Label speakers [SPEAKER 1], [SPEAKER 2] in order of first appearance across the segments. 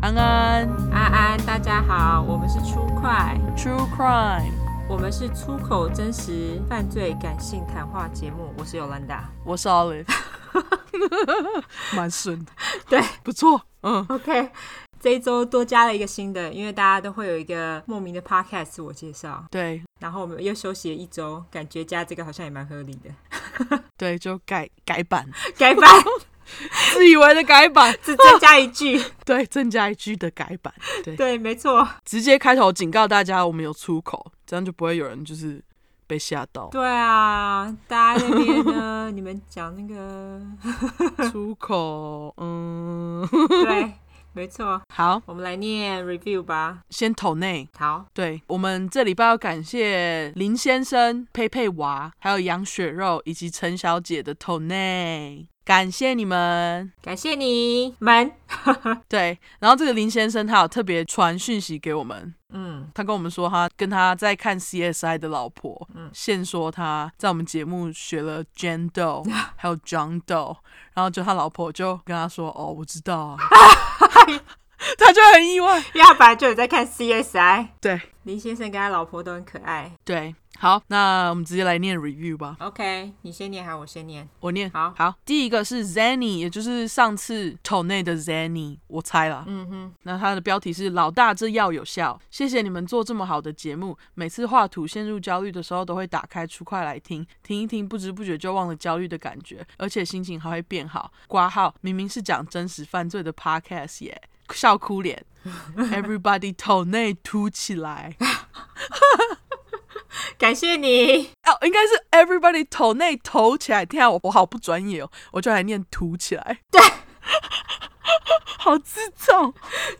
[SPEAKER 1] 安
[SPEAKER 2] 安安，大家好，我们是出快，
[SPEAKER 1] ，True Crime，
[SPEAKER 2] 我们是出口真实犯罪感性谈话节目，我是尤兰达。
[SPEAKER 1] 我是 Olive，蛮顺的，
[SPEAKER 2] 对，
[SPEAKER 1] 不错，嗯，
[SPEAKER 2] OK，这一周多加了一个新的，因为大家都会有一个莫名的 podcast 自我介绍，
[SPEAKER 1] 对
[SPEAKER 2] 然后我们又休息了一周，感觉加这个好像也蛮合理的，
[SPEAKER 1] 对，就改改版，
[SPEAKER 2] 改版
[SPEAKER 1] 自以为的改版，
[SPEAKER 2] 只增加一句，
[SPEAKER 1] 对，增加一句的改版，对，
[SPEAKER 2] 对，没错，
[SPEAKER 1] 直接开头警告大家，我们有出口，这样就不会有人就是被吓到。
[SPEAKER 2] 对啊，大家那边呢，你们讲那个，
[SPEAKER 1] 出口，嗯，
[SPEAKER 2] 对，没错，
[SPEAKER 1] 好，
[SPEAKER 2] 我们来念 review 吧，
[SPEAKER 1] 先投内。
[SPEAKER 2] 好，
[SPEAKER 1] 对我们这礼拜要感谢林先生、佩佩娃，还有杨雪肉以及陈小姐的投内，感谢你们。
[SPEAKER 2] 感谢你们，
[SPEAKER 1] 对，然后这个林先生他有特别传讯息给我们，
[SPEAKER 2] 嗯，
[SPEAKER 1] 他跟我们说他跟他在看 CSI 的老婆，
[SPEAKER 2] 嗯
[SPEAKER 1] 现说他在我们节目学了 Jane Doe 还有 John Doe，然后就他老婆就跟他说：“哦，我知道啊。”他就很意外。
[SPEAKER 2] 因为他本来就有在看 CSI，
[SPEAKER 1] 对
[SPEAKER 2] 林先生跟他老婆都很可爱
[SPEAKER 1] 对，好，那我们直接来念 review 吧。
[SPEAKER 2] ，OK，你先念还是我先念？
[SPEAKER 1] 我念
[SPEAKER 2] 好
[SPEAKER 1] 好，第一个是 Zanny，也就是上次 t 内的 Zanny，我猜啦。
[SPEAKER 2] 嗯哼，
[SPEAKER 1] 那它的标题是“老大这药有效”，谢谢你们做这么好的节目。每次画图陷入焦虑的时候，都会打开出快来听，听一听，不知不觉就忘了焦虑的感觉，而且心情还会变好。挂号明明是讲真实犯罪的 podcast 耶，笑哭 脸，Everybody 头内凸起来。
[SPEAKER 2] 感谢你。
[SPEAKER 1] 哦，应该是 everybody 头内头起来。天啊，我我好不专业哦，我就来念凸起来。对， 好自重。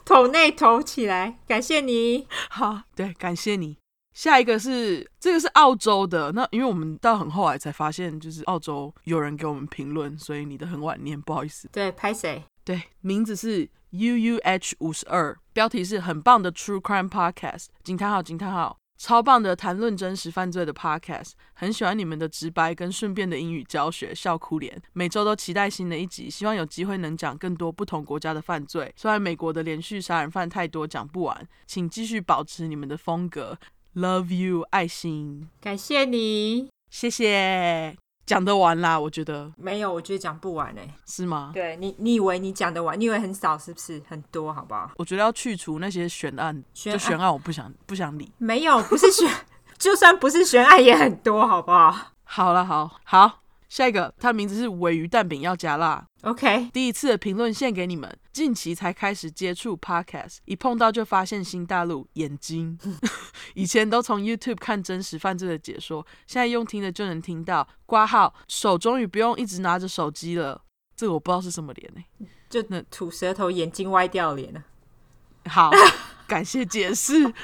[SPEAKER 2] 头内头起来，感谢你。
[SPEAKER 1] 好，对，感谢你。下一个是这个是澳洲的，那因为我们到很后来才发现，就是澳洲有人给我们评论，所以你的很晚念，不好意思。
[SPEAKER 2] 对，拍谁？
[SPEAKER 1] 对，名字是 U U H 五十二，标题是很棒的 True Crime Podcast，惊叹号惊叹号，超棒的谈论真实犯罪的 Podcast，很喜欢你们的直白跟顺便的英语教学，笑哭脸，每周都期待新的一集，希望有机会能讲更多不同国家的犯罪，虽然美国的连续杀人犯太多讲不完，请继续保持你们的风格，Love you 爱心，
[SPEAKER 2] 感谢你。
[SPEAKER 1] 谢谢，讲得完啦，我觉得
[SPEAKER 2] 没有，我觉得讲不完哎、
[SPEAKER 1] 是吗？
[SPEAKER 2] 对你，你以为你讲得完？你以为很少是不是？很多，好不好？
[SPEAKER 1] 我觉得要去除那些悬案，
[SPEAKER 2] 悬
[SPEAKER 1] 就
[SPEAKER 2] 案
[SPEAKER 1] 悬案我不想不想理。
[SPEAKER 2] 没有，不是悬， 就算不是悬案也很多，好不好
[SPEAKER 1] 好了，好好，下一个，它的名字是尾鱼蛋饼要加辣。
[SPEAKER 2] ？OK，
[SPEAKER 1] 第一次的评论献给你们，近期才开始接触 podcast，一碰到就发现新大陆，眼睛。 以前都从 YouTube 看真实犯罪的解说，现在用听的就能听到。挂号，手终于不用一直拿着手机了。这个我不知道是什么脸呢、欸
[SPEAKER 2] 就
[SPEAKER 1] 那
[SPEAKER 2] 吐舌头，眼睛歪掉脸了。
[SPEAKER 1] 好， 感谢解释。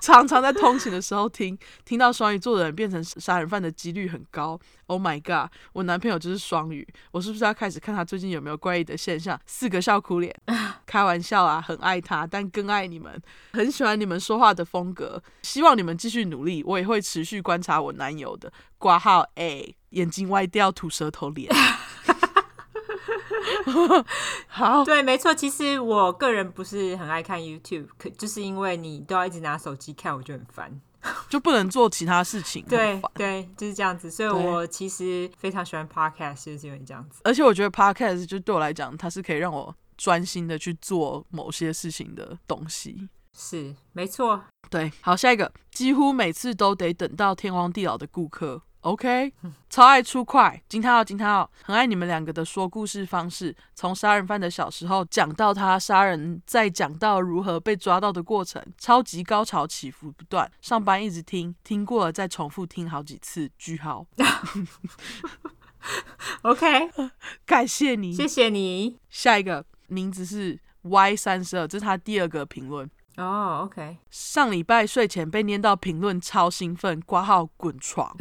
[SPEAKER 1] 常常在通勤的时候听，听到双鱼座的人变成杀人犯的几率很高。Oh my god！我男朋友就是双鱼，我是不是要开始看他最近有没有怪异的现象？四个笑哭脸，开玩笑啊，很爱他，但更爱你们，很喜欢你们说话的风格，希望你们继续努力，我也会持续观察我男友的。挂号哎，眼睛歪掉，吐舌头脸。好，
[SPEAKER 2] 对，没错。其实我个人不是很爱看 YouTube，可就是因为你都要一直拿手机看，我就很烦。
[SPEAKER 1] 就不能做其他事情，很
[SPEAKER 2] 对
[SPEAKER 1] 烦
[SPEAKER 2] 对，就是这样子。所以
[SPEAKER 1] 对
[SPEAKER 2] 我其实非常喜欢 Podcast，就是因为这样子。
[SPEAKER 1] 而且我觉得 podcast 就对我来讲，它是可以让我专心的去做某些事情的东西。
[SPEAKER 2] 是，没错。
[SPEAKER 1] 对，好，下一个，几乎每次都得等到天荒地老的顾客。OK，超爱出快，惊叹号惊叹号，很爱你们两个的说故事方式，从杀人犯的小时候讲到他杀人，再讲到如何被抓到的过程，超级高潮起伏不断。上班一直听，听过了再重复听好几次。句号，
[SPEAKER 2] OK，
[SPEAKER 1] 感谢你。
[SPEAKER 2] 谢谢你。
[SPEAKER 1] 下一个名字是 Y 三十二，这是他第二个评论。
[SPEAKER 2] 哦，OK、o k
[SPEAKER 1] 上礼拜睡前被念到评论，超兴奋，挂号滚床。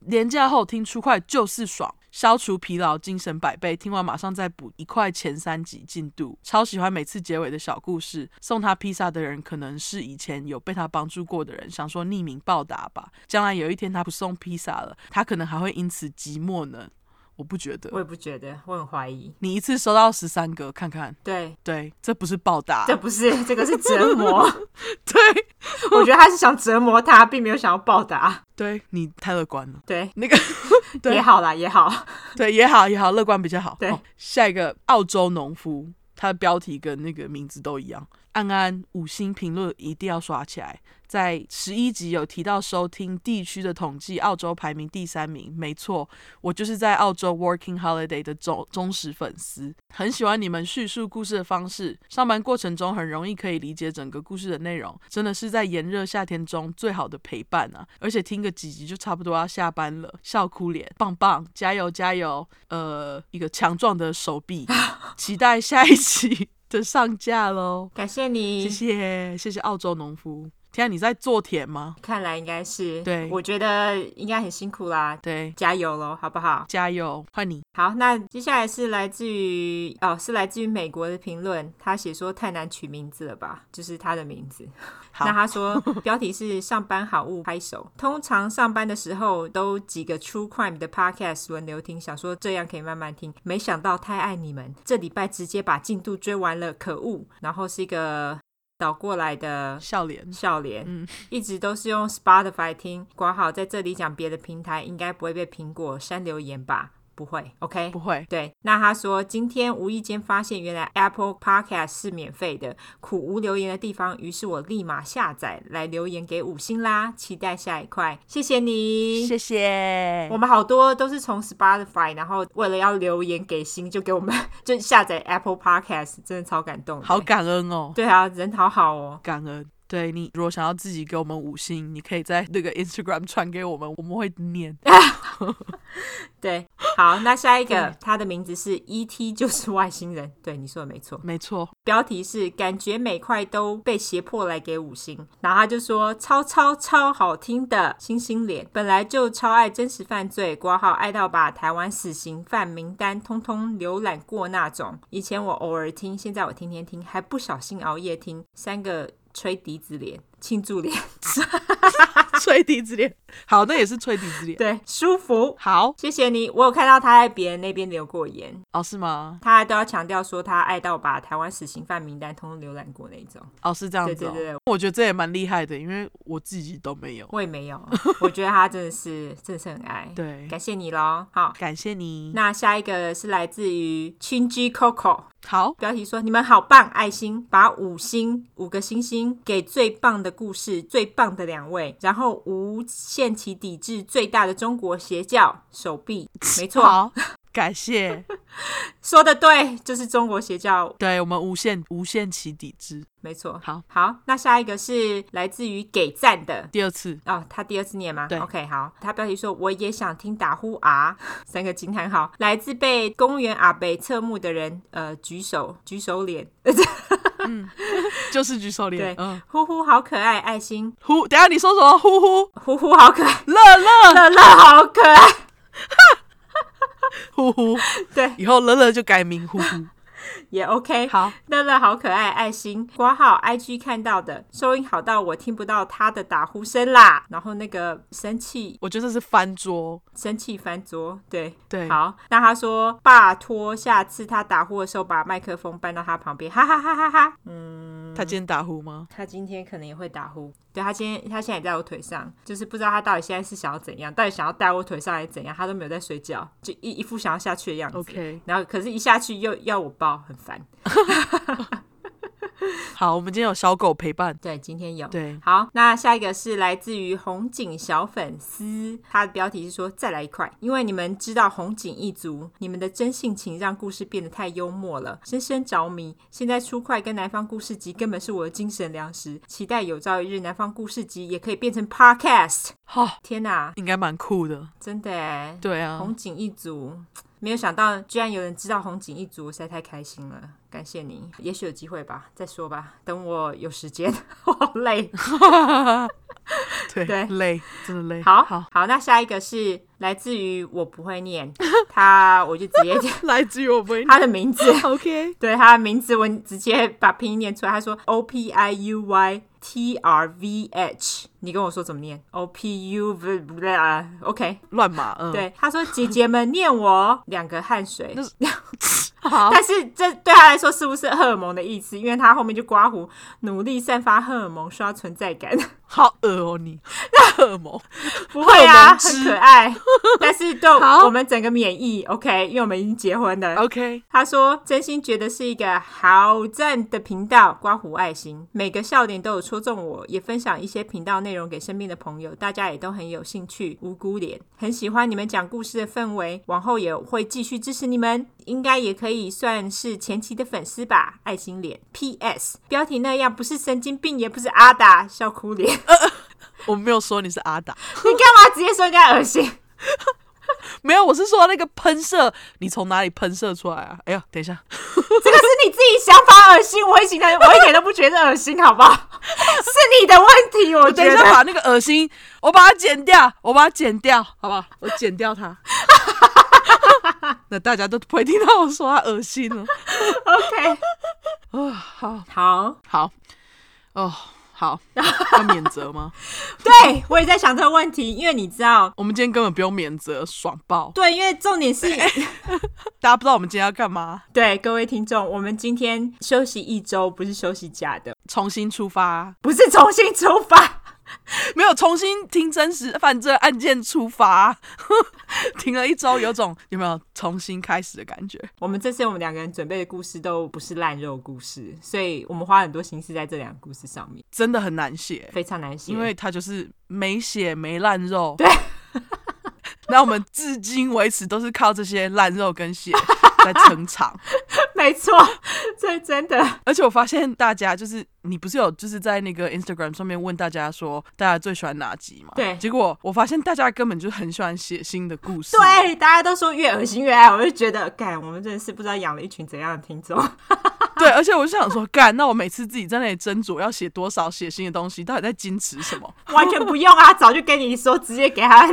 [SPEAKER 1] 廉价后听出快就是爽，消除疲劳，精神百倍。听完马上再补一块前三集进度，超喜欢每次结尾的小故事。送他披萨的人可能是以前有被他帮助过的人，想说匿名报答吧。将来有一天他不送披萨了，他可能还会因此寂寞呢。我不觉得
[SPEAKER 2] 我。也不觉得，我很怀疑。
[SPEAKER 1] 你一次收到十三个，看看，
[SPEAKER 2] 对，
[SPEAKER 1] 对，这不是暴打，
[SPEAKER 2] 这不是，这个是折磨。
[SPEAKER 1] 对
[SPEAKER 2] 我觉得他是想折磨他，并没有想要报答。
[SPEAKER 1] 对，你太乐观了。
[SPEAKER 2] 对，
[SPEAKER 1] 那个 对
[SPEAKER 2] 也好啦，也好。
[SPEAKER 1] 对也好也好，乐观比较好。
[SPEAKER 2] 对
[SPEAKER 1] 哦下一个澳洲农夫，他的标题跟那个名字都一样。安安五星评论一定要刷起来，在十一集有提到收听地区的统计，澳洲排名第三名，没错，我就是在澳洲 Working Holiday 的忠忠实粉丝，很喜欢你们叙述故事的方式，上班过程中很容易可以理解整个故事的内容，真的是在炎热夏天中最好的陪伴啊！而且听个几集就差不多要下班了，笑哭脸，棒棒，加油加油！呃，一个强壮的手 臂，期待下一期的上架喽！
[SPEAKER 2] 感谢你，
[SPEAKER 1] 谢谢谢谢澳洲农夫，天、啊，你在做田吗？
[SPEAKER 2] 看来应该是
[SPEAKER 1] 对
[SPEAKER 2] 我觉得应该很辛苦啦，
[SPEAKER 1] 对，
[SPEAKER 2] 加油喽，好不好？
[SPEAKER 1] 加油，换你。
[SPEAKER 2] 好，那接下来是来自于哦，是来自于美国的评论，他写说太难取名字了吧，就是他的名字。
[SPEAKER 1] 好
[SPEAKER 2] 那他说标题是上班好物拍手，通常上班的时候都几个 True Crime 的 Podcast 轮流听，想说这样可以慢慢听，没想到太爱你们，这礼拜直接把进度追完了，可恶！然后是一个倒过来的
[SPEAKER 1] 笑脸，
[SPEAKER 2] 笑脸，
[SPEAKER 1] 嗯
[SPEAKER 2] 一直都是用 Spotify 听，挂好在这里讲别的平台，应该不会被苹果删留言吧？不会，OK
[SPEAKER 1] 不。会，
[SPEAKER 2] 对，那他说今天无意间发现原来 Apple Podcast 是免费的，苦无留言的地方，于是我立马下载来留言给五星啦，期待下一块，谢谢你。
[SPEAKER 1] 谢谢
[SPEAKER 2] 我。们好多都是从 Spotify，然后为了要留言给星，就给我们 就下载 Apple Podcast，真的超感动的。
[SPEAKER 1] 好感恩哦，
[SPEAKER 2] 对啊，人好好哦。
[SPEAKER 1] 感恩。对你如果想要自己给我们五星，你可以在那个 Instagram 传给我们，我们会念。
[SPEAKER 2] 对，好，那下一个
[SPEAKER 1] 对，
[SPEAKER 2] 他的名字是 E.T. 就是外星人，对你说的没错。
[SPEAKER 1] 没错，
[SPEAKER 2] 标题是感觉每块都被胁迫来给五星，然后他就说超超超好听的星星脸，本来就超爱真实犯罪，挂号爱到把台湾死刑犯名单通通浏览过那种。以前我偶尔听，现在我天天听，还不小心熬夜听。三个吹笛子脸，庆祝脸，
[SPEAKER 1] 吹笛子脸，好，那也是吹笛子脸。
[SPEAKER 2] 对，舒服。
[SPEAKER 1] 好
[SPEAKER 2] 谢谢你，我有看到他在别人那边留过言，
[SPEAKER 1] 哦，是吗？
[SPEAKER 2] 他还都要强调说他爱到把台湾死刑犯名单通通浏览过那一种。
[SPEAKER 1] 哦，是这样
[SPEAKER 2] 对
[SPEAKER 1] 子、
[SPEAKER 2] 对
[SPEAKER 1] 哦。
[SPEAKER 2] 对，对
[SPEAKER 1] 我觉得这也蛮厉害的，因为我自己都没 有。
[SPEAKER 2] 我也没有，啊我觉得他真的是真的是很爱。，
[SPEAKER 1] 对，
[SPEAKER 2] 感谢你喽。好，
[SPEAKER 1] 感谢你。
[SPEAKER 2] 那下一个是来自于 Chingy Coco，
[SPEAKER 1] 好，
[SPEAKER 2] 标题说你们好棒，爱心把五星五个星星给最棒的故事，最棒的两位，然后无限期抵制最大的中国邪教手臂，没错，
[SPEAKER 1] 好，感谢。
[SPEAKER 2] 说的对，就是中国邪教，
[SPEAKER 1] 对我们无限无限期抵制。
[SPEAKER 2] 没错。
[SPEAKER 1] 好，
[SPEAKER 2] 好，那下一个是来自于给赞的，
[SPEAKER 1] 第二次
[SPEAKER 2] 哦，他第二次念吗？
[SPEAKER 1] 对
[SPEAKER 2] o k 好。他标题说我也想听打呼啊， 三个惊叹号，来自被公园阿北侧目的人，呃，举手举手脸，
[SPEAKER 1] 就是举手脸
[SPEAKER 2] 对。
[SPEAKER 1] 嗯，
[SPEAKER 2] 呼呼好可爱，爱心，
[SPEAKER 1] 呼，等一下你说什么？呼呼，
[SPEAKER 2] 呼呼好可爱，
[SPEAKER 1] 乐乐，
[SPEAKER 2] 乐乐好可爱，
[SPEAKER 1] 呼呼。
[SPEAKER 2] 对，
[SPEAKER 1] 以后乐乐就改名呼 呼。
[SPEAKER 2] 也 OK。
[SPEAKER 1] 好，
[SPEAKER 2] 乐乐好可爱，爱心挂号 IG 看到的，收音好到我听不到他的打呼声啦。然后那个生气
[SPEAKER 1] 我觉得这是翻桌。
[SPEAKER 2] 生气翻桌，对，
[SPEAKER 1] 对，
[SPEAKER 2] 好，那他说拜托，下次他打呼的时候把麦克风搬到他旁边，哈哈哈哈哈。嗯
[SPEAKER 1] 他今天打呼吗？
[SPEAKER 2] 他今天可能也会打呼，对他今天他现在也在我腿上，就是不知道他到底现在是想要怎样，到底想要带我腿上还是怎样，他都没有在睡觉，就一一副想要下去的样子。
[SPEAKER 1] OK
[SPEAKER 2] 然后可是一下去又要我抱，很烦。
[SPEAKER 1] 好，我们今天有小狗陪伴。
[SPEAKER 2] 对，今天有。
[SPEAKER 1] 对，
[SPEAKER 2] 好，那下一个是来自于红警小粉丝，他的标题是说再来一块，因为你们知道红警一族，你们的真性情让故事变得太幽默了，深深着迷。现在出块跟南方故事集根本是我的精神粮食，期待有朝一日南方故事集也可以变成 podcast。
[SPEAKER 1] 好、
[SPEAKER 2] 天哪，
[SPEAKER 1] 应该蛮酷的。
[SPEAKER 2] 真的哎，
[SPEAKER 1] 对啊，
[SPEAKER 2] 红警一族。没有想到，居然有人知道红警一族，实在太开心了！感谢你，也许有机会吧，再说吧。等我有时间， 我好累。
[SPEAKER 1] 对
[SPEAKER 2] 对
[SPEAKER 1] 累，真的累。
[SPEAKER 2] 好
[SPEAKER 1] 好，
[SPEAKER 2] 那下一个是来自于我不会念，他我就直接
[SPEAKER 1] 来自于我们
[SPEAKER 2] 他的名字，
[SPEAKER 1] OK，
[SPEAKER 2] 对他的名字我直接把拼音念出来。他说 O P I U Y T R V H，你跟我说怎么念？O P U V 啊 OK，
[SPEAKER 1] 乱码，嗯，，
[SPEAKER 2] 对，他说姐姐们念我两个汗水
[SPEAKER 1] 那。啊好，
[SPEAKER 2] 但是这对他来说是不是荷尔蒙的意思？因为他后面就刮胡，努力散发荷尔蒙，刷存在感。
[SPEAKER 1] 好恶哦你，荷尔蒙，
[SPEAKER 2] 不会啊，
[SPEAKER 1] 荷尔蒙
[SPEAKER 2] 很
[SPEAKER 1] 汁
[SPEAKER 2] 可爱。但是对
[SPEAKER 1] 好
[SPEAKER 2] 我们整个免疫 OK，因为我们已经结婚了。
[SPEAKER 1] OK，
[SPEAKER 2] 他说：“真心觉得是一个好赞的频道，刮胡爱心，每个笑点都有戳中我，也分享一些频道内容给身边的朋友，大家也都很有兴趣。无辜脸很喜欢你们讲故事的氛围，往后也会继续支持你们，应该也可以算是前期的粉丝吧。爱心脸，P.S. 标题那样不是神经病，也不是阿达笑哭脸， 你
[SPEAKER 1] 我没有说你是阿达，
[SPEAKER 2] 干嘛直接说人家恶心？
[SPEAKER 1] 没有，我是说那个喷射，你从哪里喷射出来啊？哎呀，等一下，
[SPEAKER 2] 这个是你自己想法恶心，我一点都我一点都不觉得恶心，好不 好？是你的问题，我
[SPEAKER 1] 我等一
[SPEAKER 2] 觉
[SPEAKER 1] 下
[SPEAKER 2] 得。
[SPEAKER 1] 把那个恶心，我把它剪掉，我把它剪掉，好不好？我剪掉 它。那大家都不会听到我说他恶心了
[SPEAKER 2] OK，
[SPEAKER 1] 啊！好
[SPEAKER 2] 好，
[SPEAKER 1] 好哦， 好要免责吗？
[SPEAKER 2] 对我也在想这个问题，因为你知道，
[SPEAKER 1] 我们今天根本不用免责，爽爆！
[SPEAKER 2] 对，因为重点 是，
[SPEAKER 1] 大家不知道我们今天要干嘛，
[SPEAKER 2] 对各位听众，我们今天休息一周，不是休息假的，
[SPEAKER 1] 重新出发啊、
[SPEAKER 2] 不是重新出发。
[SPEAKER 1] 没有重新听真实犯罪案件出发， 停了一周，有种有没有重新开始的感觉？
[SPEAKER 2] 我们这次我们两个人准备的故事都不是烂肉故事，所以我们花很多心思在这两个故事上面，
[SPEAKER 1] 真的很难写，
[SPEAKER 2] 非常难写。
[SPEAKER 1] 因为它就是没血没烂肉。
[SPEAKER 2] 对。
[SPEAKER 1] 那我们至今为止都是靠这些烂肉跟血在撑场，
[SPEAKER 2] 没错，这真的
[SPEAKER 1] 而且我发现大家就是你不是有就是在那个 Instagram 上面问大家说大家最喜欢哪集嘛？
[SPEAKER 2] 对
[SPEAKER 1] 结果我发现大家根本就很喜欢血腥的故事。
[SPEAKER 2] 对，啊大家都说越恶心越爱，我就觉得，干，我们真的是不知道养了一群怎样的听众。
[SPEAKER 1] 对，而且我就想说，干，那我每次自己在那里斟酌要写多少血腥的东西，到底在矜持什么？
[SPEAKER 2] 完全不用啊，早就跟你说，直接给他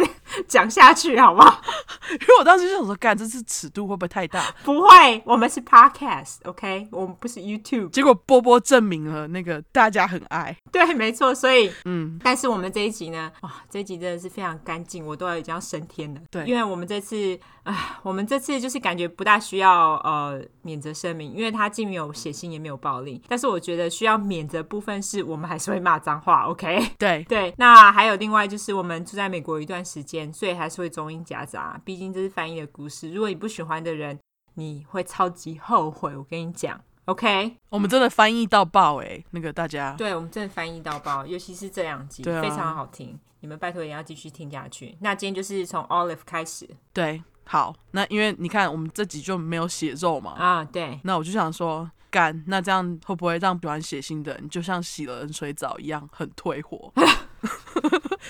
[SPEAKER 2] 讲下去，好不好？
[SPEAKER 1] 因为我当时就想说，干，这次尺度会不会太大？
[SPEAKER 2] 不会，我们是 podcast，OK，、我们不是 YouTube。
[SPEAKER 1] 结果波波证明了那个大家很爱，
[SPEAKER 2] 对，没错。所以，
[SPEAKER 1] 嗯，
[SPEAKER 2] 但是我们这一集呢，哇，这一集真的是非常干净，我都要已经要升天了。
[SPEAKER 1] 对
[SPEAKER 2] 因为我们这次，啊，我们这次就是感觉不大需要呃免责声明，因为它既没有血腥，也没有暴力。但是我觉得需要免责部分是我们还是会骂脏话，OK。
[SPEAKER 1] 对，
[SPEAKER 2] 对，那还有另外就是我们住在美国有一段时间，所以还是会中英夹杂，毕竟这是翻译的故事。如果你不喜欢的人，你会超级后悔，我跟你讲。OK，
[SPEAKER 1] 我们真的翻译到爆哎、那个大家，
[SPEAKER 2] 对我们真的翻译到爆，尤其是这两集、
[SPEAKER 1] 对啊
[SPEAKER 2] 非常好听，你们拜托也要继续听下去。那今天就是从 Olive 开始
[SPEAKER 1] 对，好，那因为你看我们这集就没有血肉嘛，
[SPEAKER 2] 啊，对，
[SPEAKER 1] 那我就想说，干，那这样会不会让喜欢血腥的人就像洗了冷水澡一样很退火？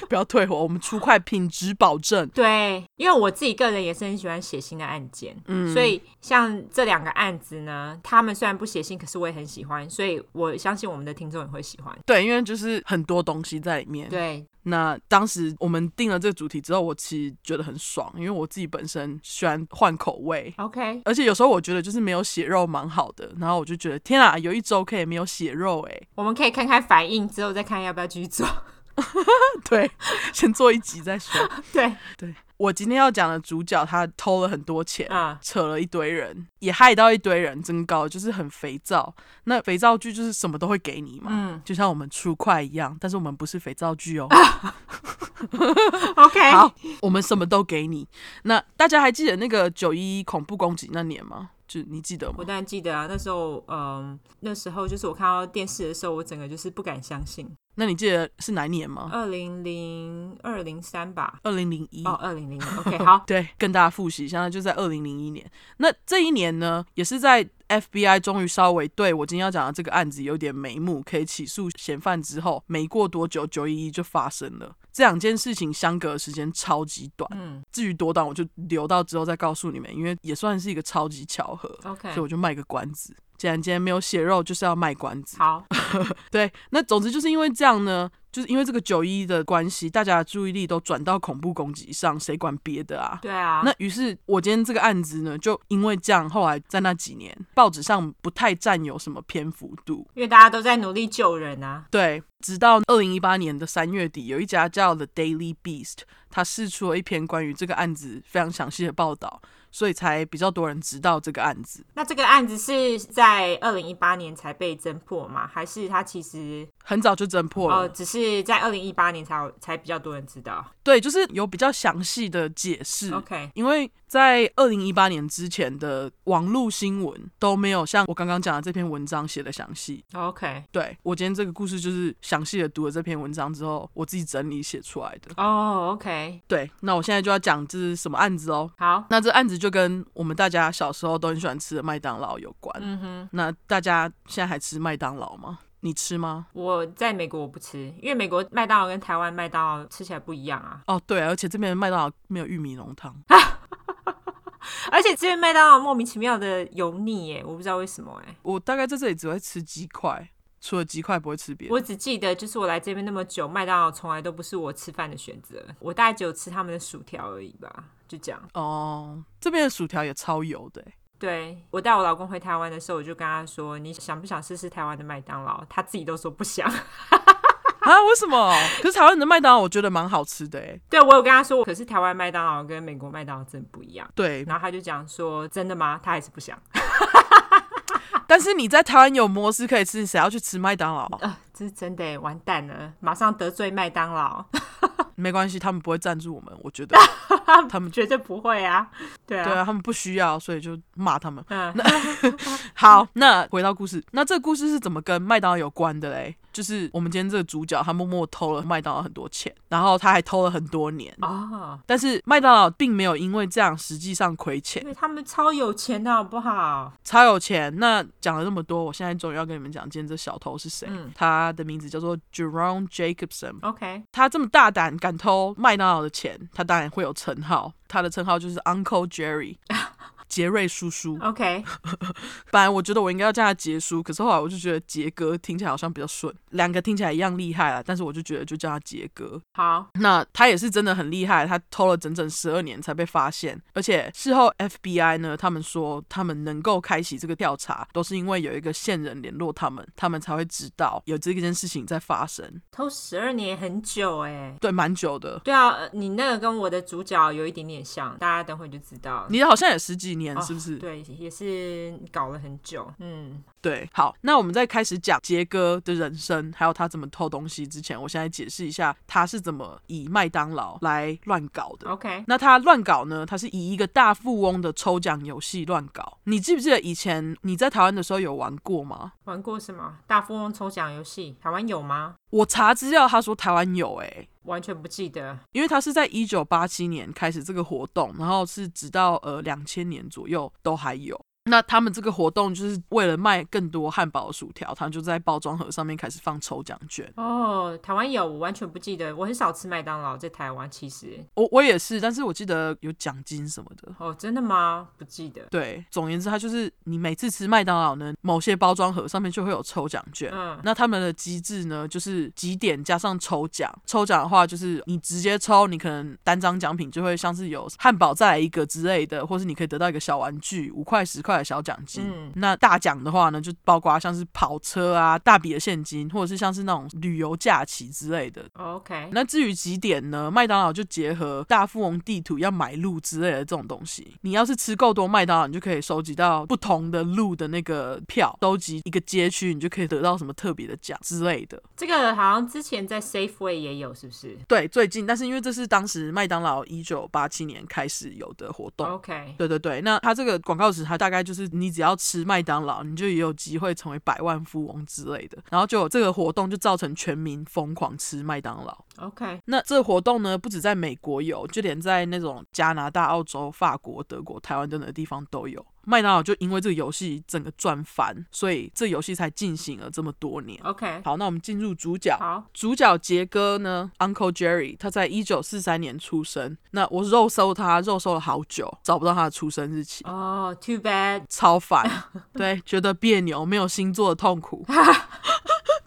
[SPEAKER 1] 不要退火，我们出块品质保证。
[SPEAKER 2] 对，因为我自己个人也是很喜欢写信的案件，嗯，所以像这两个案子呢，他们虽然不写信，可是我也很喜欢，所以我相信我们的听众也会喜欢。
[SPEAKER 1] 对，因为就是很多东西在里面。
[SPEAKER 2] 对，
[SPEAKER 1] 那当时我们定了这个主题之后，我其实觉得很爽，因为我自己本身喜欢换口味，
[SPEAKER 2] OK，
[SPEAKER 1] 而且有时候我觉得就是没有血肉蛮好的，然后我就觉得天啊，有一周可以没有血肉欸诶、
[SPEAKER 2] 我们可以看看反应，之后再看要不要继续做。
[SPEAKER 1] 对，先做一集再说。
[SPEAKER 2] 对，
[SPEAKER 1] 对我今天要讲的主角，他偷了很多钱，
[SPEAKER 2] 啊、
[SPEAKER 1] 扯了一堆人，也害到一堆人，真高就是很肥皂。那肥皂剧就是什么都会给你嘛，
[SPEAKER 2] 嗯
[SPEAKER 1] 就像我们出块一样，但是我们不是肥皂剧哦。
[SPEAKER 2] o k
[SPEAKER 1] 好，我们什么都给你。那大家还记得那个九一恐怖攻击那年吗？就你记得吗
[SPEAKER 2] 我？当然记得啊，那时候，嗯，那时候就是我看到电视的时候，我整个就是不敢相信，
[SPEAKER 1] 那你记得是哪一年吗？
[SPEAKER 2] 二零零二零三吧，
[SPEAKER 1] 二零零哦一
[SPEAKER 2] 哦，。二零零，OK，好，
[SPEAKER 1] 对，跟大家复习一下，那就在二零零一年。那这一年呢，也是在 FBI 终于稍微对我今天要讲的这个案子有点眉目，可以起诉嫌犯之后，没过多久，九一一就发生了。这两件事情相隔的时间超级短，
[SPEAKER 2] 嗯
[SPEAKER 1] 至于多短，我就留到之后再告诉你们，因为也算是一个超级巧合。
[SPEAKER 2] ，OK，
[SPEAKER 1] 所以我就卖个关子。既然今天没有血肉，就是要卖关子。
[SPEAKER 2] 好，
[SPEAKER 1] 对，那总之就是因为这样呢，就是因为这个九一的关系，大家的注意力都转到恐怖攻击上，谁管别的啊？
[SPEAKER 2] 对啊，
[SPEAKER 1] 那于是，我今天这个案子呢，就因为这样，后来在那几年报纸上不太占有什么篇幅度。
[SPEAKER 2] 因为大家都在努力救人啊。
[SPEAKER 1] 对，直到二零一八年的三月底，有一家叫 The Daily Beast，它释出了一篇关于这个案子非常详细的报道，所以才比较多人知道这个案子。
[SPEAKER 2] 那这个案子是在二零一八年才被侦破吗？还是他其实
[SPEAKER 1] 很早就侦破了，
[SPEAKER 2] 呃，只是在二零一八年才有才比较多人知道
[SPEAKER 1] 对，就是有比较详细的解释。
[SPEAKER 2] ？OK，
[SPEAKER 1] 因为在二零一八年之前的网络新闻都没有像我刚刚讲的这篇文章写的详细。
[SPEAKER 2] OK，
[SPEAKER 1] 对我今天这个故事就是详细的读了这篇文章之后，我自己整理写出来的。
[SPEAKER 2] 哦、o k
[SPEAKER 1] 对，那我现在就要讲这是什么案子哦。
[SPEAKER 2] 好，
[SPEAKER 1] 那这案子就跟我们大家小时候都很喜欢吃的麦当劳有关。
[SPEAKER 2] 嗯哼，
[SPEAKER 1] 那大家现在还吃麦当劳吗？你吃吗？
[SPEAKER 2] 我在美国我不吃，因为美国麦当劳跟台湾麦当劳吃起来不一样啊，
[SPEAKER 1] 哦，对，而且这边的麦当劳没有玉米浓汤。
[SPEAKER 2] 而且这边麦当劳莫名其妙的油腻耶，我不知道为什么哎，
[SPEAKER 1] 我大概在这里只会吃鸡块，除了鸡块不会吃别的。
[SPEAKER 2] 我只记得就是我来这边那么久，麦当劳从来都不是我吃饭的选择，我大概只有吃他们的薯条而已吧，就这样。
[SPEAKER 1] 哦，这边的薯条也超油的欸。
[SPEAKER 2] 对我带我老公回台湾的时候，我就跟他说：“你想不想试试台湾的麦当劳？”他自己都说不想。
[SPEAKER 1] 啊？为什么？ 可是台湾的麦当劳我觉得蛮好吃的哎。
[SPEAKER 2] 对我有跟他说，可是台湾麦当劳跟美国麦当劳真的不一样。
[SPEAKER 1] 对，
[SPEAKER 2] 然后他就讲说：“真的吗？”他还是不想。
[SPEAKER 1] 但是你在台湾有摩斯可以吃，谁要去吃麦当劳？
[SPEAKER 2] 啊、这是真的耶，完蛋了，马上得罪麦当劳，
[SPEAKER 1] 没关系，他们不会赞助我们，我觉 得他们
[SPEAKER 2] 绝对不会啊。对啊，
[SPEAKER 1] 对啊，他们不需要，所以就骂他们。
[SPEAKER 2] 嗯，
[SPEAKER 1] 好，那回到故事，那这个故事是怎么跟麦当劳有关的嘞？就是我们今天这个主角，他默默偷了麦当劳很多钱，然后他还偷了很多年，
[SPEAKER 2] 哦，
[SPEAKER 1] 但是麦当劳并没有因为这样实际上亏钱
[SPEAKER 2] 因，为他们超有钱的好不好？
[SPEAKER 1] 超有钱。那讲了那么多，我现在终于要跟你们讲，今天这小偷是谁？
[SPEAKER 2] 嗯
[SPEAKER 1] 他的名字叫做 Jerome Jacobson。
[SPEAKER 2] ，OK，
[SPEAKER 1] 他这么大胆敢偷麦当劳的钱，他当然会有称号，他的称号就是 Uncle Jerry，杰 瑞叔叔。
[SPEAKER 2] OK，
[SPEAKER 1] 本来我觉得我应该要叫他杰叔，可是后来我就觉得杰哥听起来好像比较顺，两个听起来一样厉害啦，但是我就觉得就叫他杰哥。
[SPEAKER 2] 好，
[SPEAKER 1] 那他也是真的很厉害，他偷了整整十二年才被发现，而且事后 FBI 呢，他们说他们能够开启这个调查，都是因为有一个线人联络他们，他们才会知道有这件事情在发生，
[SPEAKER 2] 偷十二年很久哎。
[SPEAKER 1] 对，蛮久的。
[SPEAKER 2] 对啊，呃你那个跟我的主角有一点点像，大家等会就知道。
[SPEAKER 1] 你好像也十几年，
[SPEAKER 2] 哦
[SPEAKER 1] 是不是？
[SPEAKER 2] 对，也是搞了很久。嗯，
[SPEAKER 1] 对，好，那我们在开始讲杰哥的人生，还有他怎么偷东西之前，我现在解释一下他是怎么以麦当劳来乱搞的。
[SPEAKER 2] OK，
[SPEAKER 1] 那他乱搞呢？他是以一个大富翁的抽奖游戏乱搞。你记不记得以前你在台湾的时候有玩过吗？
[SPEAKER 2] 玩过什么大富翁抽奖游戏？台湾有吗？
[SPEAKER 1] 我查资料，他说台湾有诶、
[SPEAKER 2] 完全不记得。
[SPEAKER 1] 因为他是在一九八七年开始这个活动，然后是直到呃两千年左右都还有。那他们这个活动就是为了卖更多汉堡、薯条，他们就在包装盒上面开始放抽奖券。
[SPEAKER 2] 哦，台湾有，我完全不记得。我很少吃麦当劳，在台湾其实。
[SPEAKER 1] 我我也是，但是我记得有奖金什么的。
[SPEAKER 2] 哦，真的吗？不记得。
[SPEAKER 1] 对，总而言之，它就是你每次吃麦当劳呢，某些包装盒上面就会有抽奖券。
[SPEAKER 2] 嗯
[SPEAKER 1] 那他们的机制呢，就是几点加上抽奖。抽奖的话，就是你直接抽，你可能单张奖品就会像是有汉堡再来一个之类的，或是你可以得到一个小玩具，五块十块的小奖金。
[SPEAKER 2] 嗯
[SPEAKER 1] 那大奖的话呢，就包括像是跑车啊、大笔的现金，或者是像是那种旅游假期之类的，
[SPEAKER 2] ，OK，
[SPEAKER 1] 那至于几点呢？麦当劳就结合大富翁地图要买路之类的这种东西，你要是吃够多麦当劳，你就可以收集到不同的路的那个票，收集一个街区，你就可以得到什么特别的奖之类的。
[SPEAKER 2] 这个好像之前在 Safeway 也有，是不是
[SPEAKER 1] 对，最近，但是因为这是当时麦当劳一九八七年开始有的活动。
[SPEAKER 2] ？OK，
[SPEAKER 1] 对对对，那它这个广告词，它大概就是你只要吃麦当劳，你就也有机会成为百万富翁之类的。然后就有这个活动，就造成全民疯狂吃麦当劳。
[SPEAKER 2] ，OK，
[SPEAKER 1] 那这个活动呢，不止在美国有，就连在那种加拿大、澳洲、法国、德国、台湾等等的地方都有。麦当劳就因为这个游戏整个赚翻，所以这游戏才进行了这么多年。
[SPEAKER 2] OK，
[SPEAKER 1] 好，那我们进入主角。
[SPEAKER 2] 好，
[SPEAKER 1] 主角杰哥呢，Uncle Jerry，他在一九四三年出生。那我肉搜他，肉搜了好久，找不到他的出生日期，
[SPEAKER 2] 哦，Too bad，
[SPEAKER 1] 超烦，对，觉得别扭，没有星座的痛苦。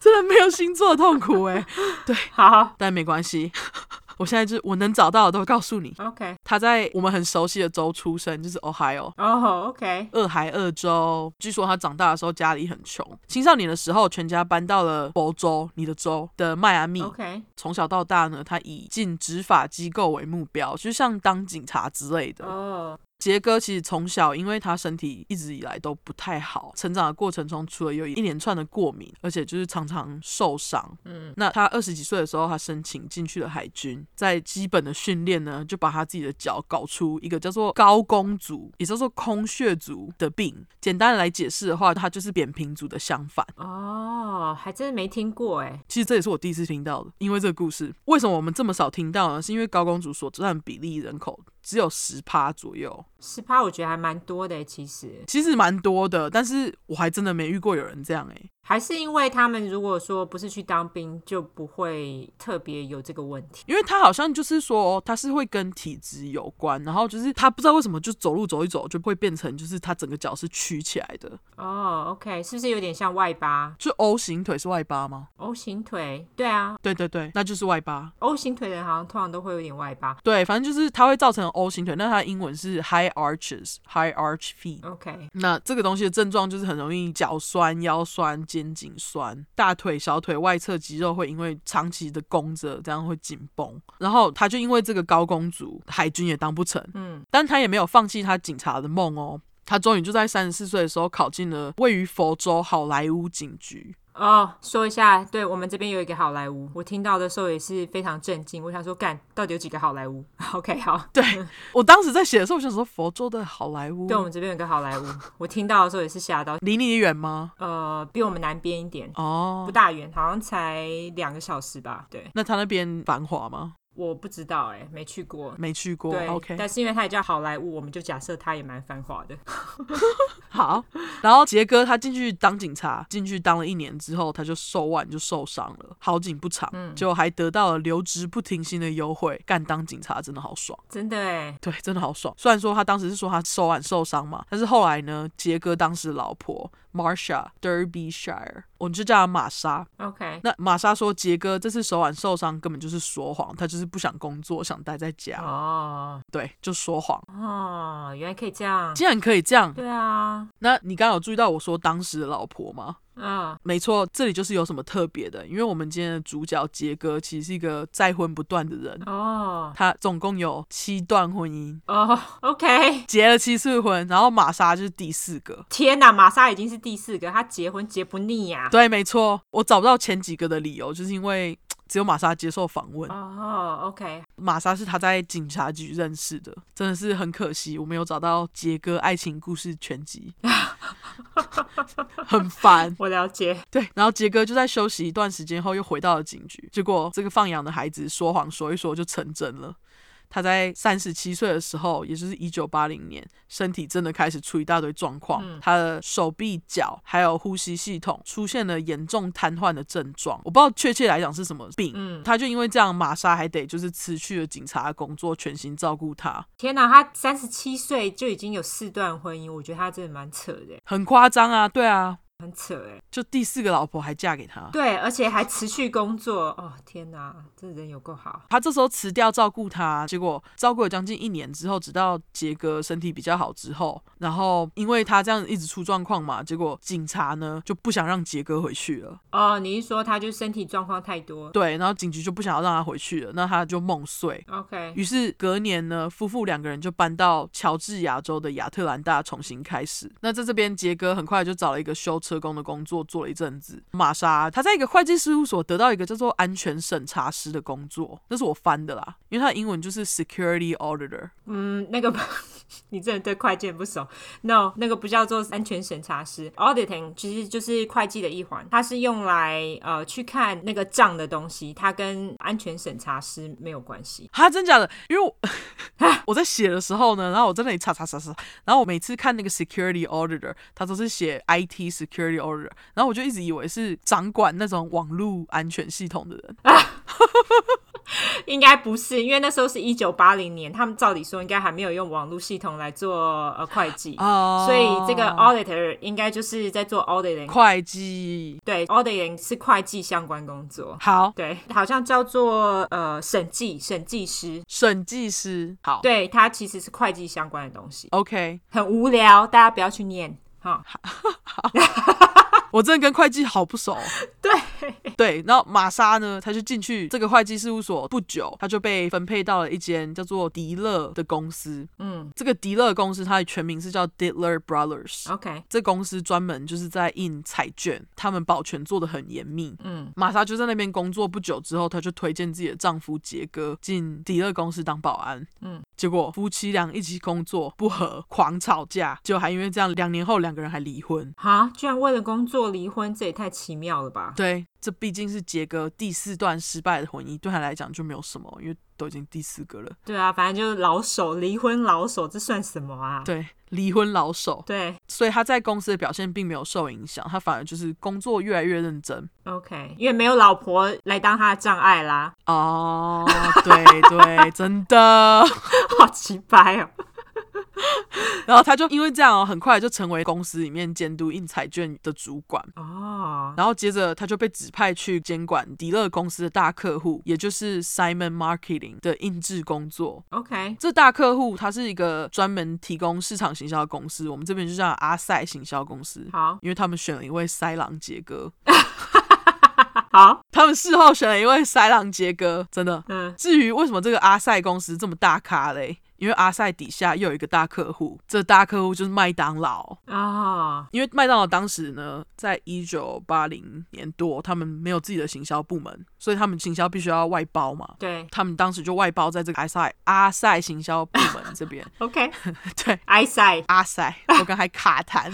[SPEAKER 1] 真的没有星座的痛苦哎、
[SPEAKER 2] 好
[SPEAKER 1] 但没关系，我现在就是我能找到的都告诉你。
[SPEAKER 2] ，OK，
[SPEAKER 1] 他在我们很熟悉的州出生，就是 Ohio。
[SPEAKER 2] 哦、o k
[SPEAKER 1] 俄亥俄州，据说他长大的时候家里很穷，青少年的时候全家搬到了佛州，你的州的迈阿密。
[SPEAKER 2] OK，
[SPEAKER 1] 从小到大呢，他以进执法机构为目标，就像当警察之类的。
[SPEAKER 2] 哦、
[SPEAKER 1] 杰哥其实从小，因为他身体一直以来都不太好，成长的过程中除了有一连串的过敏，而且就是常常受伤。嗯，那他二十几岁的时候，他申请进去了海军，在基本的训练呢，就把他自己的脚搞出一个叫做高弓足，也叫做空穴足的病。简单来解释的话，它就是扁平足的相反。
[SPEAKER 2] 哦、还真的没听过哎、
[SPEAKER 1] 其实这也是我第一次听到的，因为这个故事，为什么我们这么少听到呢？是因为高公主所占比例人口只有十趴左右，
[SPEAKER 2] 十趴我觉得还蛮多的、哎其实
[SPEAKER 1] 其实蛮多的，但是我还真的没遇过有人这样诶、欸
[SPEAKER 2] 还是因为他们如果说不是去当兵，就不会特别有这个问题。
[SPEAKER 1] 因为他好像就是说他是会跟体质有关，然后就是他不知道为什么就走路走一走就会变成就是他整个脚是曲起来的，
[SPEAKER 2] 哦、o k 是不是有点像外八
[SPEAKER 1] 就 O 型腿是外八吗？
[SPEAKER 2] O 型腿？对啊
[SPEAKER 1] 对对对，那就是外八。
[SPEAKER 2] ，O 型腿的人好像通常都会有点外八。
[SPEAKER 1] 对，反正就是它会造成 O 型腿，那它的英文是 high arches，high arch feet。
[SPEAKER 2] OK，
[SPEAKER 1] 那这个东西的症状就是很容易脚酸、腰酸、肩颈酸、大腿、小腿外侧肌肉会因为长期的弓着，这样会紧绷。然后他就因为这个高弓族，海军也当不成，
[SPEAKER 2] 嗯，
[SPEAKER 1] 但他也没有放弃他警察的梦哦。他终于就在三十四岁的时候考进了位于佛州好莱坞警局。
[SPEAKER 2] 哦、说一下，对我们这边有一个好莱坞，我听到的时候也是非常震惊，我想说，干，到底有几个好莱坞 ？OK，好，
[SPEAKER 1] 对我当时在写的时候，我想说佛州的好莱坞
[SPEAKER 2] 对我们这边有个好莱坞，我听到的时候也是吓到，
[SPEAKER 1] 离你远吗？
[SPEAKER 2] 呃，比我们南边一点，
[SPEAKER 1] 哦
[SPEAKER 2] 不，大远，好像才两个小时吧？对，
[SPEAKER 1] 那他那边繁华吗？
[SPEAKER 2] 我不知道哎、没去过。
[SPEAKER 1] 没去过。
[SPEAKER 2] 对
[SPEAKER 1] 哦 OK，
[SPEAKER 2] 但是因为它也叫好莱坞，我们就假设它也蛮繁华的。
[SPEAKER 1] 好，然后杰哥他进去当警察，进去当了一年之后，他就手腕就受伤了，好景不长，就还得到了留职不停薪的优惠。干当警察真的好爽，
[SPEAKER 2] 真的哎，
[SPEAKER 1] 对，真的好爽。虽然说他当时是说他手腕受伤嘛，但是后来呢，杰哥当时老婆 Marsha Derbyshire，我们就叫她玛莎。
[SPEAKER 2] OK，
[SPEAKER 1] 那玛莎说，杰哥这次手腕受伤根本就是说谎，他就是不想工作，想待在家，
[SPEAKER 2] 哦
[SPEAKER 1] 对，就说谎。
[SPEAKER 2] 哦，原来可以这样。
[SPEAKER 1] 竟然可以这样，
[SPEAKER 2] 对啊，
[SPEAKER 1] 那你刚刚有注意到我说当时的老婆吗？
[SPEAKER 2] 嗯，
[SPEAKER 1] 没错，这里就是有什么特别的，因为我们今天的主角杰哥其实是一个再婚不断的人，
[SPEAKER 2] 哦
[SPEAKER 1] 他总共有七段婚姻，
[SPEAKER 2] 哦，OK。
[SPEAKER 1] 结了七次婚，然后玛莎就是第四个。
[SPEAKER 2] 天呐，玛莎已经是第四个，她结婚结不腻呀、
[SPEAKER 1] 对，没错，我找不到前几个的理由，就是因为只有玛莎接受访问。
[SPEAKER 2] 哦，OK，
[SPEAKER 1] 玛莎是他在警察局认识的，真的是很可惜，我没有找到杰哥爱情故事全集， 很烦。
[SPEAKER 2] 我了解。
[SPEAKER 1] 对，然后杰哥就在休息一段时间后又回到了警局，结果这个放羊的孩子说谎说一说就成真了。他在三十七岁的时候，也就是一九八零年，身体真的开始出一大堆状况，他的手臂、脚还有呼吸系统出现了严重瘫痪的症状。我不知道确切来讲是什么病，他就因为这样，玛莎还得就是辞去了警察的工作，全心照顾他，
[SPEAKER 2] 天呐，她三十七岁就已经有四段婚姻，我觉得她真的蛮扯的，
[SPEAKER 1] 很夸张啊，对啊，
[SPEAKER 2] 很扯哎。
[SPEAKER 1] 就第四个老婆还嫁给他，
[SPEAKER 2] 对，而且还持续工作。哦，天哪，这人有够好。
[SPEAKER 1] 他这时候辞掉照顾他，结果照顾了将近一年之后，直到杰哥身体比较好之后，然后因为他这样一直出状况嘛，结果警察呢就不想让杰哥回去了，
[SPEAKER 2] 哦，你是说她就身体状况太多
[SPEAKER 1] 对，然后警局就不想要让他回去了，那他就梦碎。
[SPEAKER 2] ？OK，
[SPEAKER 1] 于是隔年呢，夫妇两个人就搬到乔治亚州的亚特兰大重新开始。那在这边，杰哥很快就找了一个修车工的工作，做了一阵子。玛莎她在一个会计事务所得到一个叫做安全审查师的工作，那是我翻的啦，因为他的英文就是 security auditor。
[SPEAKER 2] 嗯，那个 你真的对会计很不熟。No，那个不叫做安全审查师，auditing 其实就是会计的一环，它是用来呃去看那个账的东西，它跟安全审查师没有关系。
[SPEAKER 1] 哈，真假的？因为我我在写的时候呢，然后我在那里查查查查，然后我每次看那个 security auditor，他都是写 IT security auditor，然后我就一直以为是掌管那种网络安全系统的人，
[SPEAKER 2] 应该不是，因为那时候是一九八零年，他们照理说应该还没有用网络系统来做呃会计，
[SPEAKER 1] 哦，
[SPEAKER 2] 所以这个 auditor 应该就是在做 auditing，
[SPEAKER 1] 会计
[SPEAKER 2] 对，auditing 是会计相关工作，
[SPEAKER 1] 好，
[SPEAKER 2] 对，好像叫做呃审计审计师，
[SPEAKER 1] 审计师好，
[SPEAKER 2] 对，它其实是会计相关的东西，
[SPEAKER 1] ，OK，
[SPEAKER 2] 很无聊，大家不要去念哈。
[SPEAKER 1] 我真的跟会计好不熟。
[SPEAKER 2] 对，
[SPEAKER 1] 对，然后玛莎呢，她就进去这个会计事务所不久，她就被分配到了一间叫做迪勒的公司。
[SPEAKER 2] 嗯
[SPEAKER 1] 这个迪勒公司，它的全名是叫 Diddler Brothers。
[SPEAKER 2] ，OK，
[SPEAKER 1] 这公司专门就是在印彩券，他们保全做的很严密。
[SPEAKER 2] 嗯
[SPEAKER 1] 玛莎就在那边工作不久之后，她就推荐自己的丈夫杰哥进迪勒公司当保安。
[SPEAKER 2] 嗯，
[SPEAKER 1] 结果夫妻俩一起工作不和，狂吵架，就还因为这样，两年后两个人还离婚。
[SPEAKER 2] 哈，居然为了工作离婚，这也太奇妙了吧？
[SPEAKER 1] 对，这毕竟是杰哥第四段失败的婚姻，对他来讲就没有什么，因为都已经第四个了。
[SPEAKER 2] 对啊，反正就是老手，离婚老手，这算什么啊？
[SPEAKER 1] 对，离婚老手，
[SPEAKER 2] 对
[SPEAKER 1] 所以他在公司的表现并没有受影响，他反而就是工作越来越认真。
[SPEAKER 2] ，OK，因为没有老婆来当他的障碍啦，
[SPEAKER 1] 哦，对对，真的。
[SPEAKER 2] 好奇掰哦。
[SPEAKER 1] 然后他就因为这样、哦，很快就成为公司里面监督印彩券的主管。
[SPEAKER 2] 哦，
[SPEAKER 1] 然后接着他就被指派去监管迪乐公司的大客户，也就是 Simon Marketing 的印制工作。
[SPEAKER 2] OK，
[SPEAKER 1] 这大客户它是一个专门提供市场行销的公司，我们这边就叫阿塞行销公司，
[SPEAKER 2] 好，
[SPEAKER 1] 因为他们选了一位塞朗杰哥，
[SPEAKER 2] 好，
[SPEAKER 1] 他们事后选了一位塞朗杰哥，真的。
[SPEAKER 2] 嗯，
[SPEAKER 1] 至于为什么这个阿塞公司这么大咖嘞？因为阿塞底下又有一个大客户，这大客户就是麦当劳。
[SPEAKER 2] 哦，
[SPEAKER 1] 因为麦当劳当时呢，在一九八零年多，他们没有自己的行销部门，所以他们行销必须要外包嘛。
[SPEAKER 2] 对
[SPEAKER 1] 他们当时就外包在这个阿塞阿塞行销部门这边，
[SPEAKER 2] ，OK，I
[SPEAKER 1] 对，
[SPEAKER 2] say
[SPEAKER 1] 阿塞，我刚才卡痰。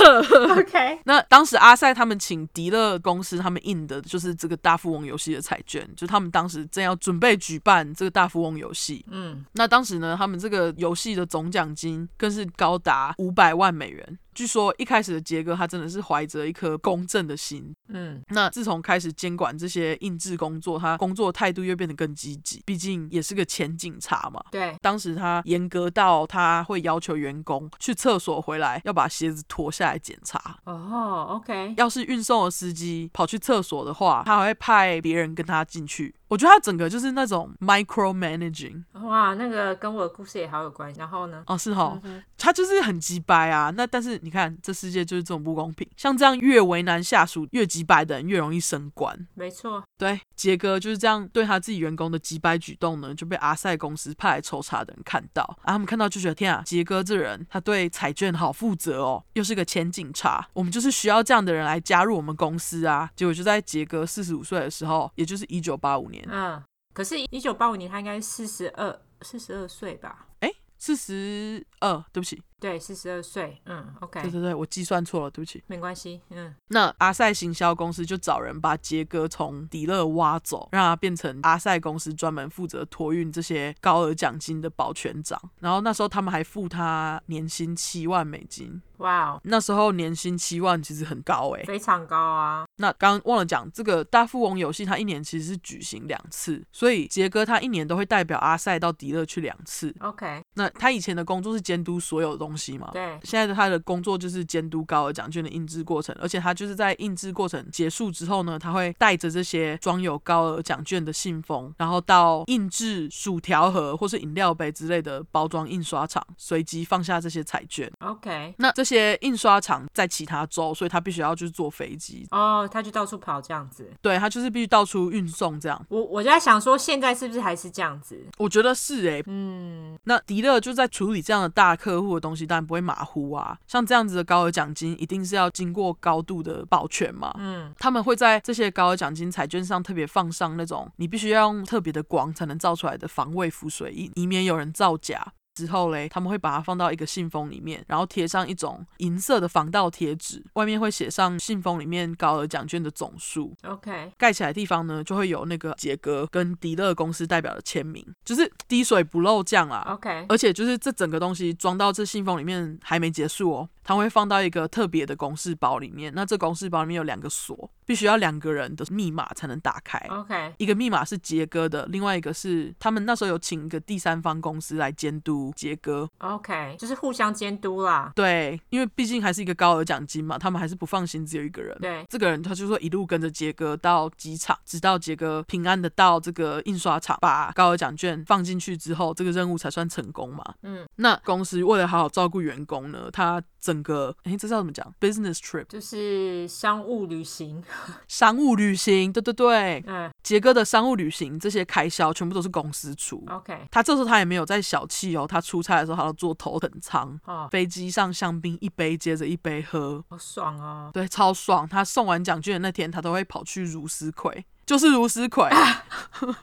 [SPEAKER 2] OK，
[SPEAKER 1] 那当时阿塞他们请迪乐公司他们印的就是这个大富翁游戏的彩券，就他们当时正要准备举办这个大富翁游戏。
[SPEAKER 2] 嗯，
[SPEAKER 1] 那当时呢，他们这个游戏的总奖金更是高达五百万美元。据说一开始的杰哥他真的是怀着一颗公正的心，
[SPEAKER 2] 嗯，
[SPEAKER 1] 那自从开始监管这些印制工作，他工作态度又变得更积极，毕竟也是个前警察嘛。
[SPEAKER 2] 对，
[SPEAKER 1] 当时他严格到他会要求员工去厕所回来要把鞋子脱下来检查。
[SPEAKER 2] 哦，OK，
[SPEAKER 1] 要是运送的司机跑去厕所的话，他还会派别人跟他进去。我觉得他整个就是那种 micro managing
[SPEAKER 2] 哇，那个跟我的故事也好有关系。然后呢？
[SPEAKER 1] 哦，是哈、他就是很鸡掰啊。那但是你看，这世界就是这种不公平，像这样越为难下属越鸡掰的人，越容易升官。
[SPEAKER 2] 没错，
[SPEAKER 1] 对，杰哥就是这样对他自己员工的击败举动呢，就被阿塞公司派来抽查的人看到，啊，他们看到就觉得天啊，杰哥这人他对彩券好负责哦，又是个前警察，我们就是需要这样的人来加入我们公司啊。结果就在杰哥四十五岁的时候，也就是一九八五年，
[SPEAKER 2] 嗯，可是，一九八五年他应该四十二，四十二岁吧？
[SPEAKER 1] 哎，四十二，对不起，
[SPEAKER 2] 对，四十二岁。嗯，OK，
[SPEAKER 1] 对对对，我计算错了，对不起。
[SPEAKER 2] 没关系。嗯，
[SPEAKER 1] 那阿塞行销公司就找人把杰哥从迪勒挖走，让他变成阿塞公司专门负责托运这些高额奖金的保全长。然后那时候他们还付他年薪七万美金，
[SPEAKER 2] 哇哦，
[SPEAKER 1] 那时候年薪七万其实很高诶、
[SPEAKER 2] 非常高啊。
[SPEAKER 1] 那刚刚忘了讲，这个大富翁游戏它一年其实是举行两次，所以杰哥他一年都会代表阿塞到迪勒去两次。
[SPEAKER 2] OK，
[SPEAKER 1] 那他以前的工作是监督所有东西嘛？
[SPEAKER 2] 对
[SPEAKER 1] 现在的他的工作就是监督高额奖券的印制过程，而且他就是在印制过程结束之后呢，他会带着这些装有高额奖券的信封，然后到印制薯条盒或是饮料杯之类的包装印刷厂，随机放下这些彩券。
[SPEAKER 2] ，OK，
[SPEAKER 1] 那这些印刷厂在其他州，所以他必须要就是坐飞机，
[SPEAKER 2] 哦，他就到处跑这样子。
[SPEAKER 1] 对他就是必须到处运送这样。
[SPEAKER 2] 我我就在想说，现在是不是还是这样子？
[SPEAKER 1] 我觉得是诶、
[SPEAKER 2] 嗯，
[SPEAKER 1] 那迪乐就在处理这样的大客户的东西，当然不会马虎啊。像这样子的高额奖金，一定是要经过高度的保全嘛。
[SPEAKER 2] 嗯，
[SPEAKER 1] 他们会在这些高额奖金彩券上特别放上那种你必须要用特别的光才能照出来的防伪浮水印，以免有人造假。之后嘞，他们会把它放到一个信封里面，然后贴上一种银色的防盗贴纸，外面会写上信封里面高额奖券的总数。
[SPEAKER 2] OK，
[SPEAKER 1] 盖起来的地方呢，就会有那个杰哥跟迪乐公司代表的签名，就是滴水不漏这样啦。
[SPEAKER 2] OK，
[SPEAKER 1] 而且就是这整个东西装到这信封里面还没结束哦，它会放到一个特别的公式包里面。那这公式包里面有两个锁，必须要两个人的密码才能打开。
[SPEAKER 2] OK，
[SPEAKER 1] 一个密码是杰哥的，另外一个是他们那时候有请一个第三方公司来监督杰哥。
[SPEAKER 2] OK，就是互相监督啦。
[SPEAKER 1] 对，因为毕竟还是一个高额奖金嘛，他们还是不放心只有一个人。
[SPEAKER 2] 对
[SPEAKER 1] 这个人他就说一路跟着杰哥到机场，直到杰哥平安的到这个印刷厂，把高额奖券放进去之后，这个任务才算成功嘛。
[SPEAKER 2] 嗯，
[SPEAKER 1] 那公司为了好好照顾员工呢，他整个诶，这叫怎么讲？business trip
[SPEAKER 2] 就是商务旅行。
[SPEAKER 1] 商务旅行，对对对，
[SPEAKER 2] 嗯
[SPEAKER 1] 杰哥的商务旅行这些开销全部都是公司出。
[SPEAKER 2] ，OK，
[SPEAKER 1] 他这时候他也没有在小气哦，他出差的时候他都坐头等舱，
[SPEAKER 2] 哦，
[SPEAKER 1] 飞机上香槟一杯接着一杯喝，
[SPEAKER 2] 好爽哦。
[SPEAKER 1] 对，超爽。他送完奖券的那天，他都会跑去如斯葵，就是如斯葵，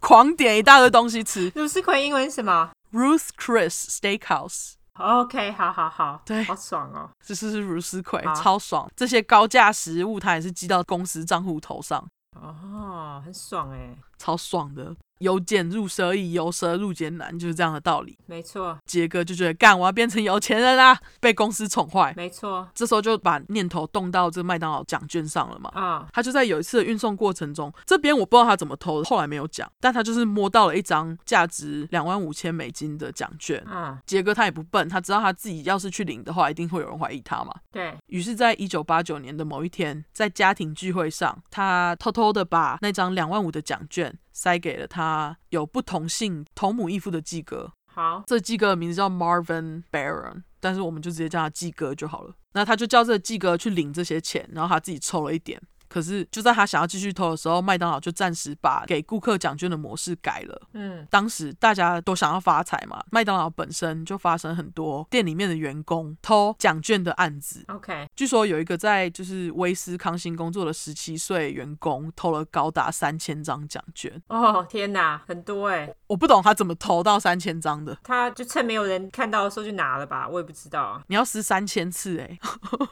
[SPEAKER 1] 狂点一大堆东西吃。
[SPEAKER 2] 鲁斯奎英文是什么
[SPEAKER 1] Ruth Chris Steakhouse，
[SPEAKER 2] ？OK，好好好，
[SPEAKER 1] 对
[SPEAKER 2] 好爽哦。
[SPEAKER 1] 这是如斯葵，
[SPEAKER 2] 好
[SPEAKER 1] 超爽。这些高价食物，他也是寄到公司账户头上，
[SPEAKER 2] 哦，很爽哎，
[SPEAKER 1] 超爽的。由俭入奢易，由奢入俭难，就是这样的道理。
[SPEAKER 2] 没错
[SPEAKER 1] 杰哥就觉得干，我要变成有钱人啦，被公司宠坏。
[SPEAKER 2] 没错。
[SPEAKER 1] 这时候就把念头动到这麦当劳奖券上了嘛。
[SPEAKER 2] 啊、
[SPEAKER 1] 他就在有一次的运送过程中，这边我不知道他怎么偷的，后来没有讲，但他就是摸到了一张价值两万五千美金的奖券。
[SPEAKER 2] 嗯，
[SPEAKER 1] 杰哥他也不笨，他知道他自己要是去领的话，一定会有人怀疑他嘛。
[SPEAKER 2] 对，
[SPEAKER 1] 于是，在一九八九年的某一天，在家庭聚会上，他偷偷的把那张两万五的奖券塞给了他有不同姓同母异父的季哥。
[SPEAKER 2] 好，
[SPEAKER 1] 这季哥的名字叫 Marvin Baron，但是我们就直接叫他季哥就好了。那他就叫这个季哥去领这些钱，然后他自己抽了一点。可是就在他想要继续偷的时候，麦当劳就暂时把给顾客奖券的模式改了。
[SPEAKER 2] 嗯，
[SPEAKER 1] 当时大家都想要发财嘛，麦当劳本身就发生很多店里面的员工偷奖券的案子。
[SPEAKER 2] OK，
[SPEAKER 1] 据说有一个在就是威斯康星工作的十七岁员工偷了高达三千张奖券，
[SPEAKER 2] 哦天哪，很多哎，
[SPEAKER 1] 我不懂他怎么偷到三千张的，
[SPEAKER 2] 他就趁没有人看到的时候就拿了吧，我也不知道啊。
[SPEAKER 1] 你要撕三千次欸诶、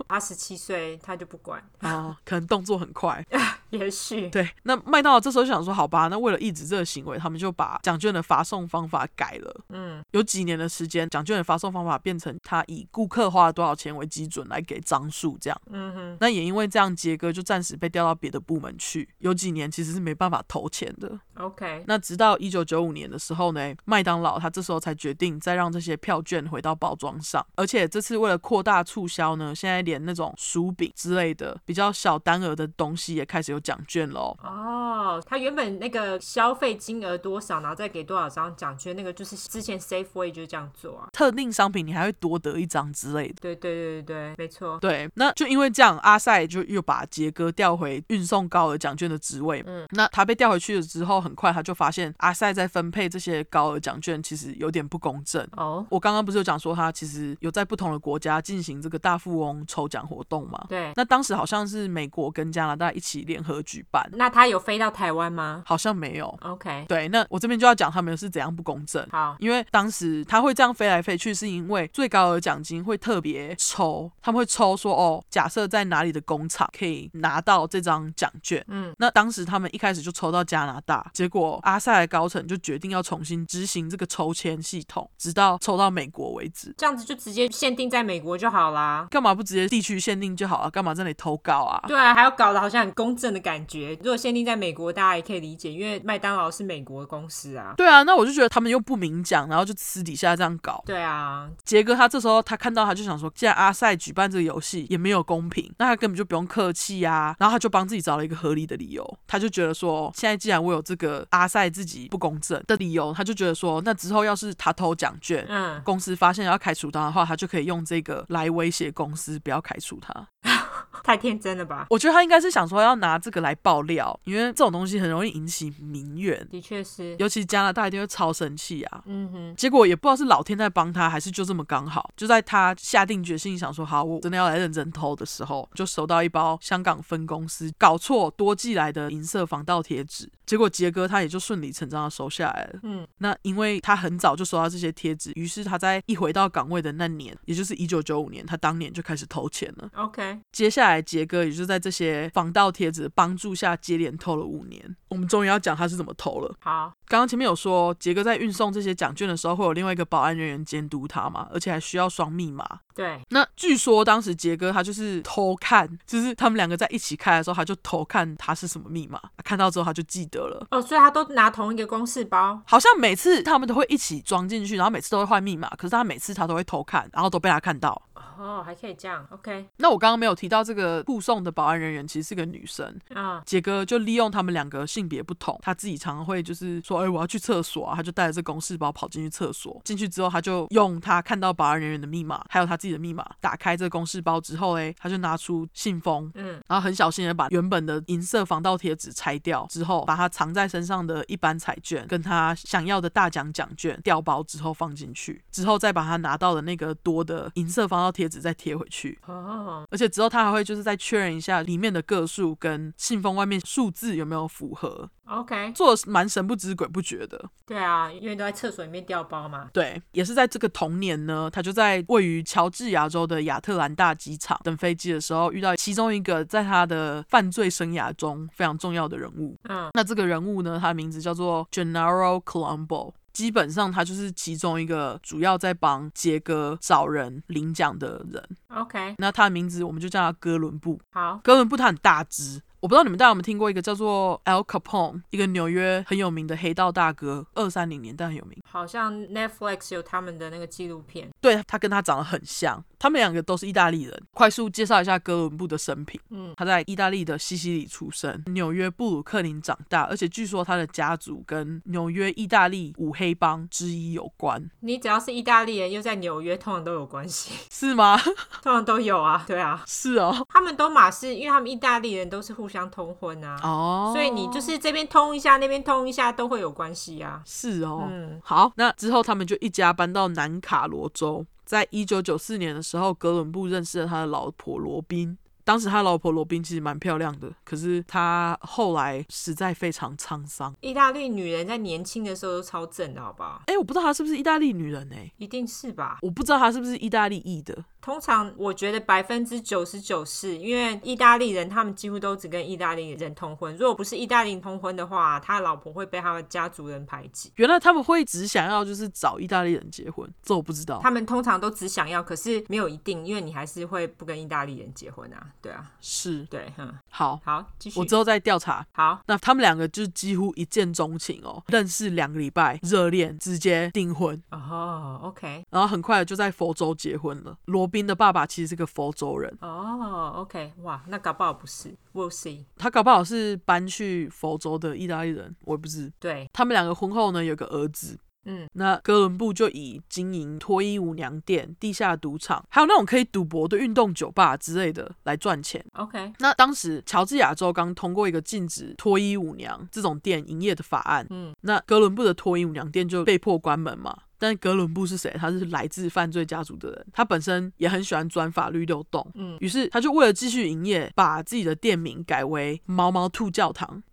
[SPEAKER 2] 他十七岁，他就不管，
[SPEAKER 1] 哦，可能动作很快。
[SPEAKER 2] 也许
[SPEAKER 1] 对，那麦当劳这时候就想说，好吧，那为了抑制这个行为，他们就把奖券的发送方法改了。
[SPEAKER 2] 嗯，
[SPEAKER 1] 有几年的时间，奖券的发送方法变成他以顾客花了多少钱为基准来给张数，这样。
[SPEAKER 2] 嗯哼，
[SPEAKER 1] 那也因为这样，杰哥就暂时被调到别的部门去。有几年其实是没办法投钱的。
[SPEAKER 2] ，OK，
[SPEAKER 1] 那直到一九九五年的时候呢，麦当劳他这时候才决定再让这些票券回到包装上，而且这次为了扩大促销呢，现在连那种薯饼之类的比较小单额的东西也开始有奖券喽。
[SPEAKER 2] 哦，他原本那个消费金额多少，然后再给多少张奖券，那个就是之前 Safeway 就是这样做啊。
[SPEAKER 1] 特定商品你还会多得一张之类的。
[SPEAKER 2] 对对对对对，没错。
[SPEAKER 1] 对，那就因为这样，阿塞就又把杰哥调回运送高额奖券的职位。嗯，那他被调回去了之后，很快他就发现阿塞在分配这些高额奖券其实有点不公正。
[SPEAKER 2] 哦，
[SPEAKER 1] 我刚刚不是有讲说他其实有在不同的国家进行这个大富翁抽奖活动嘛？
[SPEAKER 2] 对，
[SPEAKER 1] 那当时好像是美国跟加拿大一起联合举办，
[SPEAKER 2] 那他有飞到台湾吗
[SPEAKER 1] 好像没有。
[SPEAKER 2] ？OK，
[SPEAKER 1] 对，那我这边就要讲他们是怎样不公正。
[SPEAKER 2] 好，
[SPEAKER 1] 因为当时他会这样飞来飞去，是因为最高额奖金会特别抽，他们会抽说哦，假设在哪里的工厂可以拿到这张奖券。
[SPEAKER 2] 嗯，
[SPEAKER 1] 那当时他们一开始就抽到加拿大，结果阿塞的高层就决定要重新执行这个抽签系统，直到抽到美国为止。
[SPEAKER 2] 这样子就直接限定在美国就好啦。
[SPEAKER 1] 干嘛不直接地区限定就好了、干嘛在那里投稿啊？
[SPEAKER 2] 对啊，还要搞得好像很公正的感觉。如果限定在美国，大家也可以理解，因为麦当劳是美国公司啊。
[SPEAKER 1] 对啊，那我就觉得他们又不明讲，然后就私底下这样搞。
[SPEAKER 2] 对啊，
[SPEAKER 1] 杰哥他这时候他看到他就想说，既然阿塞举办这个游戏也没有公平，那他根本就不用客气啊。然后他就帮自己找了一个合理的理由，他就觉得说，现在既然我有这个阿塞自己不公正的理由，他就觉得说，那之后要是他偷奖券，
[SPEAKER 2] 嗯，
[SPEAKER 1] 公司发现要开除他的话，他就可以用这个来威胁公司不要开除他。
[SPEAKER 2] 太天真了吧？
[SPEAKER 1] 我觉得他应该是想说要拿这个来爆料，因为这种东西很容易引起民怨，
[SPEAKER 2] 的确是，
[SPEAKER 1] 尤其加拿大一定会超生气啊。
[SPEAKER 2] 嗯哼，
[SPEAKER 1] 结果也不知道是老天在帮他，还是就这么刚好，就在他下定决心想说好，我真的要来认真偷的时候，就收到一包香港分公司搞错多寄来的银色防盗贴纸。结果杰哥他也就顺理成章的收下来了。
[SPEAKER 2] 嗯，
[SPEAKER 1] 那因为他很早就收到这些贴纸，于是他在一回到岗位的那年，也就是一九九五年，他当年就开始投钱了。
[SPEAKER 2] OK，
[SPEAKER 1] 接下来，杰哥也就在这些防盗贴纸的帮助下，接连投了五年。我们终于要讲他是怎么投了。
[SPEAKER 2] 好，
[SPEAKER 1] 刚刚前面有说，杰哥在运送这些奖券的时候，会有另外一个保安人员监督他嘛，而且还需要双密码。
[SPEAKER 2] 对，
[SPEAKER 1] 那据说当时杰哥他就是偷看，就是他们两个在一起开的时候，他就偷看他是什么密码，看到之后他就记得了。
[SPEAKER 2] 哦，所以他都拿同一个公式包，
[SPEAKER 1] 好像每次他们都会一起装进去，然后每次都会换密码，可是他每次他都会偷看，然后都被他看到。
[SPEAKER 2] 哦，还可以这样，OK，
[SPEAKER 1] 那我刚刚没有提到这个护送的保安人员其实是个女生，
[SPEAKER 2] 啊、
[SPEAKER 1] 杰哥就利用他们两个性别不同，他自己常常会就是说，哎、我要去厕所啊，他就带着这公事包跑进去厕所。进去之后，他就用他看到保安人员的密码，还有他自己的密码，打开这个公事包之后，嘞，他就拿出信封，
[SPEAKER 2] 嗯，
[SPEAKER 1] 然后很小心的把原本的银色防盗贴纸拆掉之后，把它藏在身上的一般彩券跟他想要的大奖奖券调包之后放进去，之后再把他拿到的那个多的银色防盗贴纸再贴回去。
[SPEAKER 2] 哦，
[SPEAKER 1] 而且之后他还会就是再确认一下里面的个数跟信封外面数字有没有符合，
[SPEAKER 2] OK，
[SPEAKER 1] 做的蛮神不知鬼不觉的。
[SPEAKER 2] 对啊，因为都在厕所里面掉包嘛。
[SPEAKER 1] 对，也是在这个同年呢，他就在位于乔治亚州的亚特兰大机场等飞机的时候，遇到其中一个在他的犯罪生涯中非常重要的人物。
[SPEAKER 2] 嗯，
[SPEAKER 1] 那这个人物呢，他的名字叫做 Gennaro Colombo。基本上他就是其中一个主要在帮杰哥找人领奖的人。
[SPEAKER 2] OK，
[SPEAKER 1] 那他的名字我们就叫他哥伦布。
[SPEAKER 2] 好，
[SPEAKER 1] 哥伦布他很大只，我不知道你们大家有没有听过一个叫做 Al Capone，一个纽约很有名的黑道大哥，二三零年代很有名。
[SPEAKER 2] 好像 Netflix 有他们的那个纪录片。
[SPEAKER 1] 对他跟他长得很像，他们两个都是意大利人。快速介绍一下哥伦布的生平。
[SPEAKER 2] 嗯，
[SPEAKER 1] 他在意大利的西西里出生，纽约布鲁克林长大，而且据说他的家族跟纽约意大利五黑帮之一有关，
[SPEAKER 2] 你只要是意大利人，又在纽约，通常都有关系，
[SPEAKER 1] 是吗？
[SPEAKER 2] 通常都有啊。对啊，
[SPEAKER 1] 是哦，
[SPEAKER 2] 他们都马是，因为他们意大利人都是互相通婚啊，
[SPEAKER 1] 哦，
[SPEAKER 2] 所以你就是这边通一下，那边通一下，都会有关系啊。
[SPEAKER 1] 是哦，
[SPEAKER 2] 嗯
[SPEAKER 1] 好，那之后他们就一家搬到南卡罗州。在一九九四年的时候，哥伦布认识了他的老婆罗宾。当时他老婆罗宾其实蛮漂亮的，可是他后来实在非常沧桑。
[SPEAKER 2] 意大利女人在年轻的时候都超正的，好不好？
[SPEAKER 1] 哎、我不知道她是不是意大利女人哎、
[SPEAKER 2] 一定是吧？
[SPEAKER 1] 我不知道她是不是意大利裔的。
[SPEAKER 2] 通常我觉得百分之九十九是因为意大利人，他们几乎都只跟意大利人通婚。如果不是意大利人通婚的话，他老婆会被他的家族人排挤。
[SPEAKER 1] 原来他们会只想要就是找意大利人结婚，这我不知道。
[SPEAKER 2] 他们通常都只想要，可是没有一定，因为你还是会不跟意大利人结婚啊。对啊，
[SPEAKER 1] 是
[SPEAKER 2] 对，嗯，
[SPEAKER 1] 好，
[SPEAKER 2] 好，继续
[SPEAKER 1] 我。之后再调查。
[SPEAKER 2] 好，
[SPEAKER 1] 那他们两个就几乎一见钟情哦，认识两个礼拜，热恋，直接订婚。
[SPEAKER 2] 哦，OK，
[SPEAKER 1] 然后很快就在佛州结婚了。罗宾的爸爸其实是个佛州人，
[SPEAKER 2] 哦，OK，哇，那搞不好不是，We'll see。
[SPEAKER 1] 他搞不好是搬去佛州的意大利人，我也不知。
[SPEAKER 2] 对，
[SPEAKER 1] 他们两个婚后呢，有个儿子。
[SPEAKER 2] 嗯，
[SPEAKER 1] 那哥伦布就以经营脱衣舞娘店、地下赌场，还有那种可以赌博的运动酒吧之类的来赚钱。
[SPEAKER 2] OK，
[SPEAKER 1] 那当时乔治亚州刚通过一个禁止脱衣舞娘这种店营业的法案，
[SPEAKER 2] 嗯，
[SPEAKER 1] 那哥伦布的脱衣舞娘店就被迫关门嘛。但哥伦布是谁？他是来自犯罪家族的人，他本身也很喜欢钻法律漏洞，
[SPEAKER 2] 嗯，
[SPEAKER 1] 于是他就为了继续营业，把自己的店名改为毛毛兔教 堂。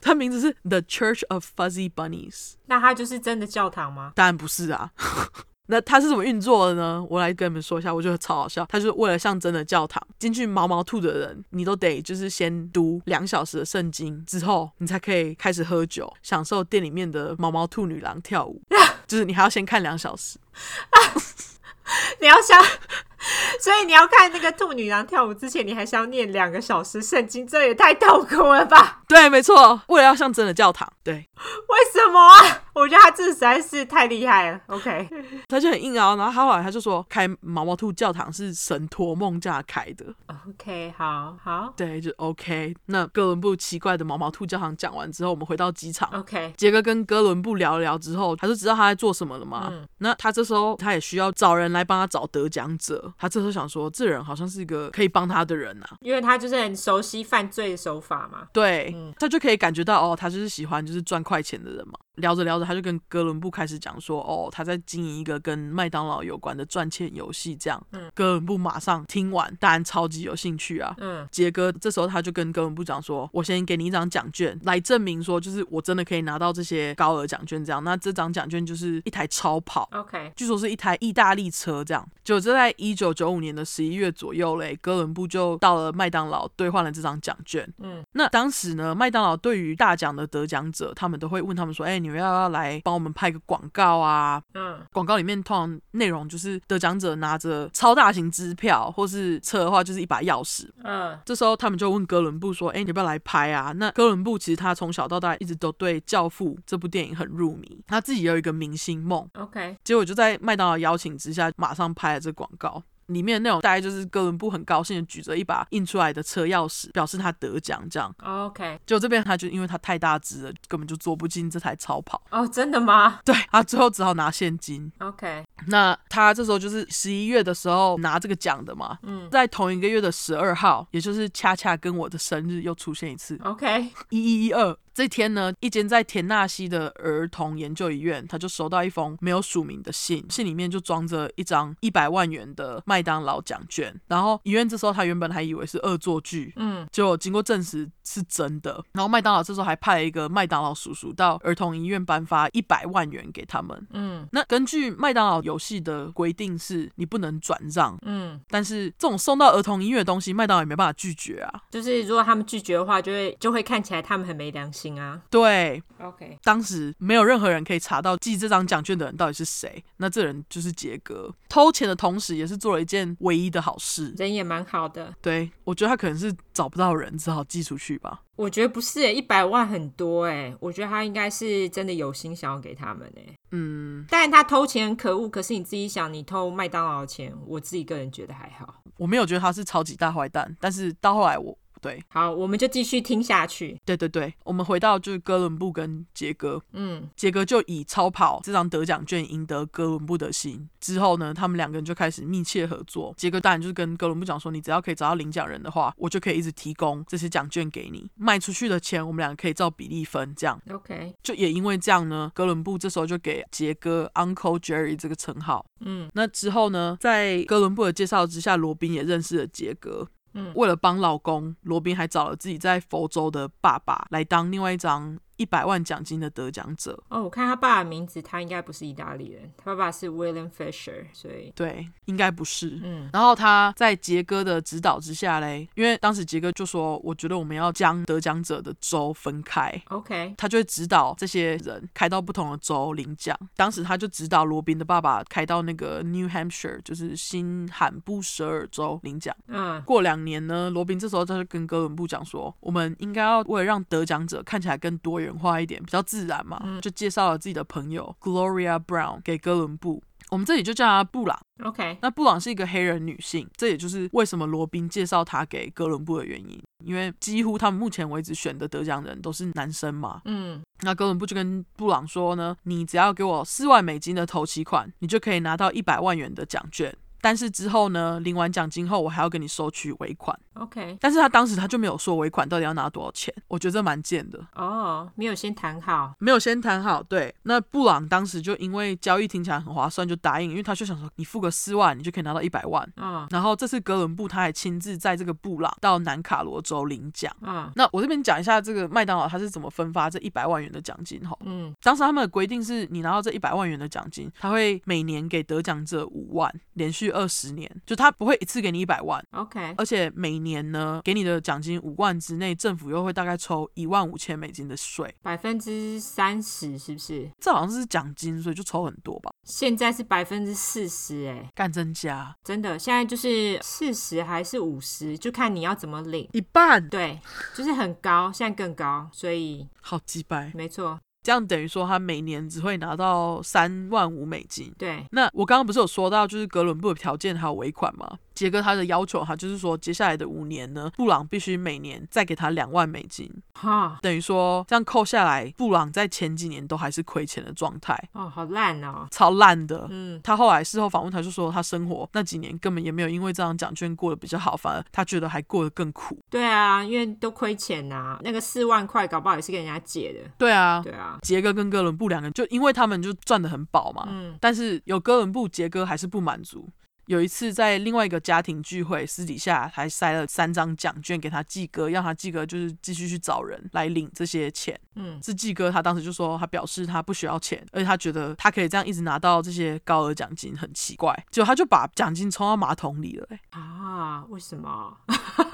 [SPEAKER 1] 他名字是 The Church of Fuzzy Bunnies，
[SPEAKER 2] 那他就是真的教堂吗？
[SPEAKER 1] 当然不是啊。 那他是怎么运作的呢？我来跟你们说一下，我觉得超好笑。他就是为了象征的教堂，进去毛毛兔的人，你都得就是先读两小时的圣经之后，你才可以开始喝酒，享受店里面的毛毛兔女郎跳舞。 就是你还要先看两小时，
[SPEAKER 2] 你要想， 所以你要看那个兔女郎跳舞之前，你还是要念两个小时圣经，这也太痛苦了吧？
[SPEAKER 1] 对，没错，为了要象征的教堂，对，
[SPEAKER 2] 为什么啊？我觉得他这实在是太厉害了。OK，
[SPEAKER 1] 他就很硬啊凹。然后他后来他就说，开毛毛兔教堂是神托梦架开的，
[SPEAKER 2] OK，好好
[SPEAKER 1] 对，就 OK。那哥伦布奇怪的毛毛兔教堂讲完之后，我们回到机场，
[SPEAKER 2] ，OK，
[SPEAKER 1] 杰哥跟哥伦布聊聊之后，他就知道他在做什么了嘛。
[SPEAKER 2] 嗯
[SPEAKER 1] 那他这时候他也需要找人来帮他找得奖者。他这时候想说，这人好像是一个可以帮他的人啊，
[SPEAKER 2] 因为他就是很熟悉犯罪的手法嘛。
[SPEAKER 1] 对、
[SPEAKER 2] 嗯
[SPEAKER 1] 他就可以感觉到哦，他就是喜欢就是赚快钱的人嘛。聊着聊着，他就跟哥伦布开始讲说，哦，他在经营一个跟麦当劳有关的赚钱游戏，这样。嗯，哥伦布马上听完，当然超级有兴趣啊。
[SPEAKER 2] 嗯，
[SPEAKER 1] 杰哥这时候他就跟哥伦布讲说，我先给你一张奖券来证明说，就是我真的可以拿到这些高额奖券，这样。那这张奖券就是一台超跑。
[SPEAKER 2] ，OK，
[SPEAKER 1] 据说是一台意大利车这样。就这在一九九五年的十一月左右嘞，哥伦布就到了麦当劳兑换了这张奖券。
[SPEAKER 2] 嗯，
[SPEAKER 1] 那当时呢，麦当劳对于大奖的得奖者，他们都会问他们说：“哎、你们要不要来帮我们拍个广告啊？”
[SPEAKER 2] 嗯
[SPEAKER 1] 广告里面通常内容就是得奖者拿着超大型支票，啊或是车的话就是一把钥匙
[SPEAKER 2] 嗯
[SPEAKER 1] 这时候他们就问哥伦布说：“哎、你要不要来拍啊？”那哥伦布其实他从小到大一直都对《教父》这部电影很入迷，他自己也有一个明星梦。
[SPEAKER 2] ，OK，
[SPEAKER 1] 结果就在麦当劳邀请之下，马上拍了这广告。里面的内容大概就是哥伦布很高兴的举着一把印出来的车钥匙，表示他得奖。这样，
[SPEAKER 2] OK，
[SPEAKER 1] 结果这边他就因为他太大只了，根本就坐不进这台超跑，
[SPEAKER 2] 哦，真的吗
[SPEAKER 1] 对他最后只好拿现金。
[SPEAKER 2] ？OK，
[SPEAKER 1] 那他这时候就是十一月的时候拿这个奖的嘛，
[SPEAKER 2] 嗯
[SPEAKER 1] 在同一个月的十二号，也就是恰恰跟我的生日又出现一次，
[SPEAKER 2] ，OK，
[SPEAKER 1] 一一一二这天呢，一间在田纳西的儿童研究医院，他就收到一封没有署名的信，信里面就装着一张一百万元的麦当劳奖券。然后医院这时候他原本还以为是恶作剧，
[SPEAKER 2] 嗯
[SPEAKER 1] 结果经过证实是真的。然后麦当劳这时候还派了一个麦当劳叔叔到儿童医院颁发一百万元给他们。
[SPEAKER 2] 嗯
[SPEAKER 1] 那根据麦当劳游戏的规定是，你不能转让，
[SPEAKER 2] 嗯，
[SPEAKER 1] 但是这种送到儿童医院的东西，麦当劳也没办法拒绝啊。
[SPEAKER 2] 就是如果他们拒绝的话，就会就会看起来他们很没良心啊。
[SPEAKER 1] 对，
[SPEAKER 2] OK，
[SPEAKER 1] 当时没有任何人可以查到寄这张奖券的人到底是谁，那这人就是杰哥。偷钱的同时，也是做了一件唯一的好事。
[SPEAKER 2] 人也蛮好的，
[SPEAKER 1] 对我觉得他可能是找不到人，只好寄出去吧。
[SPEAKER 2] 我觉得不是耶，欸一百万很多哎，我觉得他应该是真的有心想要给他们哎。
[SPEAKER 1] 嗯，
[SPEAKER 2] 但他偷钱很可恶，可是你自己想，你偷麦当劳的钱，我自己个人觉得还好。
[SPEAKER 1] 我没有觉得他是超级大坏蛋，但是到后来我对
[SPEAKER 2] 好，我们就继续听下去。
[SPEAKER 1] 对对对，我们回到就是哥伦布跟杰哥，
[SPEAKER 2] 嗯
[SPEAKER 1] 杰哥就以超跑这张得奖券赢得哥伦布的心。之后呢，他们两个人就开始密切合作。杰哥当然就是跟哥伦布讲说，你只要可以找到领奖人的话，我就可以一直提供这些奖券给你。卖出去的钱，我们两个可以照比例分。这样
[SPEAKER 2] ，OK，
[SPEAKER 1] 就也因为这样呢，哥伦布这时候就给杰哥 Uncle Jerry 这个称号。
[SPEAKER 2] 嗯
[SPEAKER 1] 那之后呢，在哥伦布的介绍之下，罗宾也认识了杰哥。
[SPEAKER 2] 嗯
[SPEAKER 1] 为了帮老公，罗宾还找了自己在佛州的爸爸来当另外一张一百万奖金的得奖者。
[SPEAKER 2] 哦，我看他爸的名字，他应该不是意大利人，他爸爸是 William Fisher，所以
[SPEAKER 1] 对，应该不是。
[SPEAKER 2] 嗯
[SPEAKER 1] 然后他在杰哥的指导之下嘞，因为当时杰哥就说，我觉得我们要将得奖者的州分开，
[SPEAKER 2] ，OK，
[SPEAKER 1] 他就会指导这些人开到不同的州领奖。当时他就指导罗宾的爸爸开到那个 New Hampshire，就是新罕布什尔州领奖。
[SPEAKER 2] 嗯
[SPEAKER 1] 过两年呢，罗宾这时候他就跟哥伦布讲说，我们应该要为了让得奖者看起来更多元化一点，比较自然嘛，就介绍了自己的朋友 Gloria Brown 给哥伦布。我们这里就叫他布朗。
[SPEAKER 2] ，OK，
[SPEAKER 1] 那布朗是一个黑人女性，这也就是为什么罗宾介绍她给哥伦布的原因，因为几乎他们目前为止选的得奖人都是男生嘛。
[SPEAKER 2] 嗯
[SPEAKER 1] 那哥伦布就跟布朗说呢，你只要给我四万美金的头期款，你就可以拿到一百万元的奖券。但是之后呢，领完奖金后，我还要跟你收取尾款。
[SPEAKER 2] ，OK，
[SPEAKER 1] 但是他当时他就没有说尾款到底要拿多少钱，我觉得这蛮贱的。
[SPEAKER 2] 哦，没有先谈好，
[SPEAKER 1] 没有先谈好，对。那布朗当时就因为交易听起来很划算，就答应，因为他就想说，你付个四万，你就可以拿到一百万。
[SPEAKER 2] 嗯
[SPEAKER 1] 然后这次哥伦布他还亲自在这个布朗到南卡罗州领奖。
[SPEAKER 2] 嗯
[SPEAKER 1] 那我这边讲一下这个麦当劳它是怎么分发这一百万元的奖金哈。
[SPEAKER 2] 嗯
[SPEAKER 1] 当时他们的规定是你拿到这一百万元的奖金，他会每年给得奖者五万，连续二十年，就他不会一次给你一百万，
[SPEAKER 2] ，OK，
[SPEAKER 1] 而且每年呢给你的奖金五万之内，政府又会大概抽一万五千美金的税，
[SPEAKER 2] 百分之三十是不是？
[SPEAKER 1] 这好像是奖金，所以就抽很多吧，
[SPEAKER 2] 现在是百分之四十，哎，
[SPEAKER 1] 干增加
[SPEAKER 2] 真的，现在就是四十还是五十，就看你要怎么领。
[SPEAKER 1] 一半，
[SPEAKER 2] 对，就是很高，现在更高，所以
[SPEAKER 1] 好鸡掰，
[SPEAKER 2] 没错，
[SPEAKER 1] 这样等于说他每年只会拿到三万五美金。
[SPEAKER 2] 对，
[SPEAKER 1] 那我刚刚不是有说到，就是哥伦布的条件还有尾款吗？杰哥他的要求，哈，就是说接下来的五年呢，布朗必须每年再给他两万美金，
[SPEAKER 2] 哈
[SPEAKER 1] 等于说这样扣下来，布朗在前几年都还是亏钱的状态，
[SPEAKER 2] 哦，好烂哦，
[SPEAKER 1] 超烂的。
[SPEAKER 2] 嗯，
[SPEAKER 1] 他后来事后访问，他就说他生活那几年根本也没有因为这张奖券过得比较好，反而他觉得还过得更苦。
[SPEAKER 2] 对啊，因为都亏钱呐、那个四万块搞不好也是跟人家借的，
[SPEAKER 1] 对啊，
[SPEAKER 2] 对啊，
[SPEAKER 1] 杰哥跟哥伦布两个人就因为他们就赚得很饱嘛，
[SPEAKER 2] 嗯
[SPEAKER 1] 但是有哥伦布，杰哥还是不满足。有一次在另外一个家庭聚会，私底下还塞了三张奖券给他季哥，让他季哥就是继续去找人来领这些钱。
[SPEAKER 2] 嗯，
[SPEAKER 1] 是季哥他当时就说，他表示他不需要钱，而且他觉得他可以这样一直拿到这些高额奖金很奇怪。结果他就把奖金冲到马桶里了、欸
[SPEAKER 2] 啊，为什么？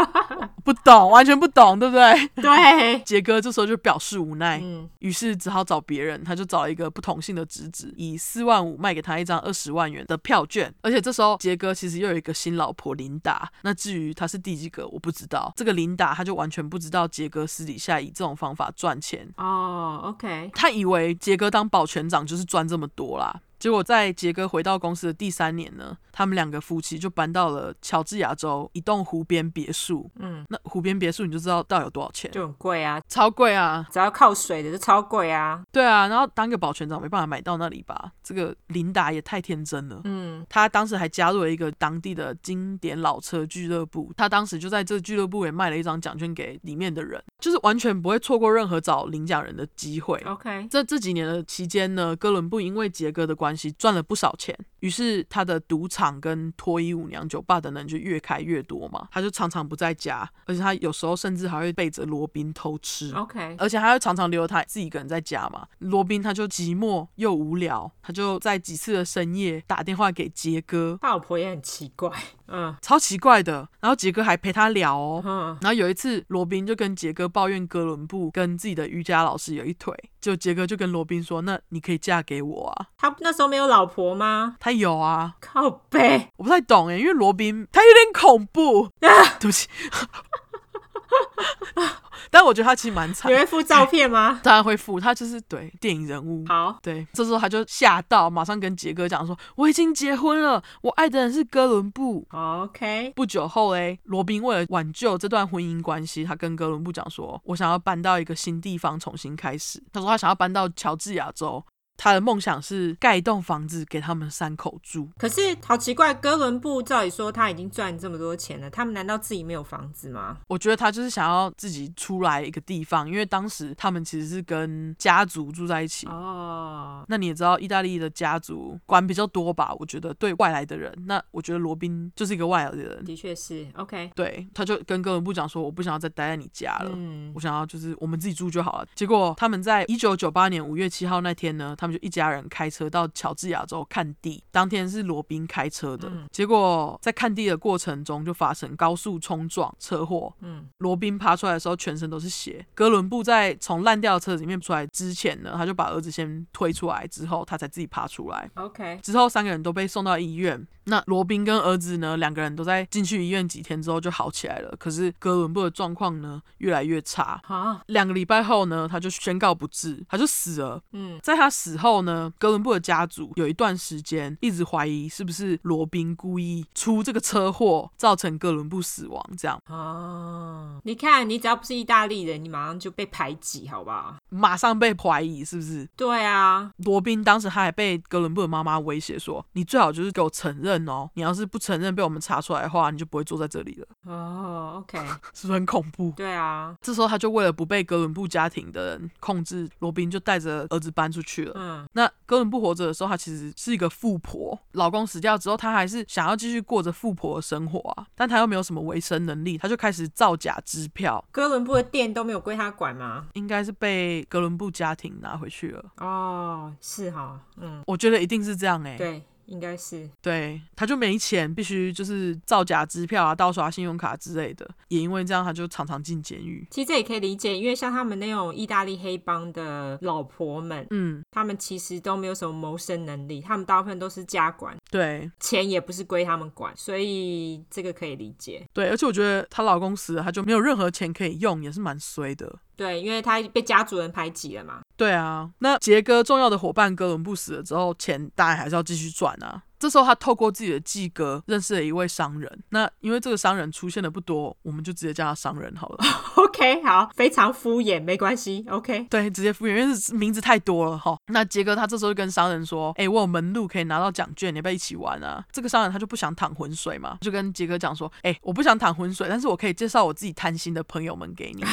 [SPEAKER 1] 不懂，完全不懂，对不对？
[SPEAKER 2] 对，
[SPEAKER 1] 杰哥这时候就表示无奈，
[SPEAKER 2] 嗯，
[SPEAKER 1] 于是只好找别人，他就找了一个不同姓的侄子，以四万五卖给他一张二十万元的票券。而且这时候杰哥其实又有一个新老婆琳达，那至于他是第几个我不知道。这个琳达他就完全不知道杰哥私底下以这种方法赚钱，
[SPEAKER 2] 哦，OK，
[SPEAKER 1] 他以为杰哥当保全长就是赚这么多啦。结果在杰哥回到公司的第三年呢，他们两个夫妻就搬到了乔治亚州一栋湖边别墅。
[SPEAKER 2] 嗯，
[SPEAKER 1] 那湖边别墅你就知道到底有多少钱，
[SPEAKER 2] 就很贵啊，
[SPEAKER 1] 超贵啊！
[SPEAKER 2] 只要靠水的就超贵啊，
[SPEAKER 1] 对啊，然后当个保全长没办法买到那里吧？这个琳达也太天真了。
[SPEAKER 2] 嗯
[SPEAKER 1] 她当时还加入了一个当地的经典老车俱乐部，她当时就在这俱乐部也卖了一张奖券给里面的人，就是完全不会错过任何找领奖人的机会。
[SPEAKER 2] ，OK，
[SPEAKER 1] 这这几年的期间呢，哥伦布因为杰哥的关系赚了不少钱，于是他的赌场跟脱衣舞娘酒吧等等就越开越多嘛，他就常常不在家，而且他有时候甚至还会背着罗宾偷吃。
[SPEAKER 2] OK，
[SPEAKER 1] 而且他会常常留着他自己一个人在家嘛。罗宾他就寂寞又无聊，他就在几次的深夜打电话给杰哥，
[SPEAKER 2] 他老婆也很奇怪，嗯
[SPEAKER 1] 超奇怪的。然后杰哥还陪他聊哦。
[SPEAKER 2] 嗯，
[SPEAKER 1] 然后有一次，罗宾就跟杰哥抱怨哥伦布跟自己的瑜伽老师有一腿，就杰哥就跟罗宾说：“那你可以嫁给我啊。
[SPEAKER 2] 他那时候没有老婆吗？”
[SPEAKER 1] 他有啊，
[SPEAKER 2] 靠背，
[SPEAKER 1] 我不太懂欸诶，因为罗宾他有点恐怖，对不起。 但我觉得他其实蛮惨
[SPEAKER 2] 你，会附照片吗？
[SPEAKER 1] 当然会付，他就是对电影人物。
[SPEAKER 2] 好，
[SPEAKER 1] 对，这时候他就吓到，马上跟杰哥讲说：“我已经结婚了，我爱的人是哥伦布。
[SPEAKER 2] OK，”
[SPEAKER 1] 不久后嘞，罗宾为了挽救这段婚姻关系，他跟哥伦布讲说：“我想要搬到一个新地方重新开始。”他说他想要搬到乔治亚州，他的梦想是盖一栋房子给他们三口住。
[SPEAKER 2] 可是好奇怪，哥伦布照理说他已经赚这么多钱了，他们难道自己没有房子吗？
[SPEAKER 1] 我觉得他就是想要自己出来一个地方，因为当时他们其实是跟家族住在一起。
[SPEAKER 2] 哦，
[SPEAKER 1] 那你也知道，意大利的家族管比较多吧？我觉得对外来的人，那我觉得罗宾就是一个外来的人，
[SPEAKER 2] 的确是 OK，
[SPEAKER 1] 对，他就跟哥伦布讲说，我不想要再待在你家了。
[SPEAKER 2] 嗯
[SPEAKER 1] 我想要就是我们自己住就好了。结果他们在一九九八年五月七号那天呢，他们就一家人开车到乔治亚州看地。当天是罗宾开车的，
[SPEAKER 2] 嗯
[SPEAKER 1] 结果在看地的过程中就发生高速冲撞车祸。
[SPEAKER 2] 嗯，
[SPEAKER 1] 罗宾爬出来的时候全身都是血。哥伦布在从烂掉的车子里面出来之前呢，他就把儿子先推出来，之后他才自己爬出来。
[SPEAKER 2] OK，
[SPEAKER 1] 之后三个人都被送到医院。那罗宾跟儿子呢，两个人都在进去医院几天之后就好起来了。可是哥伦布的状况呢，越来越差。
[SPEAKER 2] 好，
[SPEAKER 1] 两个礼拜后呢，他就宣告不治，他就死了。
[SPEAKER 2] 嗯
[SPEAKER 1] 在他死后呢，哥伦布的家族有一段时间一直怀疑是不是罗宾故意出这个车祸，造成哥伦布死亡。这样
[SPEAKER 2] 哦，你看，你只要不是意大利人，你马上就被排挤，好不好？
[SPEAKER 1] 马上被怀疑是不是？
[SPEAKER 2] 对啊，
[SPEAKER 1] 罗宾当时他还被哥伦布的妈妈威胁说：“你最好就是给我承认哦，你要是不承认被我们查出来的话，你就不会坐在这里了。”
[SPEAKER 2] 哦，OK，
[SPEAKER 1] 是不是很恐怖？
[SPEAKER 2] 对啊，
[SPEAKER 1] 这时候他就为了不被哥伦布家庭的人控制，罗宾就带着儿子搬出去了。
[SPEAKER 2] 嗯
[SPEAKER 1] 那哥伦布活着的时候，她其实是一个富婆，老公死掉之后，她还是想要继续过着富婆的生活啊，但她又没有什么维生能力，她就开始造假支票，
[SPEAKER 2] 哥伦布的店都没有归他管吗？
[SPEAKER 1] 应该是被哥伦布家庭拿回去了。
[SPEAKER 2] 哦，是哈，嗯，
[SPEAKER 1] 我觉得一定是这样哎、
[SPEAKER 2] 对，应该是，
[SPEAKER 1] 对，他就没钱，必须就是造假支票啊、盗刷信用卡之类的，也因为这样，他就常常进监狱。
[SPEAKER 2] 其实这也可以理解，因为像他们那种意大利黑帮的老婆们，
[SPEAKER 1] 嗯，
[SPEAKER 2] 他们其实都没有什么谋生能力，他们大部分都是家管，
[SPEAKER 1] 对
[SPEAKER 2] 钱也不是归他们管，所以这个可以理解。
[SPEAKER 1] 对，而且我觉得她老公死了，她就没有任何钱可以用，也是蛮衰的。
[SPEAKER 2] 对，因为他被家族人排挤了嘛。
[SPEAKER 1] 对啊，那杰哥重要的伙伴哥伦布死了之后，钱当然还是要继续赚啊。这时候他透过自己的技哥认识了一位商人。那因为这个商人出现的不多，我们就直接叫他商人好了。
[SPEAKER 2] OK，好，非常敷衍，没关系。OK，
[SPEAKER 1] 对，直接敷衍，因为是名字太多了哈。那杰哥他这时候就跟商人说：“哎、我有门路可以拿到奖券，你要不要一起玩啊？”这个商人他就不想淌浑水嘛，就跟杰哥讲说：“哎、我不想淌浑水，但是我可以介绍我自己贪心的朋友们给你。”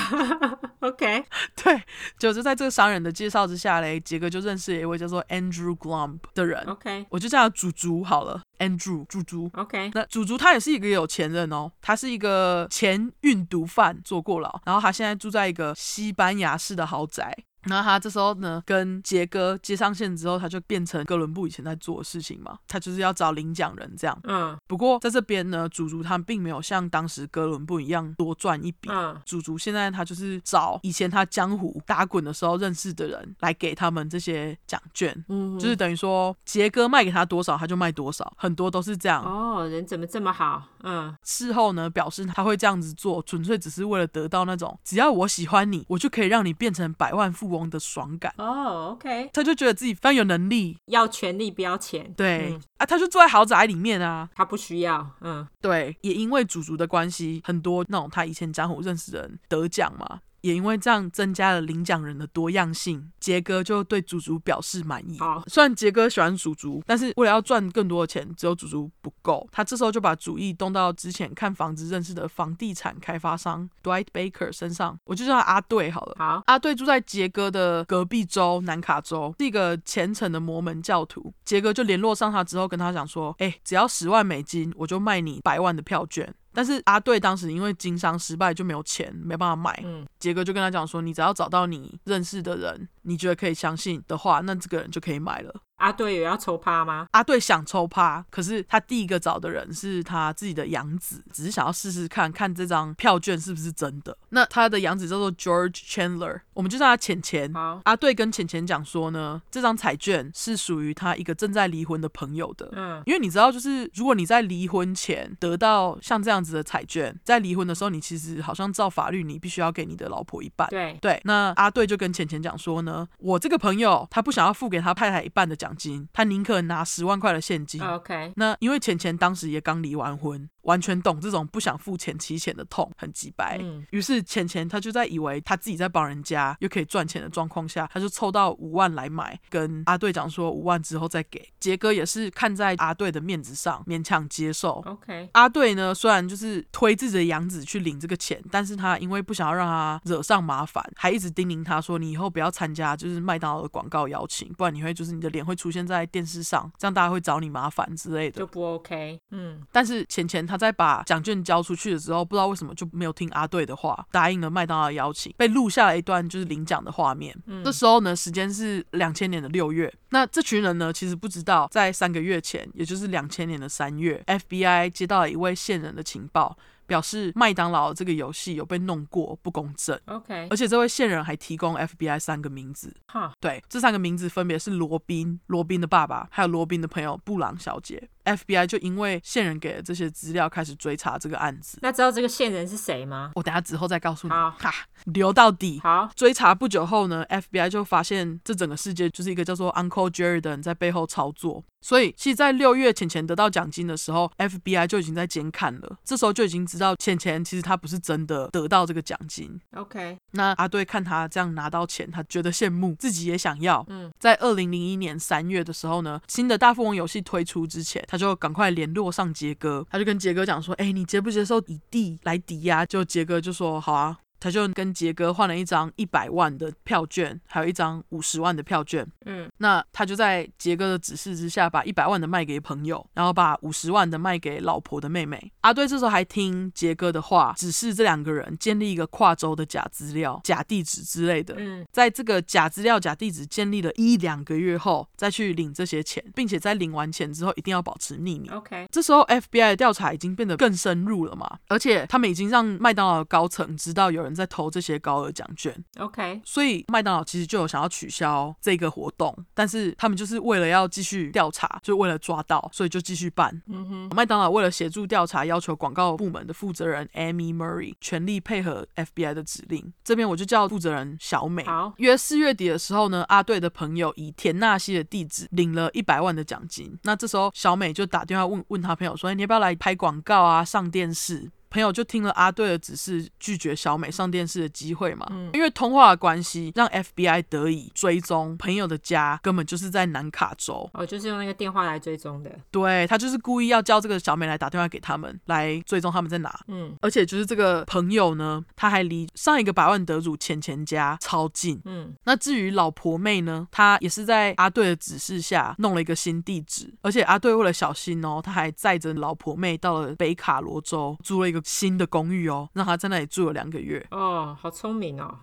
[SPEAKER 2] OK，
[SPEAKER 1] 对，就是在这个商人的介绍之下嘞，杰哥就认识了一位叫做 Andrew Glump 的人，
[SPEAKER 2] OK，
[SPEAKER 1] 我就叫他祖祖好了，Andrew 祖祖。
[SPEAKER 2] OK，
[SPEAKER 1] 那祖祖他也是一个有钱人哦，他是一个前运毒犯，坐过牢，然后他现在住在一个西班牙式的豪宅。然后他这时候呢，跟杰哥接上线之后，他就变成哥伦布以前在做的事情嘛，他就是要找领奖人这样。
[SPEAKER 2] 嗯
[SPEAKER 1] 不过在这边呢，祖祖他并没有像当时哥伦布一样多赚一笔，
[SPEAKER 2] 嗯
[SPEAKER 1] 祖祖现在他就是找以前他江湖打滚的时候认识的人来给他们这些奖券，
[SPEAKER 2] 嗯，
[SPEAKER 1] 就是等于说杰哥卖给他多少他就卖多少，很多都是这样。
[SPEAKER 2] 哦，人怎么这么好？嗯
[SPEAKER 1] 事后呢表示他会这样子做，纯粹只是为了得到那种只要我喜欢你，我就可以让你变成百万富翁的爽感。
[SPEAKER 2] 哦，OK，
[SPEAKER 1] 他就觉得自己非常有能力，
[SPEAKER 2] 要权力不要钱，
[SPEAKER 1] 对、
[SPEAKER 2] 嗯
[SPEAKER 1] 啊，他就住在豪宅里面啊，
[SPEAKER 2] 他不需要，嗯
[SPEAKER 1] 对，也因为主族的关系，很多那种他以前江湖认识的人得奖嘛，也因为这样增加了领奖人的多样性。杰哥就对祖族表示满意
[SPEAKER 2] 好。
[SPEAKER 1] 虽然杰哥喜欢祖族，但是为了要赚更多的钱，只有祖族不够。他这时候就把主意动到之前看房子认识的房地产开发商 Dwight Baker 身上，我就叫他阿队好了。
[SPEAKER 2] 好，
[SPEAKER 1] 阿队住在杰哥的隔壁州南卡州，是一个虔诚的摩门教徒。杰哥就联络上他之后，跟他讲说：“哎、只要十万美金，我就卖你百万的票券。”但是阿队当时因为经商失败就没有钱，没办法买。
[SPEAKER 2] 嗯
[SPEAKER 1] 杰哥就跟他讲说：“你只要找到你认识的人，你觉得可以相信的话，那这个人就可以买了。”
[SPEAKER 2] 阿队有要抽趴吗？
[SPEAKER 1] 阿队啊想抽趴，可是他第一个找的人是他自己的养子，只是想要试试看看这张票券是不是真的。那他的养子叫做 George Chandler，我们就叫他浅浅。
[SPEAKER 2] 好，
[SPEAKER 1] 阿队跟浅浅讲说呢，这张彩券是属于他一个正在离婚的朋友的。
[SPEAKER 2] 嗯
[SPEAKER 1] 因为你知道，就是如果你在离婚前得到像这样子的彩券，在离婚的时候，你其实好像照法律，你必须要给你的老婆一半。
[SPEAKER 2] 对，
[SPEAKER 1] 对，那阿队就跟浅浅讲说呢，我这个朋友他不想要付给他太太一半的奖金，他宁可拿十万块的现金。
[SPEAKER 2] OK，
[SPEAKER 1] 那因为浅浅当时也刚离完婚，完全懂这种不想付前妻钱的痛，很鸡掰。
[SPEAKER 2] 嗯
[SPEAKER 1] 于是浅浅他就在以为他自己在帮人家又可以赚钱的状况下，他就凑到五万来买，跟阿队长说五万之后再给。杰哥也是看在阿队的面子上，勉强接受。
[SPEAKER 2] ，OK，
[SPEAKER 1] 阿队呢，虽然就是推自己的养子去领这个钱，但是他因为不想要让他惹上麻烦，还一直叮咛他说：“你以后不要参加就是麦当劳的广告邀请，不然你会就是你的脸会出现在电视上，这样大家会找你麻烦之类的
[SPEAKER 2] 就。不 OK，嗯”
[SPEAKER 1] 但是钱钱他在把奖券交出去了之后，不知道为什么就没有听阿队的话，答应了麦当劳的邀请，被录下了一段就是领奖的画面。
[SPEAKER 2] 嗯
[SPEAKER 1] 这时候呢，时间是两千年的六月。那这群人呢，其实不知道，在三个月前，也就是两千年的三月，FBI 接到了一位线人的情报，表示麦当劳这个游戏有被弄过不公正，
[SPEAKER 2] ，OK，
[SPEAKER 1] 而且这位线人还提供 FBI 三个名字。
[SPEAKER 2] 哈，
[SPEAKER 1] 对，这三个名字分别是罗宾、罗宾的爸爸，还有罗宾的朋友布朗小姐。FBI 就因为线人给了这些资料，开始追查这个案子。
[SPEAKER 2] 那知道这个线人是谁吗？
[SPEAKER 1] 我等下之后再告诉你，
[SPEAKER 2] 好
[SPEAKER 1] 哈，留到底。
[SPEAKER 2] 好，
[SPEAKER 1] 追查不久后呢，FBI 就发现这整个世界就是一个叫做 Uncle Jerry 的人在背后操作。所以，其实，在六月浅浅得到奖金的时候，FBI 就已经在监看了。这时候就已经知道浅浅其实他不是真的得到这个奖金。
[SPEAKER 2] OK，
[SPEAKER 1] 那阿队啊看他这样拿到钱，他觉得羡慕，自己也想要。
[SPEAKER 2] 嗯，
[SPEAKER 1] 在二零零一年三月的时候呢，新的大富翁游戏推出之前，他就赶快联络上杰哥，他就跟杰哥讲说：“哎、你接不接受以地来抵押？”就杰哥就说：“好啊。”他就跟杰哥换了一张一百万的票券，还有一张五十万的票券。
[SPEAKER 2] 嗯
[SPEAKER 1] 那他就在杰哥的指示之下，把一百万的卖给朋友，然后把五十万的卖给老婆的妹妹。阿队这时候还听杰哥的话，指示这两个人建立一个跨州的假资料、假地址之类的。
[SPEAKER 2] 嗯
[SPEAKER 1] 在这个假资料、假地址建立了一两个月后，再去领这些钱，并且在领完钱之后一定要保持匿名。
[SPEAKER 2] ，OK，
[SPEAKER 1] 这时候 FBI 的调查已经变得更深入了嘛，而且他们已经让麦当劳的高层知道有人人在投这些高额奖券，
[SPEAKER 2] OK，
[SPEAKER 1] 所以麦当劳其实就有想要取消这个活动，但是他们就是为了要继续调查，就为了抓到，所以就继续办。
[SPEAKER 2] 嗯哼，
[SPEAKER 1] 麦当劳为了协助调查，要求广告部门的负责人 Amy Murray 全力配合 FBI 的指令。这边我就叫负责人小美。
[SPEAKER 2] 好
[SPEAKER 1] 约四月底的时候呢，阿队的朋友以田纳西的地址领了一百万的奖金。那这时候小美就打电话问问他朋友说：“哎你要不要来拍广告啊，上电视？”朋友就听了阿队的指示，拒绝小美上电视的机会嘛，因为通话的关系，让 FBI 得以追踪朋友的家，根本就是在南卡州。
[SPEAKER 2] 哦，就是用那个电话来追踪的。
[SPEAKER 1] 对他就是故意要叫这个小美来打电话给他们，来追踪他们在哪。
[SPEAKER 2] 嗯
[SPEAKER 1] 而且就是这个朋友呢，他还离上一个百万得主钱钱家超近。
[SPEAKER 2] 嗯，
[SPEAKER 1] 那至于老婆妹呢，她也是在阿队的指示下弄了一个新地址，而且阿队为了小心哦，他还载着老婆妹到了北卡罗州租了一个新的公寓哦，让她在那里住了两个月。
[SPEAKER 2] 哦，好聪明哦。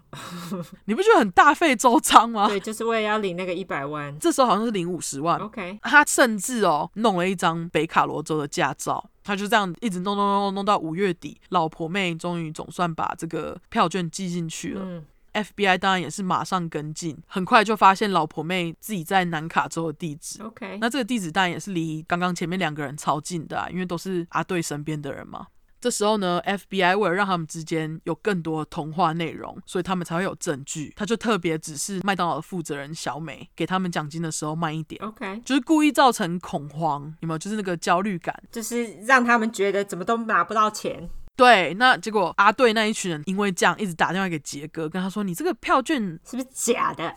[SPEAKER 1] 你不觉得很大费周章吗？
[SPEAKER 2] 对，就是为了要领那个一百 万。
[SPEAKER 1] 这时候好像是领五十万，
[SPEAKER 2] OK，
[SPEAKER 1] 他甚至哦弄了一张北卡罗州的驾照，他就这样一直弄弄弄弄到五月底，老婆妹终于总算把这个票券寄进去了。
[SPEAKER 2] 嗯
[SPEAKER 1] FBI 当然也是马上跟进，很快就发现老婆妹自己在南卡州的地址。
[SPEAKER 2] ，OK，
[SPEAKER 1] 那这个地址当然也是离刚刚前面两个人超近的、啊，因为都是阿队身边的人嘛。这时候呢，FBI 为了让他们之间有更多的通话内容，所以他们才会有证据。他就特别指示麦当劳的负责人小美，给他们奖金的时候慢一点。
[SPEAKER 2] OK，
[SPEAKER 1] 就是故意造成恐慌，有没有？就是那个焦虑感。
[SPEAKER 2] 就是让他们觉得怎么都拿不到钱。
[SPEAKER 1] 对，那结果阿队那一群人因为这样一直打电话给杰哥，跟他说：“你这个票券
[SPEAKER 2] 是不是假的？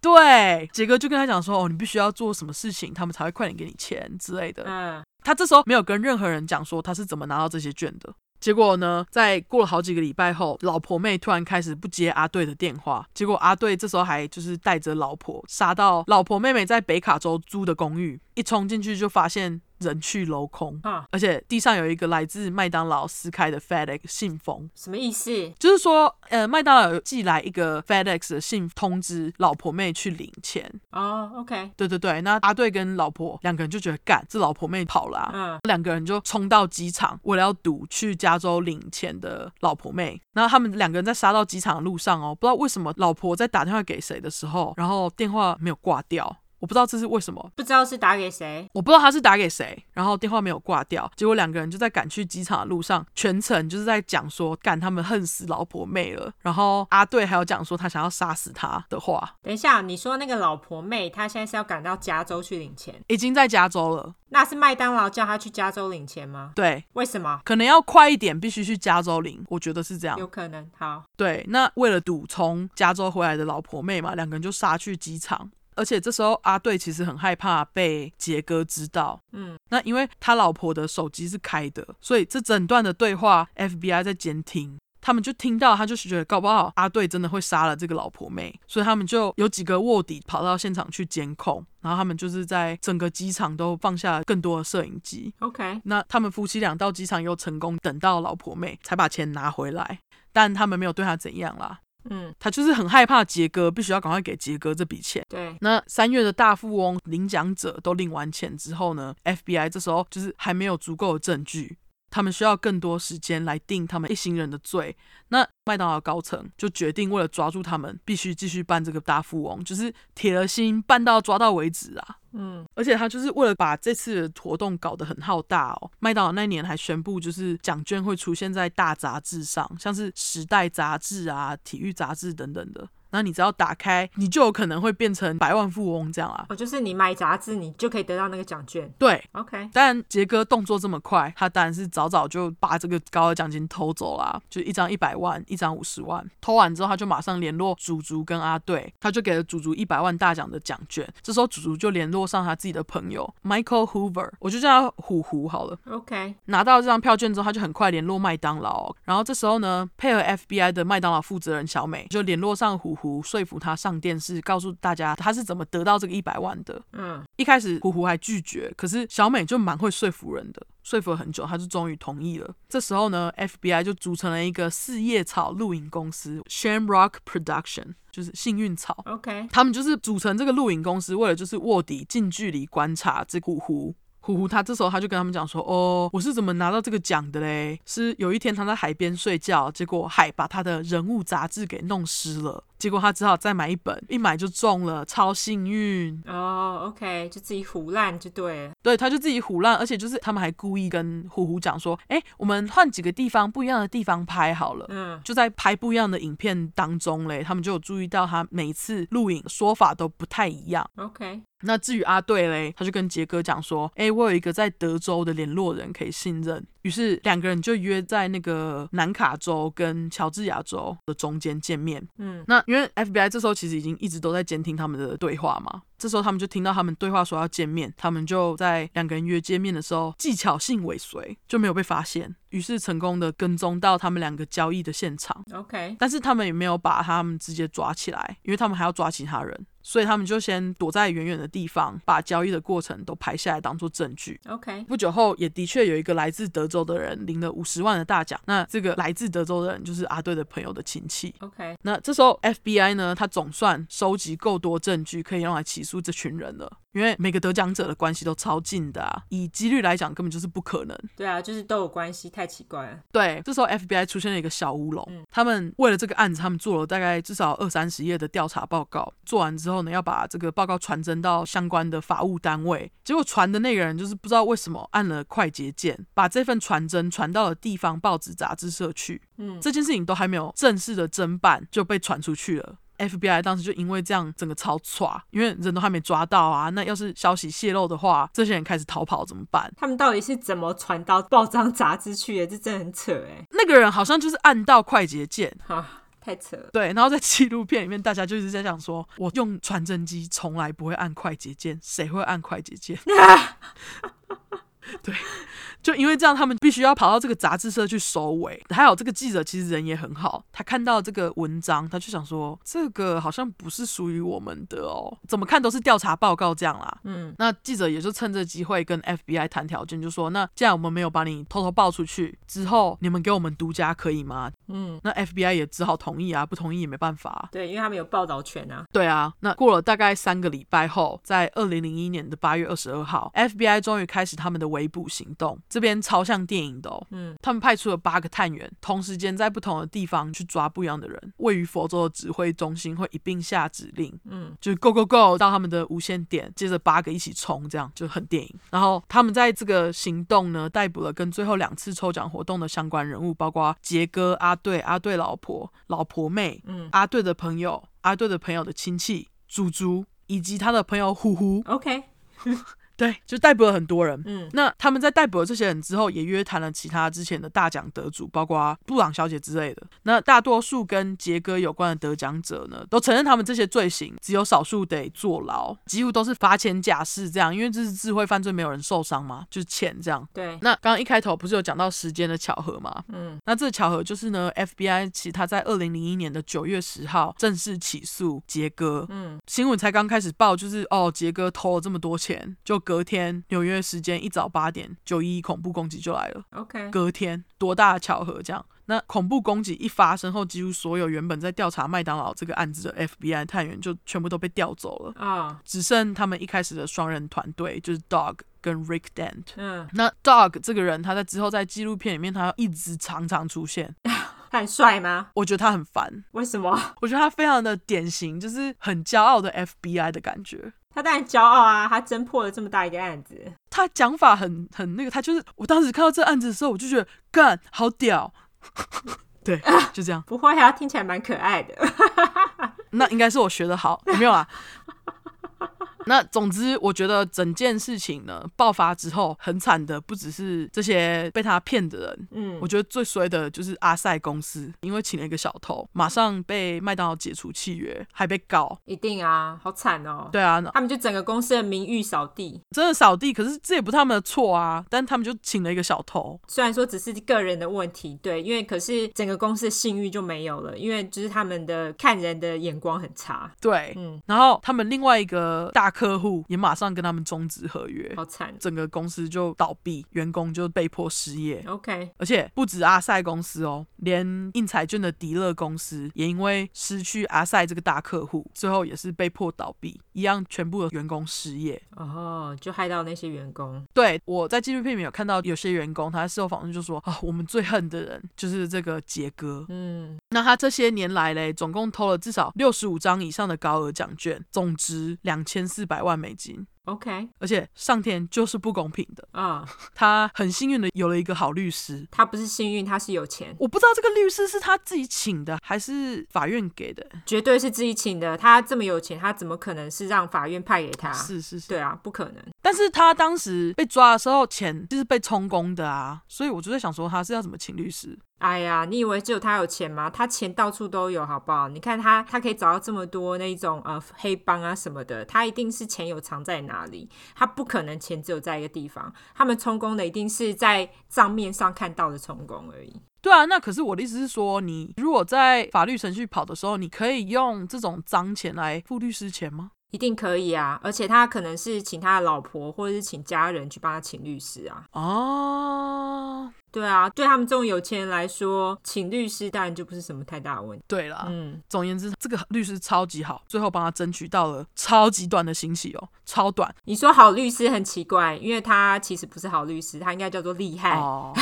[SPEAKER 1] 对。”杰哥就跟他讲说：“哦，你必须要做什么事情，他们才会快点给你钱之类的。
[SPEAKER 2] 嗯，”
[SPEAKER 1] 他这时候没有跟任何人讲说他是怎么拿到这些券的。结果呢，在过了好几个礼拜后，老婆妹突然开始不接阿队的电话。结果阿队这时候还就是带着老婆杀到老婆妹妹在北卡州租的公寓，一冲进去就发现人去楼空。
[SPEAKER 2] 啊，
[SPEAKER 1] 而且地上有一个来自麦当劳撕开的 FedEx 信封，
[SPEAKER 2] 什么意思？
[SPEAKER 1] 就是说，呃，麦当劳有寄来一个 FedEx 的信，通知老婆妹去领钱。
[SPEAKER 2] 哦，OK，
[SPEAKER 1] 对对对，那阿队跟老婆两个人就觉得干，这老婆妹跑了、啊。
[SPEAKER 2] 嗯
[SPEAKER 1] 两个人就冲到机场，为了要堵去加州领钱的老婆妹。然后他们两个人在杀到机场的路上哦，不知道为什么老婆在打电话给谁的时候，然后电话没有挂掉，我不知道这是为什么。
[SPEAKER 2] 不知道是打给谁。
[SPEAKER 1] 我不知道他是打给谁，然后电话没有挂掉，结果两个人就在赶去机场的路上，全程就是在讲说干他们恨死老婆妹了，然后阿队还有讲说他想要杀死他的话，
[SPEAKER 2] 等一下，你说那个老婆妹，她现在是要赶到加州去领钱，
[SPEAKER 1] 已经在加州了，
[SPEAKER 2] 那是麦当劳叫她去加州领钱吗？
[SPEAKER 1] 对，
[SPEAKER 2] 为什么？
[SPEAKER 1] 可能要快一点，必须去加州领，我觉得是这样
[SPEAKER 2] 有。可能。好，
[SPEAKER 1] 对，那为了赌从加州回来的老婆妹嘛，两个人就杀去机场。而且这时候阿队其实很害怕被杰哥知道，
[SPEAKER 2] 嗯，
[SPEAKER 1] 那因为他老婆的手机是开的，所以这整段的对话 FBI 在监听，他们就听到，他就是觉得搞不好阿队真的会杀了这个老婆妹，所以他们就有几个卧底跑到现场去监控，然后他们就是在整个机场都放下了更多的摄影机，
[SPEAKER 2] OK，
[SPEAKER 1] 那他们夫妻俩到机场又成功等到老婆妹，才把钱拿回来，但他们没有对她怎样啦。
[SPEAKER 2] 嗯，
[SPEAKER 1] 他就是很害怕杰哥，必须要赶快给杰哥这笔钱。
[SPEAKER 2] 对，
[SPEAKER 1] 那三月的大富翁领奖者都领完钱之后呢，FBI 这时候就是还没有足够的证据，他们需要更多时间来定他们一行人的罪。那麦当劳高层就决定，为了抓住他们，必须继续办这个大富翁，就是铁了心办到抓到为止啊。
[SPEAKER 2] 嗯
[SPEAKER 1] 而且他就是为了把这次的活动搞得很浩大哦，麦当劳那年还宣布，就是奖券会出现在大杂志上，像是《时代》杂志啊、体育杂志等等的。那你只要打开，你就有可能会变成百万富翁这样啊。
[SPEAKER 2] 哦，就是你买杂志，你就可以得到那个奖券。
[SPEAKER 1] 对，
[SPEAKER 2] OK，
[SPEAKER 1] 当然杰哥动作这么快，他当然是早早就把这个高额奖金偷走啦，就一张一百万，一张五十万。偷完之后，他就马上联络祖祖跟阿队，他就给了祖祖一百万大奖的奖券。这时候祖祖就联络上他自己的朋友 Michael Hoover，我就叫他虎虎好了。
[SPEAKER 2] OK，
[SPEAKER 1] 拿到这张票券之后，他就很快联络麦当劳。然后这时候呢，配合 FBI 的麦当劳负责人小美就联络上虎虎，说服他上电视，告诉大家他是怎么得到这个一百万的。
[SPEAKER 2] 嗯，
[SPEAKER 1] 一开始虎虎还拒绝，可是小美就蛮会说服人的，说服了很久，她就终于同意了。这时候呢，FBI 就组成了一个四叶草录影公司 （Shamrock Production），就是幸运草。
[SPEAKER 2] OK，
[SPEAKER 1] 他们就是组成这个录影公司，为了就是卧底近距离观察这虎虎。呼呼他。这时候他就跟他们讲说：“哦，我是怎么拿到这个奖的嘞？是有一天他在海边睡觉，结果海把他的人物杂志给弄湿了，结果他只好再买一本，一买就中了，超幸运。”
[SPEAKER 2] 哦，OK，就自己胡烂就对了。
[SPEAKER 1] 对，他就自己胡乱，而且就是他们还故意跟虎虎讲说，哎，我们换几个地方不一样的地方拍好了。
[SPEAKER 2] 嗯，
[SPEAKER 1] 就在拍不一样的影片当中嘞，他们就有注意到他每次录影说法都不太一样。
[SPEAKER 2] OK，
[SPEAKER 1] 那至于阿队嘞，他就跟杰哥讲说，哎，我有一个在德州的联络人可以信任。于是两个人就约在那个南卡州跟乔治亚州的中间见面。
[SPEAKER 2] 嗯
[SPEAKER 1] 那因为 FBI 这时候其实已经一直都在监听他们的对话嘛，这时候他们就听到他们对话说要见面，他们就在两个人约见面的时候技巧性尾随，就没有被发现，于是成功的跟踪到他们两个交易的现场，
[SPEAKER 2] ，OK，
[SPEAKER 1] 但是他们也没有把他们直接抓起来，因为他们还要抓其他人。所以他们就先躲在远远的地方，把交易的过程都拍下来当做证据。
[SPEAKER 2] OK，
[SPEAKER 1] 不久后，也的确有一个来自德州的人领了五十万的大奖。那这个来自德州的人就是阿队的朋友的亲戚。
[SPEAKER 2] OK，
[SPEAKER 1] 那这时候 FBI 呢，他总算收集够多证据，可以用来起诉这群人了。因为每个得奖者的关系都超近的啊，以几率来讲，根本就是不可能。
[SPEAKER 2] 对啊，就是都有关系，太奇怪了。
[SPEAKER 1] 对，这时候 FBI 出现了一个小乌龙，他们为了这个案子，他们做了大概至少二三十页的调查报告。做完之后呢，要把这个报告传真到相关的法务单位。结果传的那个人就是不知道为什么按了快捷键，把这份传真传到了地方报纸、杂志社去。
[SPEAKER 2] 嗯
[SPEAKER 1] 这件事情都还没有正式的侦办就被传出去了。FBI 当时就因为这样整个超抓，因为人都还没抓到啊，那要是消息泄露的话，这些人开始逃跑怎么办？
[SPEAKER 2] 他们到底是怎么传到报章杂志去的？这真的很扯哎、
[SPEAKER 1] 那个人好像就是按到快捷键，
[SPEAKER 2] 啊，太扯了。
[SPEAKER 1] 对，然后在纪录片里面，大家就一直在讲说，我用传真机从来不会按快捷键，谁会按快捷键？ 对，就因为这样，他们必须要跑到这个杂志社去收尾。还有这个记者其实人也很好，他看到这个文章，他就想说，这个好像不是属于我们的哦，怎么看都是调查报告这样啦。
[SPEAKER 2] 嗯
[SPEAKER 1] 那记者也就趁这机会跟 FBI 谈条件，就说，那既然我们没有把你偷偷抱出去，之后你们给我们独家可以吗？
[SPEAKER 2] 嗯，
[SPEAKER 1] 那 FBI 也只好同意啊，不同意也没办法啊、
[SPEAKER 2] 对，因为他们有报道权啊。
[SPEAKER 1] 对啊，那过了大概三个礼拜后，在二零零一年的八月二十二号，FBI 终于开始他们的围捕行动。这边超像电影的哦，
[SPEAKER 2] 嗯
[SPEAKER 1] 他们派出了八个探员，同时间在不同的地方去抓不一样的人。位于佛州的指挥中心会一并下指令，
[SPEAKER 2] 嗯
[SPEAKER 1] 就是 go go go 到他们的无限点，接着八个一起冲，这样就很电影。然后他们在这个行动呢，逮捕了跟最后两次抽奖活动的相关人物，包括杰哥、阿队、阿队老婆、老婆妹、
[SPEAKER 2] 嗯
[SPEAKER 1] 阿队的朋友、阿队的朋友的亲戚猪猪，以及他的朋友呼呼。
[SPEAKER 2] ，OK，
[SPEAKER 1] 对，就逮捕了很多人。
[SPEAKER 2] 嗯
[SPEAKER 1] 那他们在逮捕了这些人之后，也约谈了其他之前的大奖得主，包括布朗小姐之类的。那大多数跟杰哥有关的得奖者呢，都承认他们这些罪行，只有少数得坐牢，几乎都是罚钱假释这样，因为这是智慧犯罪，没有人受伤嘛，就是钱这样。
[SPEAKER 2] 对，
[SPEAKER 1] 那刚刚一开头不是有讲到时间的巧合吗？
[SPEAKER 2] 嗯
[SPEAKER 1] 那这巧合就是呢，FBI 其实他在二零零一年的九月十号正式起诉杰哥，
[SPEAKER 2] 嗯
[SPEAKER 1] 新闻才刚开始报，就是哦，杰哥偷了这么多钱，就隔天纽约时间一早八点，九一一恐怖攻击就来了。
[SPEAKER 2] ，OK，
[SPEAKER 1] 隔天，多大的巧合这样？那恐怖攻击一发生后，几乎所有原本在调查麦当劳这个案子的 FBI 探员就全部都被调走了，
[SPEAKER 2] 啊、
[SPEAKER 1] 只剩他们一开始的双人团队，就是 Dog 跟 Rick Dent。
[SPEAKER 2] 嗯，
[SPEAKER 1] 那 Dog 这个人，他在之后在纪录片里面，他一直常常出现，
[SPEAKER 2] 他很帅吗？
[SPEAKER 1] 我觉得他很烦，
[SPEAKER 2] 为什么？
[SPEAKER 1] 我觉得他非常的典型，就是很骄傲的 FBI 的感觉。
[SPEAKER 2] 他当然骄傲啊，他侦破了这么大一个案子。
[SPEAKER 1] 他讲法很很那个，他就是我当时看到这案子的时候，我就觉得干好屌， 对，就这样。
[SPEAKER 2] 不会啊，听起来蛮可爱的。
[SPEAKER 1] 那应该是我学的好，有没有啊？那总之，我觉得整件事情呢爆发之后，很惨的不只是这些被他骗的人，
[SPEAKER 2] 嗯
[SPEAKER 1] 我觉得最衰的就是阿塞公司，因为请了一个小偷，马上被麦当劳解除契约，还被告。
[SPEAKER 2] 一定啊，好惨哦。
[SPEAKER 1] 对啊，
[SPEAKER 2] 他们就整个公司的名誉扫地，
[SPEAKER 1] 真的扫地，可是这也不是他们的错啊，但他们就请了一个小偷。
[SPEAKER 2] 虽然说只是个人的问题，对，因为可是整个公司的信誉就没有了，因为就是他们的看人的眼光很差。
[SPEAKER 1] 对，
[SPEAKER 2] 嗯
[SPEAKER 1] 然后他们另外一个大客户也马上跟他们终止合约，
[SPEAKER 2] 好惨。
[SPEAKER 1] 整个公司就倒闭，员工就被迫失业。
[SPEAKER 2] OK，
[SPEAKER 1] 而且不止阿赛公司哦，连印彩券的迪乐公司也因为失去阿赛这个大客户，最后也是被迫倒闭，一样全部的员工失业。
[SPEAKER 2] 哦，就害到那些员工。
[SPEAKER 1] 对我在纪录片里面有看到有些员工，他在事后访问就说啊，我们最恨的人就是这个杰哥。
[SPEAKER 2] 嗯，
[SPEAKER 1] 那他这些年来嘞，总共偷了至少六十五张以上的高额奖券，总值两千四百万美金。
[SPEAKER 2] OK，
[SPEAKER 1] 而且上天就是不公平的，
[SPEAKER 2] 啊、
[SPEAKER 1] 他很幸运的有了一个好律师。
[SPEAKER 2] 他不是幸运，他是有钱，
[SPEAKER 1] 我不知道这个律师是他自己请的还是法院给的，
[SPEAKER 2] 绝对是自己请的。他这么有钱，他怎么可能是让法院派给他？
[SPEAKER 1] 是是是。
[SPEAKER 2] 对啊，不可能。
[SPEAKER 1] 但是他当时被抓的时候，钱就是被充公的啊，所以我就在想说他是要怎么请律师？
[SPEAKER 2] 哎呀，你以为只有他有钱吗？他钱到处都有，好不好？你看他，他可以找到这么多那一种呃黑帮啊什么的，他一定是钱有藏在哪里，他不可能钱只有在一个地方。他们充公的一定是在账面上看到的充公而已。
[SPEAKER 1] 对啊，那可是我的意思是说，你如果在法律程序跑的时候，你可以用这种脏钱来付律师钱吗？
[SPEAKER 2] 一定可以啊，而且他可能是请他的老婆或者是请家人去帮他请律师啊。
[SPEAKER 1] 哦，
[SPEAKER 2] 对啊，对他们这种有钱人来说，请律师当然就不是什么太大的问题。
[SPEAKER 1] 对啦，
[SPEAKER 2] 嗯，
[SPEAKER 1] 总而言之，这个律师超级好，最后帮他争取到了超级短的刑期哦，超短
[SPEAKER 2] 你说好律师很奇怪，因为他其实不是好律师，他应该叫做厉害。
[SPEAKER 1] 哦，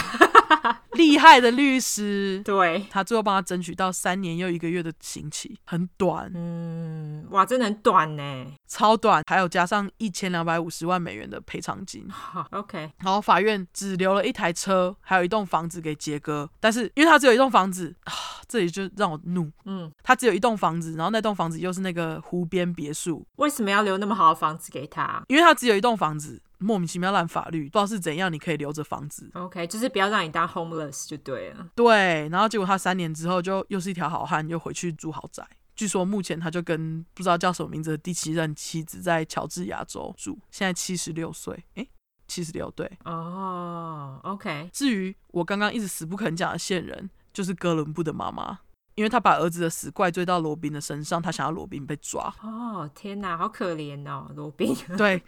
[SPEAKER 1] 厉害的律师，
[SPEAKER 2] 对，
[SPEAKER 1] 他最后帮他争取到三年又一个月的刑期，很短，
[SPEAKER 2] 嗯，哇，真的很短呢。
[SPEAKER 1] 超短，还有加上一千两百五十万美元的赔偿金。
[SPEAKER 2] 好，OK，
[SPEAKER 1] 然后法院只留了一台车，还有一栋房子给杰哥，但是因为他只有一栋房子啊，这里就让我怒。
[SPEAKER 2] 嗯，
[SPEAKER 1] 他只有一栋房子，然后那栋房子又是那个湖边别墅，
[SPEAKER 2] 为什么要留那么好的房子给他
[SPEAKER 1] 因为他只有一栋房子，莫名其妙烂法律，不知道是怎样，你可以留着房子。
[SPEAKER 2] ？OK，就是不要让你当 homeless 就对了。
[SPEAKER 1] 对，然后结果他三年之后就又是一条好汉，又回去住豪宅。据说目前他就跟不知道叫什么名字的第七任妻子在乔治亚州住，现在七十六岁，诶，七十六对。
[SPEAKER 2] 哦，OK，
[SPEAKER 1] 至于我刚刚一直死不肯讲的线人，就是哥伦布的妈妈，因为他把儿子的死怪罪到罗宾的身上，他想要罗宾被抓。
[SPEAKER 2] 哦，天哪，好可怜哦，罗宾。
[SPEAKER 1] 对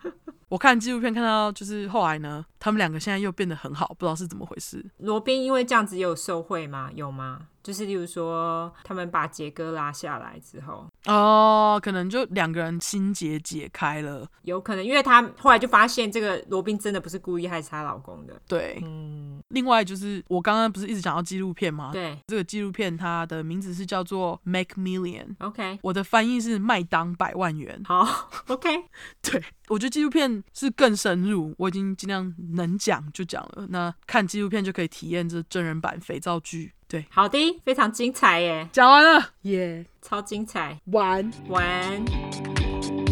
[SPEAKER 1] 我看纪录片看到，就是后来呢，他们两个现在又变得很好，不知道是怎么回事。
[SPEAKER 2] 罗宾因为这样子也有受贿吗？有吗？就是例如说，他们把杰哥拉下来之后，
[SPEAKER 1] 哦，可能就两个人心结解开了。
[SPEAKER 2] 有可能，因为他后来就发现这个罗宾真的不是故意害死她老公的。
[SPEAKER 1] 对，
[SPEAKER 2] 嗯，
[SPEAKER 1] 另外就是我刚刚不是一直讲到纪录片吗？
[SPEAKER 2] 对
[SPEAKER 1] 这个纪录片它的名字是叫做《Make Million》，
[SPEAKER 2] ，OK，
[SPEAKER 1] 我的翻译是“麦当百万元”。
[SPEAKER 2] 好 ，OK，
[SPEAKER 1] 对，我觉得纪录片是更深入，我已经尽量能讲就讲了。那看纪录片就可以体验这真人版肥皂剧。对，
[SPEAKER 2] 好的，非常精彩耶，
[SPEAKER 1] 讲完了，耶、
[SPEAKER 2] 超精彩，
[SPEAKER 1] 完。
[SPEAKER 2] 晚安。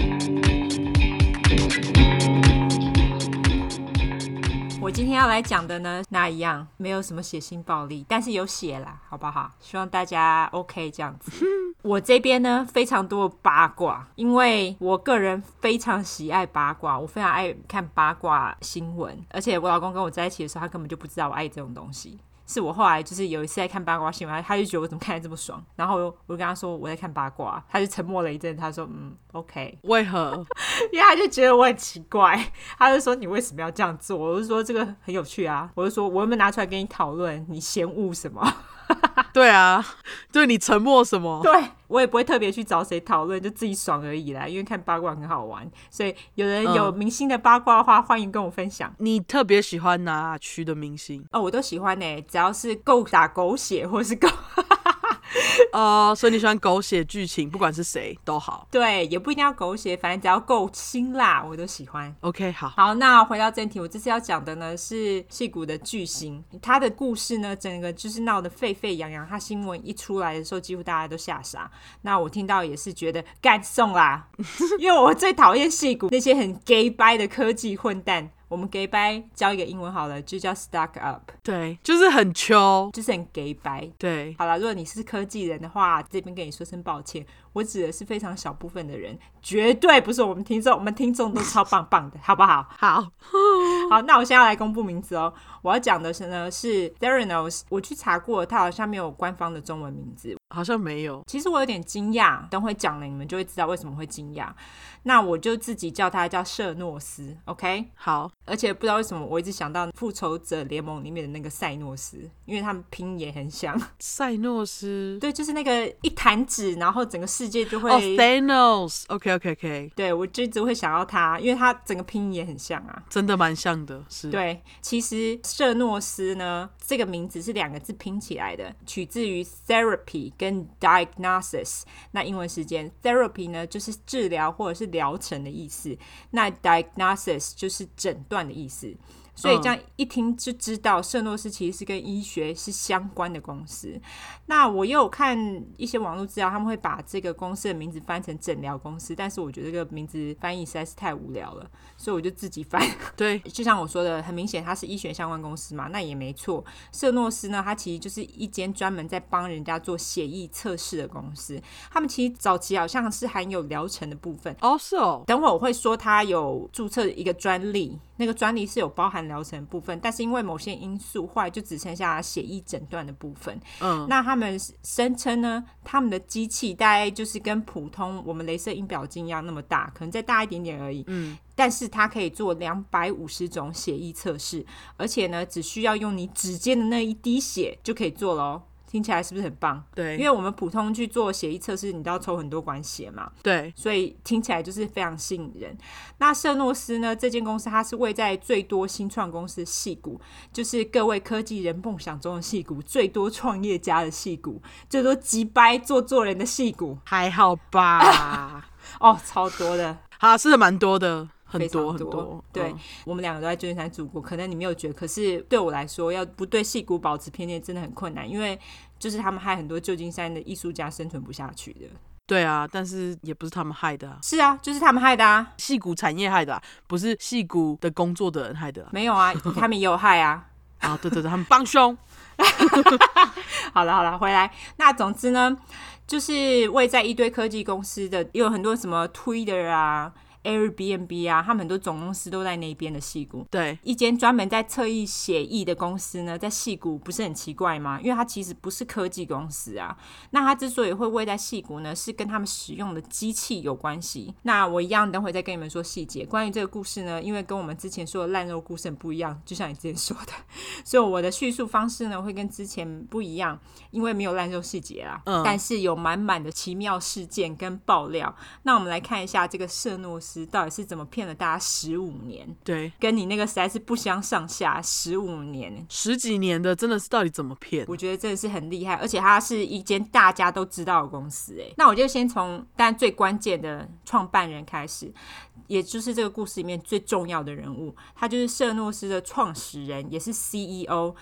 [SPEAKER 2] 我今天要来讲的呢，那一样没有什么血腥暴力，但是有血啦，好不好？希望大家 OK 这样子。我这边呢，非常多的八卦，因为我个人非常喜爱八卦，我非常爱看八卦新闻，而且我老公跟我在一起的时候，他根本就不知道我爱这种东西。是我后来就是有一次在看八卦新闻，他就觉得我怎么看得这么爽，然后我就我就跟他说我在看八卦，他就沉默了一阵，他说嗯 OK，
[SPEAKER 1] 为何？
[SPEAKER 2] 因为他就觉得我很奇怪，他就说你为什么要这样做？我就说这个很有趣啊，我就说我有没有拿出来跟你讨论，你嫌恶什么？
[SPEAKER 1] 对 啊，对你沉默什么？
[SPEAKER 2] 对哦我也不会特别去找谁讨论，就自己爽而已啦。因为看八卦很好玩，所以有人有
[SPEAKER 1] 嗯
[SPEAKER 2] 明星的八卦的话，欢迎跟我分享。
[SPEAKER 1] 你特别喜欢哪区的明星？
[SPEAKER 2] 哦，我都喜欢呢、只要是够打狗血或是够。
[SPEAKER 1] 哦、所以你喜欢狗血剧情，不管是谁都好
[SPEAKER 2] 对，也不一定要狗血，反正只要够辛辣，我都喜欢。
[SPEAKER 1] OK，好，
[SPEAKER 2] 好，那回到正题，我这次要讲的呢是戏骨的巨星，他的故事呢，整个就是闹得沸沸扬扬。他新闻一出来的时候，几乎大家都吓傻。那我听到也是觉得 干送啦，因为我最讨厌戏骨那些很 gay 掰的科技混蛋。我们 gay 掰教一个英文好了，就叫 stuck up，
[SPEAKER 1] 对，就是很秋。
[SPEAKER 2] 就是很 gay 掰。
[SPEAKER 1] 对，
[SPEAKER 2] 好了，如果你是科技人的话，这边跟你说声抱歉，我指的是非常小部分的人，绝对不是我们听众，我们听众都超棒棒的，好不好？
[SPEAKER 1] 好，
[SPEAKER 2] 好，那我现在要来公布名字哦。我要讲的是呢是 Theranos，我去查过，它好像没有官方的中文名字，
[SPEAKER 1] 好像没有。
[SPEAKER 2] 其实我有点惊讶，等会讲了你们就会知道为什么会惊讶。那我就自己叫他叫舍诺斯，OK？
[SPEAKER 1] 好，
[SPEAKER 2] 而且不知道为什么我一直想到《复仇者联盟》里面的那个赛诺斯，因为他们拼也很像。
[SPEAKER 1] 塞诺斯
[SPEAKER 2] 对，就是那个一弹指，然后整个世界就会。
[SPEAKER 1] 哦，Thanos，OK OK OK，
[SPEAKER 2] 对，我就一直会想到他，因为他整个拼音也很像啊。
[SPEAKER 1] 真的蛮像的，是。
[SPEAKER 2] 对，其实舍诺斯呢这个名字是两个字拼起来的，取自于 therapy 跟 diagnosis。那英文时间 therapy 呢就是治疗或者是疗程的意思，那 diagnosis 就是诊断的意思。所以这样一听就知道，圣诺斯其实是跟医学是相关的公司。那我也有看一些网络资料，他们会把这个公司的名字翻成诊疗公司，但是我觉得这个名字翻译实在是太无聊了，所以我就自己翻。
[SPEAKER 1] 对，
[SPEAKER 2] 就像我说的，很明显它是医学相关公司嘛，那也没错。圣诺斯呢，它其实就是一间专门在帮人家做血液测试的公司。他们其实早期好像是含有疗程的部分，
[SPEAKER 1] 哦是哦，
[SPEAKER 2] 等会我会说它有注册一个专利，那个专利是有包含疗程的部分，但是因为某些因素，后来就只剩下血液诊断的部分。
[SPEAKER 1] 嗯，
[SPEAKER 2] 那他们声称呢，他们的机器大概就是跟普通我们镭射音表镜一样那么大，可能再大一点点而已。
[SPEAKER 1] 嗯，
[SPEAKER 2] 但是它可以做两百五十种血液测试，而且呢，只需要用你指尖的那一滴血就可以做喽。听起来是不是很棒？
[SPEAKER 1] 对，
[SPEAKER 2] 因为我们普通去做血液测试，你都要抽很多管血嘛。
[SPEAKER 1] 对，
[SPEAKER 2] 所以听起来就是非常吸引人。那圣诺斯呢？这间公司它是位在最多新创公司戏股，就是各位科技人梦想中的戏股，最多创业家的戏股，最多急掰做做人的戏股。
[SPEAKER 1] 还好 吧？
[SPEAKER 2] 哦，超多的，
[SPEAKER 1] 好，是蛮多的， 很
[SPEAKER 2] 非常
[SPEAKER 1] 多很
[SPEAKER 2] 多
[SPEAKER 1] 多。
[SPEAKER 2] 对、
[SPEAKER 1] 嗯
[SPEAKER 2] 我们两个都在旧金山住过，可能你没有觉得，可是对我来说，要不对戏骨保持偏见真的很困难，因为就是他们害很多旧金山的艺术家生存不下去的。
[SPEAKER 1] 对啊，但是也不是他们害的啊，
[SPEAKER 2] 是啊，就是他们害的啊，
[SPEAKER 1] 戏骨产业害的、啊，不是戏骨的工作的人害的啊。
[SPEAKER 2] 没 有啊，他们也有害啊。
[SPEAKER 1] 啊，对对对，他们帮凶。
[SPEAKER 2] 好了好了，回来。那总之呢，就是位在一堆科技公司的，有很多什么 Twitter 啊、Airbnb 啊，他们很多总公司都在那边的戏谷。
[SPEAKER 1] 对，
[SPEAKER 2] 一间专门在测议协议的公司呢，在戏谷不是很奇怪吗？因为它其实不是科技公司啊。那它之所以会位在戏谷呢，是跟他们使用的机器有关系。那我一样等会再跟你们说细节。关于这个故事呢，因为跟我们之前说的烂肉故事很不一样，就像你之前说的， 所以我的叙述方式呢会跟之前不一样，因为没有烂肉细节啦，
[SPEAKER 1] 嗯
[SPEAKER 2] 但是有满满的奇妙事件跟爆料。那我们来看一下这个舍诺斯到底是怎么骗了大家十五年。
[SPEAKER 1] 对，
[SPEAKER 2] 跟你那个实在是不相上下，十五年。
[SPEAKER 1] 十几年的真的是到底怎么骗？
[SPEAKER 2] 我觉得真的是很厉害，而且它是一间大家都知道的公司。哎，那我就先从但最关键的创办人开始，也就是这个故事里面最重要的人物，他就是舍诺斯的创始人，也是 CEO。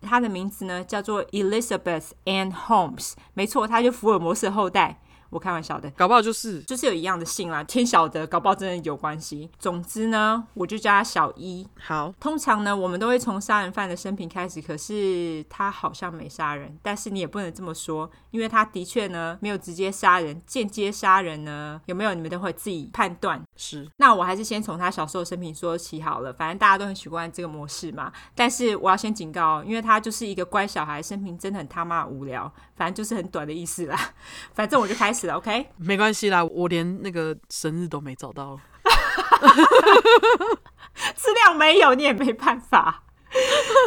[SPEAKER 2] 他的名字呢叫做 Elizabeth Ann Holmes，没错，他就福尔摩斯的后代。我开玩笑的，
[SPEAKER 1] 搞不好就是
[SPEAKER 2] 就是有一样的姓啦，天晓得，搞不好真的有关系。总之呢，我就叫他小 E 一。
[SPEAKER 1] 好，
[SPEAKER 2] 通常呢，我们都会从杀人犯的生平开始，可是他好像没杀人，但是你也不能这么说，因为他的确呢没有直接杀人，间接杀人呢有没有，你们都会自己判断。
[SPEAKER 1] 是
[SPEAKER 2] 那我还是先从他小时候的生平说起好了，反正大家都很喜欢这个模式嘛。但是我要先警告哦，因为他就是一个乖小孩，生平真的很他妈无聊，反正就是很短的意思啦。反正我就开始了，OK。
[SPEAKER 1] 没关系啦，我连那个生日都没找 到。
[SPEAKER 2] 资料没有，你也没办法。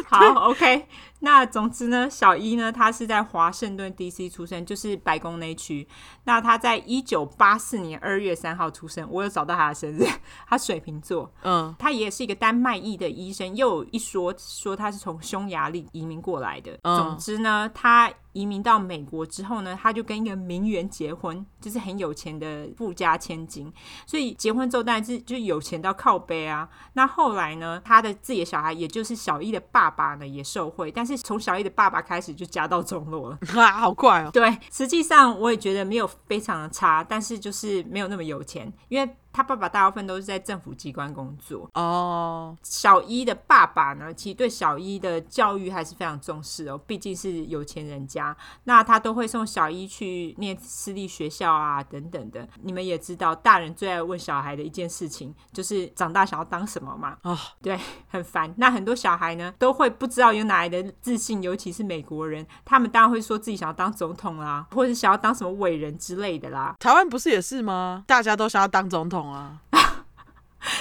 [SPEAKER 2] 好，OK。那总之呢，小一呢，他是在华盛顿 DC 出生，就是白宫那一区。那他在一九八四年二月三号出生，我有找到他的生日，他水瓶座。
[SPEAKER 1] 嗯，
[SPEAKER 2] 他也是一个丹麦裔的医生，又有一说说他是从匈牙利移民过来的。
[SPEAKER 1] 嗯
[SPEAKER 2] 总之呢，他移民到美国之后呢，他就跟一个名媛结婚，就是很有钱的富家千金。所以结婚之后，当然是就有钱到靠背啊。那后来呢，他的自己的小孩，也就是小一的爸爸呢，也受贿，但是从小一的爸爸开始就家道中落了。
[SPEAKER 1] 啊，好快哦。
[SPEAKER 2] 对，实际上我也觉得没有非常的差，但是就是没有那么有钱，因为他爸爸大部分都是在政府机关工作。
[SPEAKER 1] 哦，
[SPEAKER 2] 小一的爸爸呢，其实对小一的教育还是非常重视哦，毕竟是有钱人家，那他都会送小一去念私立学校啊，等等的。你们也知道，大人最爱问小孩的一件事情，就是长大想要当什么嘛，
[SPEAKER 1] 哦，
[SPEAKER 2] 对，很烦。那很多小孩呢，都会不知道有哪来的自信，尤其是美国人，他们当然会说自己想要当总统啦，或者想要当什么伟人之类的啦。
[SPEAKER 1] 台湾不是也是吗？大家都想要当总统啊，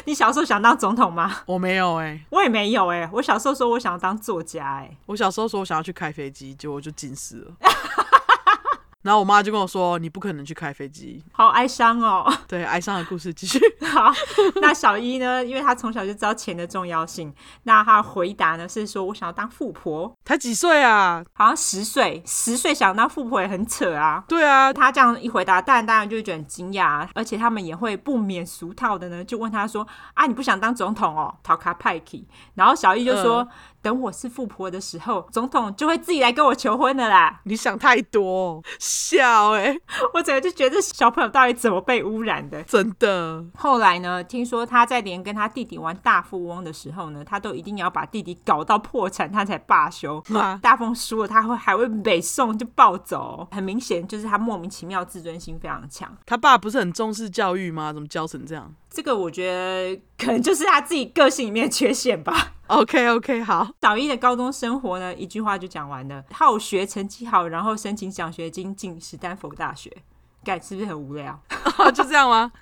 [SPEAKER 2] 你小时候想当总统吗？
[SPEAKER 1] 我没有哎、
[SPEAKER 2] 我也没有哎、我小时候说我想要当作家哎、
[SPEAKER 1] 我小时候说我想要去开飞机，结果我就近视了。 然后我妈就跟我说：“你不可能去开飞机。
[SPEAKER 2] 好哀伤哦。”
[SPEAKER 1] 对，哀伤的故事继 续。
[SPEAKER 2] 好， 那小一呢？因为他从小就知道钱的重要性，那他回答呢是说：“我想要当富婆。
[SPEAKER 1] 才几岁啊？”
[SPEAKER 2] 好像十岁，十岁想当富婆也很扯啊。
[SPEAKER 1] 对啊，
[SPEAKER 2] 他这样一回答，大人当然就会觉得很惊讶啊，而且他们也会不免俗套的呢，就问他说：“啊，你不想当总统哦？”陶卡派克。然后小一就说：“等我是富婆的时候，总统就会自己来跟我求婚的啦。
[SPEAKER 1] 你想太多，笑哎、”
[SPEAKER 2] 我整个就觉得这小朋友到底怎么被污染的？
[SPEAKER 1] 真的
[SPEAKER 2] 后来呢，听说他在连跟他弟弟玩大富翁的时候呢，他都一定要把弟弟搞到破产，他才罢休。
[SPEAKER 1] 吗？
[SPEAKER 2] 大风输了，他会还会北送就暴走，很明显就是他莫名其妙自尊心非常强。
[SPEAKER 1] 他爸不是很重视教育吗？怎么教成这样
[SPEAKER 2] 这个我觉得可能就是他自己个性里面的缺陷吧。
[SPEAKER 1] ？OK OK，好，
[SPEAKER 2] 小一的高中生活呢，一句话就讲完了。好学，成绩好，然后申请奖学金进史丹佛大学，干是不是很无聊？
[SPEAKER 1] 就这样吗？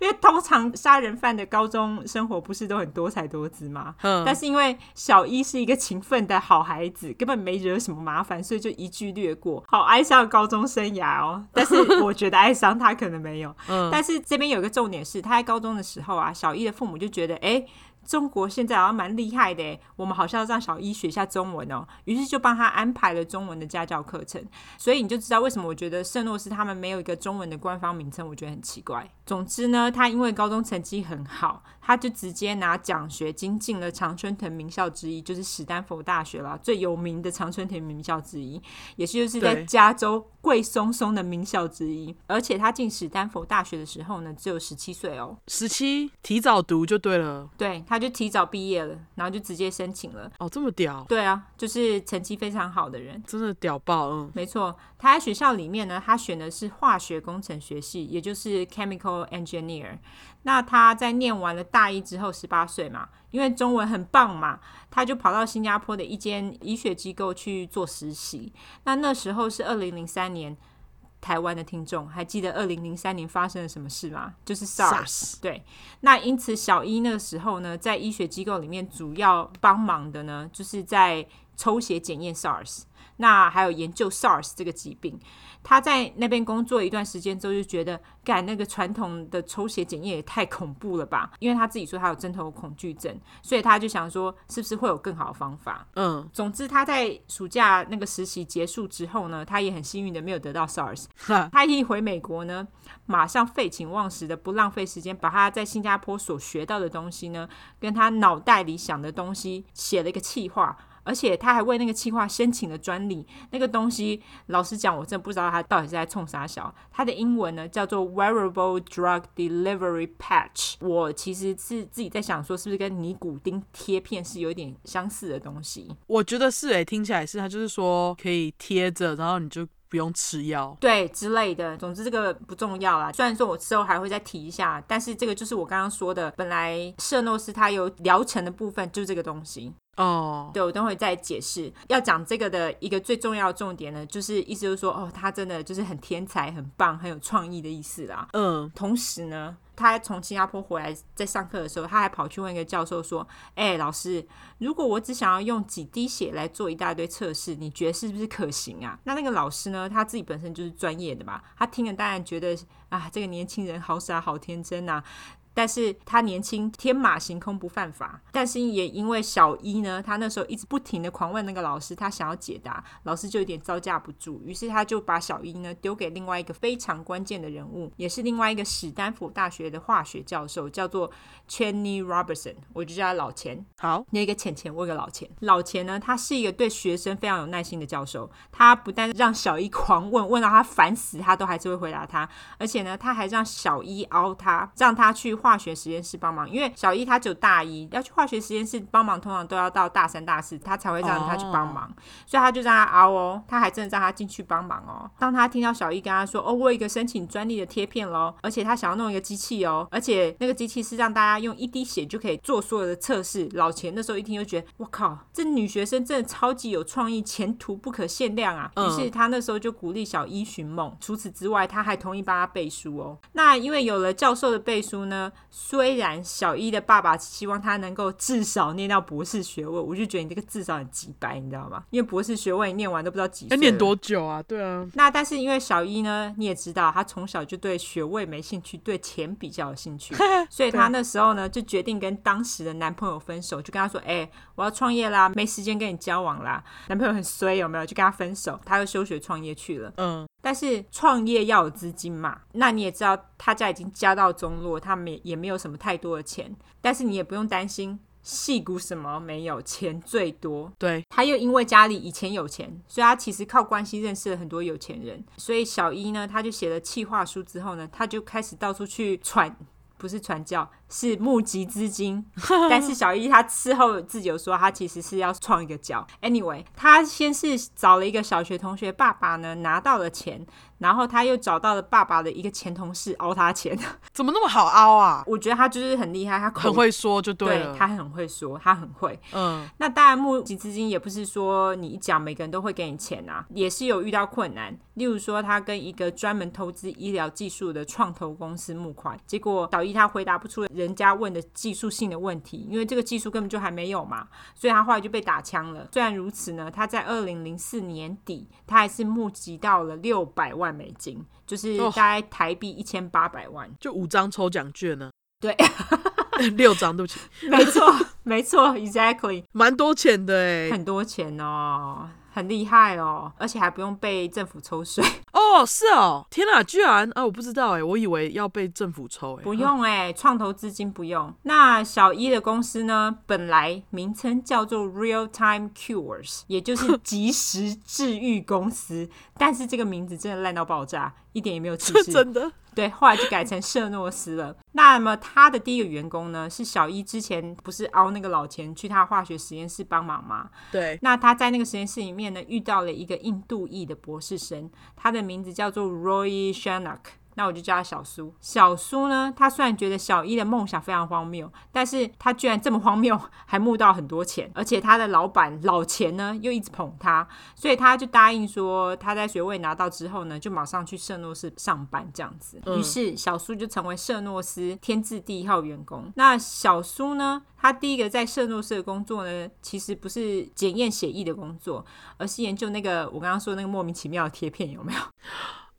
[SPEAKER 2] 因为通常杀人犯的高中生活不是都很多才多姿吗？
[SPEAKER 1] 嗯
[SPEAKER 2] 但是因为小一是一个勤奋的好孩子，根本没惹什么麻烦，所以就一句略过。好哀伤的高中生涯哦，但是我觉得哀伤他可能没有。
[SPEAKER 1] 嗯，
[SPEAKER 2] 但是这边有一个重点是，他在高中的时候啊，小一的父母就觉得，哎、中国现在好像蛮厉害的诶，我们好像要让小一学一下中文哦，于是就帮他安排了中文的家教课程。所以你就知道为什么我觉得圣诺斯他们没有一个中文的官方名称，我觉得很奇怪。总之呢，他因为高中成绩很好，他就直接拿奖学金进了常春藤名校之一，就是史丹佛大学啦，最有名的常春藤名校之一，也是就是在
[SPEAKER 1] 对
[SPEAKER 2] 加州贵松松的名校之一。而且他进史丹佛大学的时候呢，只有十七岁哦，
[SPEAKER 1] 十七提早读就对了。
[SPEAKER 2] 对，他就提早毕业了，然后就直接申请了。
[SPEAKER 1] 哦，这么屌，
[SPEAKER 2] 对啊，就是成绩非常好的人。
[SPEAKER 1] 真的屌爆，嗯，
[SPEAKER 2] 没错，他在学校里面呢，他选的是化学工程学系，也就是 chemical engineer。那他在念完了大一之后，十八岁嘛，因为中文很棒嘛，他就跑到新加坡的一间医学机构去做实习。那那时候是二零零三年，台湾的听众还记得二零零三年发生了什么事吗？就是 SARS。
[SPEAKER 1] SARS
[SPEAKER 2] 对，那因此小一那个时候呢，在医学机构里面主要帮忙的呢，就是在抽血检验 SARS，那还有研究 SARS 这个疾病。他在那边工作一段时间之后，就觉得干那个传统的抽血检验也太恐怖了吧？因为他自己说他有针头恐惧症，所以他就想说，是不是会有更好的方法？
[SPEAKER 1] 嗯，
[SPEAKER 2] 总之，他在暑假那个实习结束之后呢，他也很幸运的没有得到 SARS，
[SPEAKER 1] 哈，
[SPEAKER 2] 他一回美国呢，马上废寝忘食的不浪费时间，把他在新加坡所学到的东西呢，跟他脑袋里想的东西写了一个企划，而且他还为那个企划申请了专利。那个东西，老实讲，我真的不知道他到底是在冲啥小。他的英文呢叫做 Wearable Drug Delivery Patch。我其实是自己在想说，是不是跟尼古丁贴片是有一点相似的东西？
[SPEAKER 1] 我觉得是诶、听起来是，他就是说可以贴着，然后你就不用吃药。
[SPEAKER 2] 对之类的。总之这个不重要啦，虽然说我之后还会再提一下，但是这个就是我刚刚说的，本来舍诺斯它有疗程的部分，就是这个东西。
[SPEAKER 1] 哦，
[SPEAKER 2] 对我等会再解释。要讲这个的一个最重要的重点呢，就是意思就是说，哦，他真的就是很天才、很棒、很有创意的意思啦。
[SPEAKER 1] 嗯，
[SPEAKER 2] 同时呢，他从新加坡回来，在上课的时候，他还跑去问一个教授说：“哎、老师，如果我只想要用几滴血来做一大堆测试，你觉得是不是可行啊？”那那个老师呢，他自己本身就是专业的嘛，他听了当然觉得啊，这个年轻人好傻好天真呐、但是他年轻天马行空不犯法，但是也因为小一呢，他那时候一直不停的狂问那个老师，他想要解答，老师就有点招架不住，于是他就把小一呢丢给另外一个非常关键的人物，也是另外一个史丹佛大学的化学教授，叫做 Cheney Robertson，我就叫他老钱。
[SPEAKER 1] 好，
[SPEAKER 2] 有一个浅浅，我有一个老钱。老钱呢，他是一个对学生非常有耐心的教授。他不但让小一狂问，问到他烦死，他都还是会回答他。而且呢，他还让小一熬他，让他去化学实验室帮忙。因为小一他只有大一，要去化学实验室帮忙，通常都要到大三、大四，他才会让他去帮忙。所以他就让他熬哦，他还真的让他进去帮忙哦。当他听到小易跟他说：“哦，我有一个申请专利的贴片喽，而且他想要弄一个机器哦，而且那个机器是让大家用一滴血就可以做所有的测试。”老钱那时候一听就觉得：“我靠，这女学生真的超级有创意，前途不可限量啊！”
[SPEAKER 1] 嗯
[SPEAKER 2] 于是他那时候就鼓励小一寻梦。除此之外，他还同意帮他背书哦。那因为有了教授的背书呢，虽然小一的爸爸希望他能够至少念到博士学位，我就觉得你这个至少很鸡掰，你知道吗？因为博士学位你念完都不知道几
[SPEAKER 1] 要
[SPEAKER 2] 岁了，
[SPEAKER 1] 念多久啊？对啊，
[SPEAKER 2] 那但是因为小一呢，你也知道，他从小就对学位没兴趣，对钱比较有兴趣，所以他那时候呢就决定跟当时的男朋友分手，就跟他说：“哎、我要创业啦，没时间跟你交往啦。”男朋友很衰，有没有？就跟他分手，他又休学创业去了。
[SPEAKER 1] 嗯，
[SPEAKER 2] 但是创业要有资金嘛，那你也知道他家已经家道中落，他们也也没有什么太多的钱，但是你也不用担心，戏骨什么没有，钱最多，
[SPEAKER 1] 对，
[SPEAKER 2] 他又因为家里以前有钱，所以他其实靠关系认识了很多有钱人。所以小一呢，他就写了企划书之后呢，他就开始到处去传，不是传教，是募集资 金。但是小一他事后自己有说，他其实是要创一个教。Anyway，他先是找了一个小学同学爸爸呢拿到了钱，然后他又找到了爸爸的一个前同事凹他钱。
[SPEAKER 1] 怎么那么好凹啊？
[SPEAKER 2] 我觉得他就是很厉害，他口
[SPEAKER 1] 很会说就对
[SPEAKER 2] 对
[SPEAKER 1] 了，
[SPEAKER 2] 他很会说，他很会。
[SPEAKER 1] 嗯，
[SPEAKER 2] 那当然，募集资金也不是说你一讲每个人都会给你钱啊，也是有遇到困难。例如说，他跟一个专门投资医疗技术的创投公司募款，结果小一他回答不出人家问的技术性的问题，因为这个技术根本就还没有嘛，所以他后来就被打枪了。虽然如此呢，他在二零零四年底，他还是募集到了六百万美金，就是
[SPEAKER 1] 哦
[SPEAKER 2] 大概台币一千八百万。
[SPEAKER 1] 就五张抽奖券呢，
[SPEAKER 2] 对，
[SPEAKER 1] 六张，对不起，
[SPEAKER 2] 没错，没错，exactly。
[SPEAKER 1] 蛮多钱的哎、
[SPEAKER 2] 很多钱哦，很厉害哦，而且还不用被政府抽税，
[SPEAKER 1] 哦，是哦，天哪，居然啊，我不知道哎、我以为要被政府抽 哎、
[SPEAKER 2] 不用哎、创投资金不用。那小一的公司呢，本来名称叫做 Real Time Cures，也就是即时治愈公司， 但是这个名字真的烂到爆炸，一点也没有歧 视。
[SPEAKER 1] 真的，
[SPEAKER 2] 对，后来就改成舍诺斯了。那么他的第一个员工呢，是小一之前不是熬那个老钱去他化学实验室帮忙吗？
[SPEAKER 1] 对，
[SPEAKER 2] 那他在那个实验室里面呢，遇到了一个印度裔的博士生，他的名字叫做 Roy Shanak。那我就叫他小苏。小苏呢，他虽然觉得小一的梦想非常荒谬，但是他居然这么荒谬，还募到很多钱，而且他的老板老钱呢又一直捧他，所以他就答应说，他在学位拿到之后呢，就马上去圣诺斯上班这样子。于是小苏就成为圣诺斯天字第一号员工。那小苏呢，他第一个在圣诺斯的工作呢，其实不是检验血液的工作，而是研究那个我刚刚说那个莫名其妙的贴片有没有？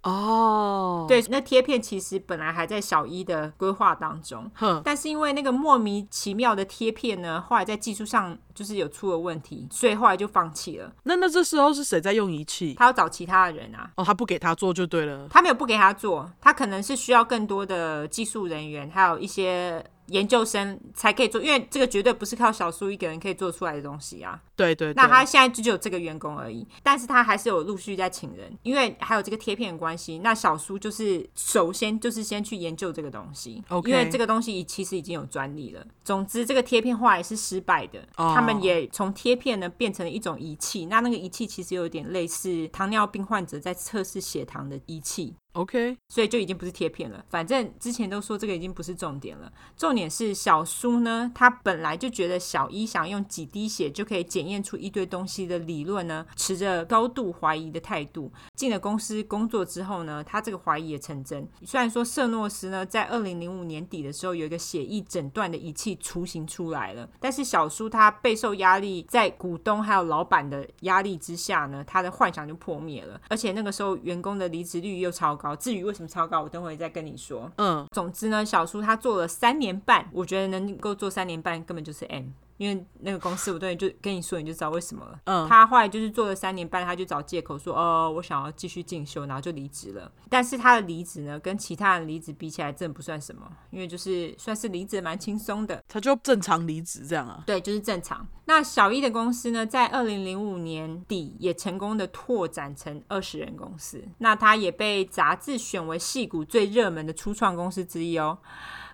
[SPEAKER 1] 哦，，
[SPEAKER 2] 对，那贴片其实本来还在小一的规划当中，
[SPEAKER 1] 哼，
[SPEAKER 2] 但是因为那个莫名其妙的贴片呢，后来在技术上就是有出了问题，所以后来就放弃了。
[SPEAKER 1] 那那这时候是谁在用仪器？
[SPEAKER 2] 他要找其他的人啊，
[SPEAKER 1] 哦，他不给他做就对了，
[SPEAKER 2] 他没有不给他做，他可能是需要更多的技术人员，还有一些研究生才可以做，因为这个绝对不是靠小苏一个人可以做出来的东西啊。
[SPEAKER 1] 对对对，
[SPEAKER 2] 那他现在就只有这个员工而已，但是他还是有陆续在请人，因为还有这个贴片的关系。那小苏就是首先就是先去研究这个东西
[SPEAKER 1] OK
[SPEAKER 2] 因为这个东西其实已经有专利了。总之，这个贴片后来是失败的
[SPEAKER 1] 哦
[SPEAKER 2] 他们也从贴片呢变成了一种仪器。那那个仪器其实有点类似糖尿病患者在测试血糖的仪器，
[SPEAKER 1] OK，
[SPEAKER 2] 所以就已经不是贴片了。反正之前都说这个已经不是重点了，重点是小苏呢，他本来就觉得小一想用几滴血就可以检验出一堆东西的理论呢，持着高度怀疑的态度。进了公司工作之后呢，他这个怀疑也成真。虽然说舍诺斯呢，在二零零五年底的时候有一个血液诊断的仪器雏形出来了，但是小苏他备受压力，在股东还有老板的压力之下呢，他的幻想就破灭了，而且那个时候员工的离职率又超高。高。至于为什么超高，我等会再跟你说。
[SPEAKER 1] 嗯，
[SPEAKER 2] 总之呢，小叔他做了三年半，我觉得能够做三年半根本就是 M，因为那个公司我对你就跟你说你就知道为什么了。
[SPEAKER 1] 嗯
[SPEAKER 2] 他后来就是做了三年半，他就找借口说，哦，我想要继续进修，然后就离职了。但是他的离职呢，跟其他人离职比起来，真的不算什么，因为就是算是离职蛮轻松的。
[SPEAKER 1] 他就正常离职这样啊。
[SPEAKER 2] 对，就是正常。那小一的公司呢，在二零零五年底也成功的拓展成二十人公司。那它也被杂志选为戏骨最热门的初创公司之一哦。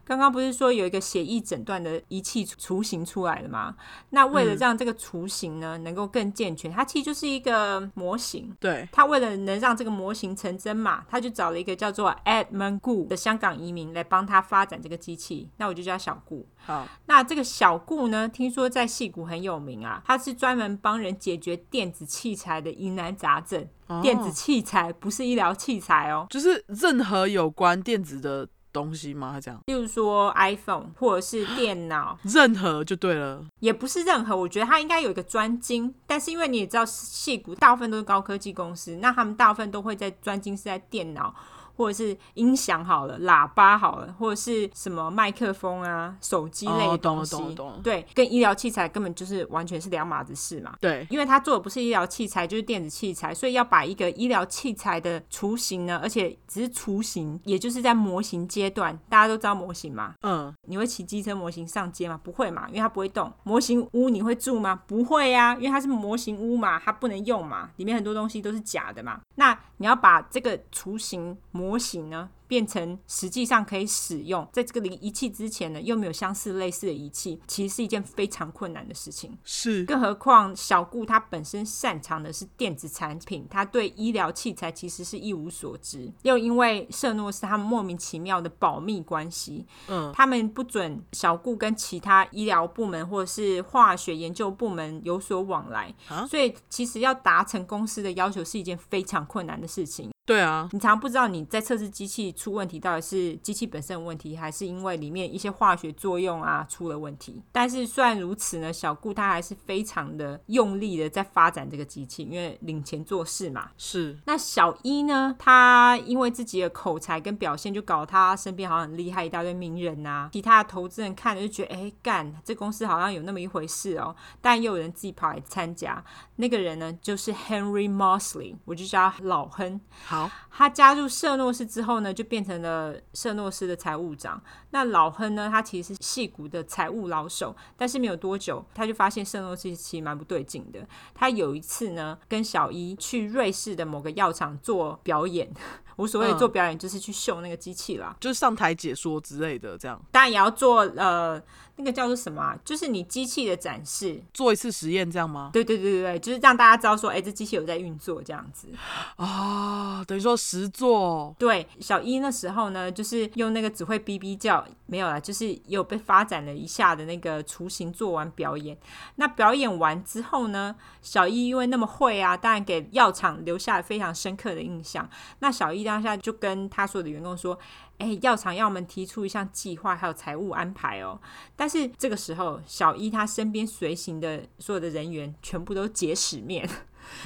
[SPEAKER 2] 刚刚不是说有一个血液诊断的仪器雏形出来了吗？那为了让这个雏形呢能够更健全，它其实就是一个模型。
[SPEAKER 1] 对，
[SPEAKER 2] 他为了能让这个模型成真嘛，他就找了一个叫做 Edmund Gu 的香港移民来帮他发展这个机器。那我就叫他小顾。
[SPEAKER 1] 好，
[SPEAKER 2] 那这个小顾呢，听说在戏谷很有名啊，他是专门帮人解决电子器材的疑难杂症。
[SPEAKER 1] 哦
[SPEAKER 2] 电子器材不是医疗器材哦，
[SPEAKER 1] 就是任何有关电子的东西吗？他这样，
[SPEAKER 2] 例如说 iPhone 或者是电脑，
[SPEAKER 1] 任何就对了。
[SPEAKER 2] 也不是任何。我觉得他应该有一个专精，但是因为你也知道，戏谷大部分都是高科技公司，那他们大部分都会在专精是在电脑。或者是音响好了，喇叭好了，或者是什么麦克风啊、手机类
[SPEAKER 1] 哦
[SPEAKER 2] 的
[SPEAKER 1] 懂了
[SPEAKER 2] 东西，
[SPEAKER 1] 懂了懂了
[SPEAKER 2] 对，跟医疗器材根本就是完全是两码子事嘛。
[SPEAKER 1] 对，
[SPEAKER 2] 因为他做的不是医疗器材，就是电子器材，所以要把一个医疗器材的雏形呢，而且只是雏形，也就是在模型阶段，大家都知道模型嘛。
[SPEAKER 1] 嗯，
[SPEAKER 2] 你会骑机车模型上街吗？不会嘛，因为它不会动。模型屋你会住吗？不会呀、因为它是模型屋嘛，它不能用嘛，里面很多东西都是假的嘛。那你要把这个雏形模型呢，变成实际上可以使用，在这个仪器之前呢，又没有相似类似的仪器，其实是一件非常困难的事情。
[SPEAKER 1] 是
[SPEAKER 2] 更何况小顾他本身擅长的是电子产品，他对医疗器材其实是一无所知。又因为社诺是他们莫名其妙的保密关系，
[SPEAKER 1] 嗯，
[SPEAKER 2] 他们不准小顾跟其他医疗部门或者是化学研究部门有所往来
[SPEAKER 1] 啊，
[SPEAKER 2] 所以其实要达成公司的要求是一件非常困难的事情。
[SPEAKER 1] 对啊，
[SPEAKER 2] 你常常不知道你在测试机器出问题，到底是机器本身有问题，还是因为里面一些化学作用啊出了问题。但是虽然如此呢，小顾他还是非常的用力的在发展这个机器，因为领钱做事嘛。
[SPEAKER 1] 是
[SPEAKER 2] 那小一呢，他因为自己的口才跟表现，就搞他身边好像很厉害一大堆名人啊，其他的投资人看了就觉得，哎、干，这公司好像有那么一回事哦。但又有人自己跑来参加，那个人呢，就是 Henry Mosley，我就叫他老亨。
[SPEAKER 1] 好，
[SPEAKER 2] 他加入社诺斯之后呢，就变成了社诺斯的财务长。那老亨呢，他其实是戏骨的财务老手，但是没有多久，他就发现社诺斯其实蛮不对劲的。他有一次呢，跟小伊去瑞士的某个药厂做表演， 无所谓
[SPEAKER 1] 嗯
[SPEAKER 2] 做表演，就是去秀那个机器啦。
[SPEAKER 1] 就是上台解说之类的，这样
[SPEAKER 2] 当然也要做呃，那个叫做什么啊、就是你机器的展示，
[SPEAKER 1] 做一次实验，这样吗？
[SPEAKER 2] 对对对对对，就是让大家知道说，哎、这机器有在运作这样子。
[SPEAKER 1] 啊、等于说实做，
[SPEAKER 2] 对，小一那时候呢，就是用那个只会哔哔叫，没有啦，就是有被发展了一下的那个雏形做完表演。那表演完之后呢，小一因为那么会啊，当然给药厂留下了非常深刻的印象。那小一当下就跟他所有的员工说。哎，药厂要我们提出一项计划，还有财务安排哦。但是这个时候，小一他身边随行的所有的人员全部都结屎面，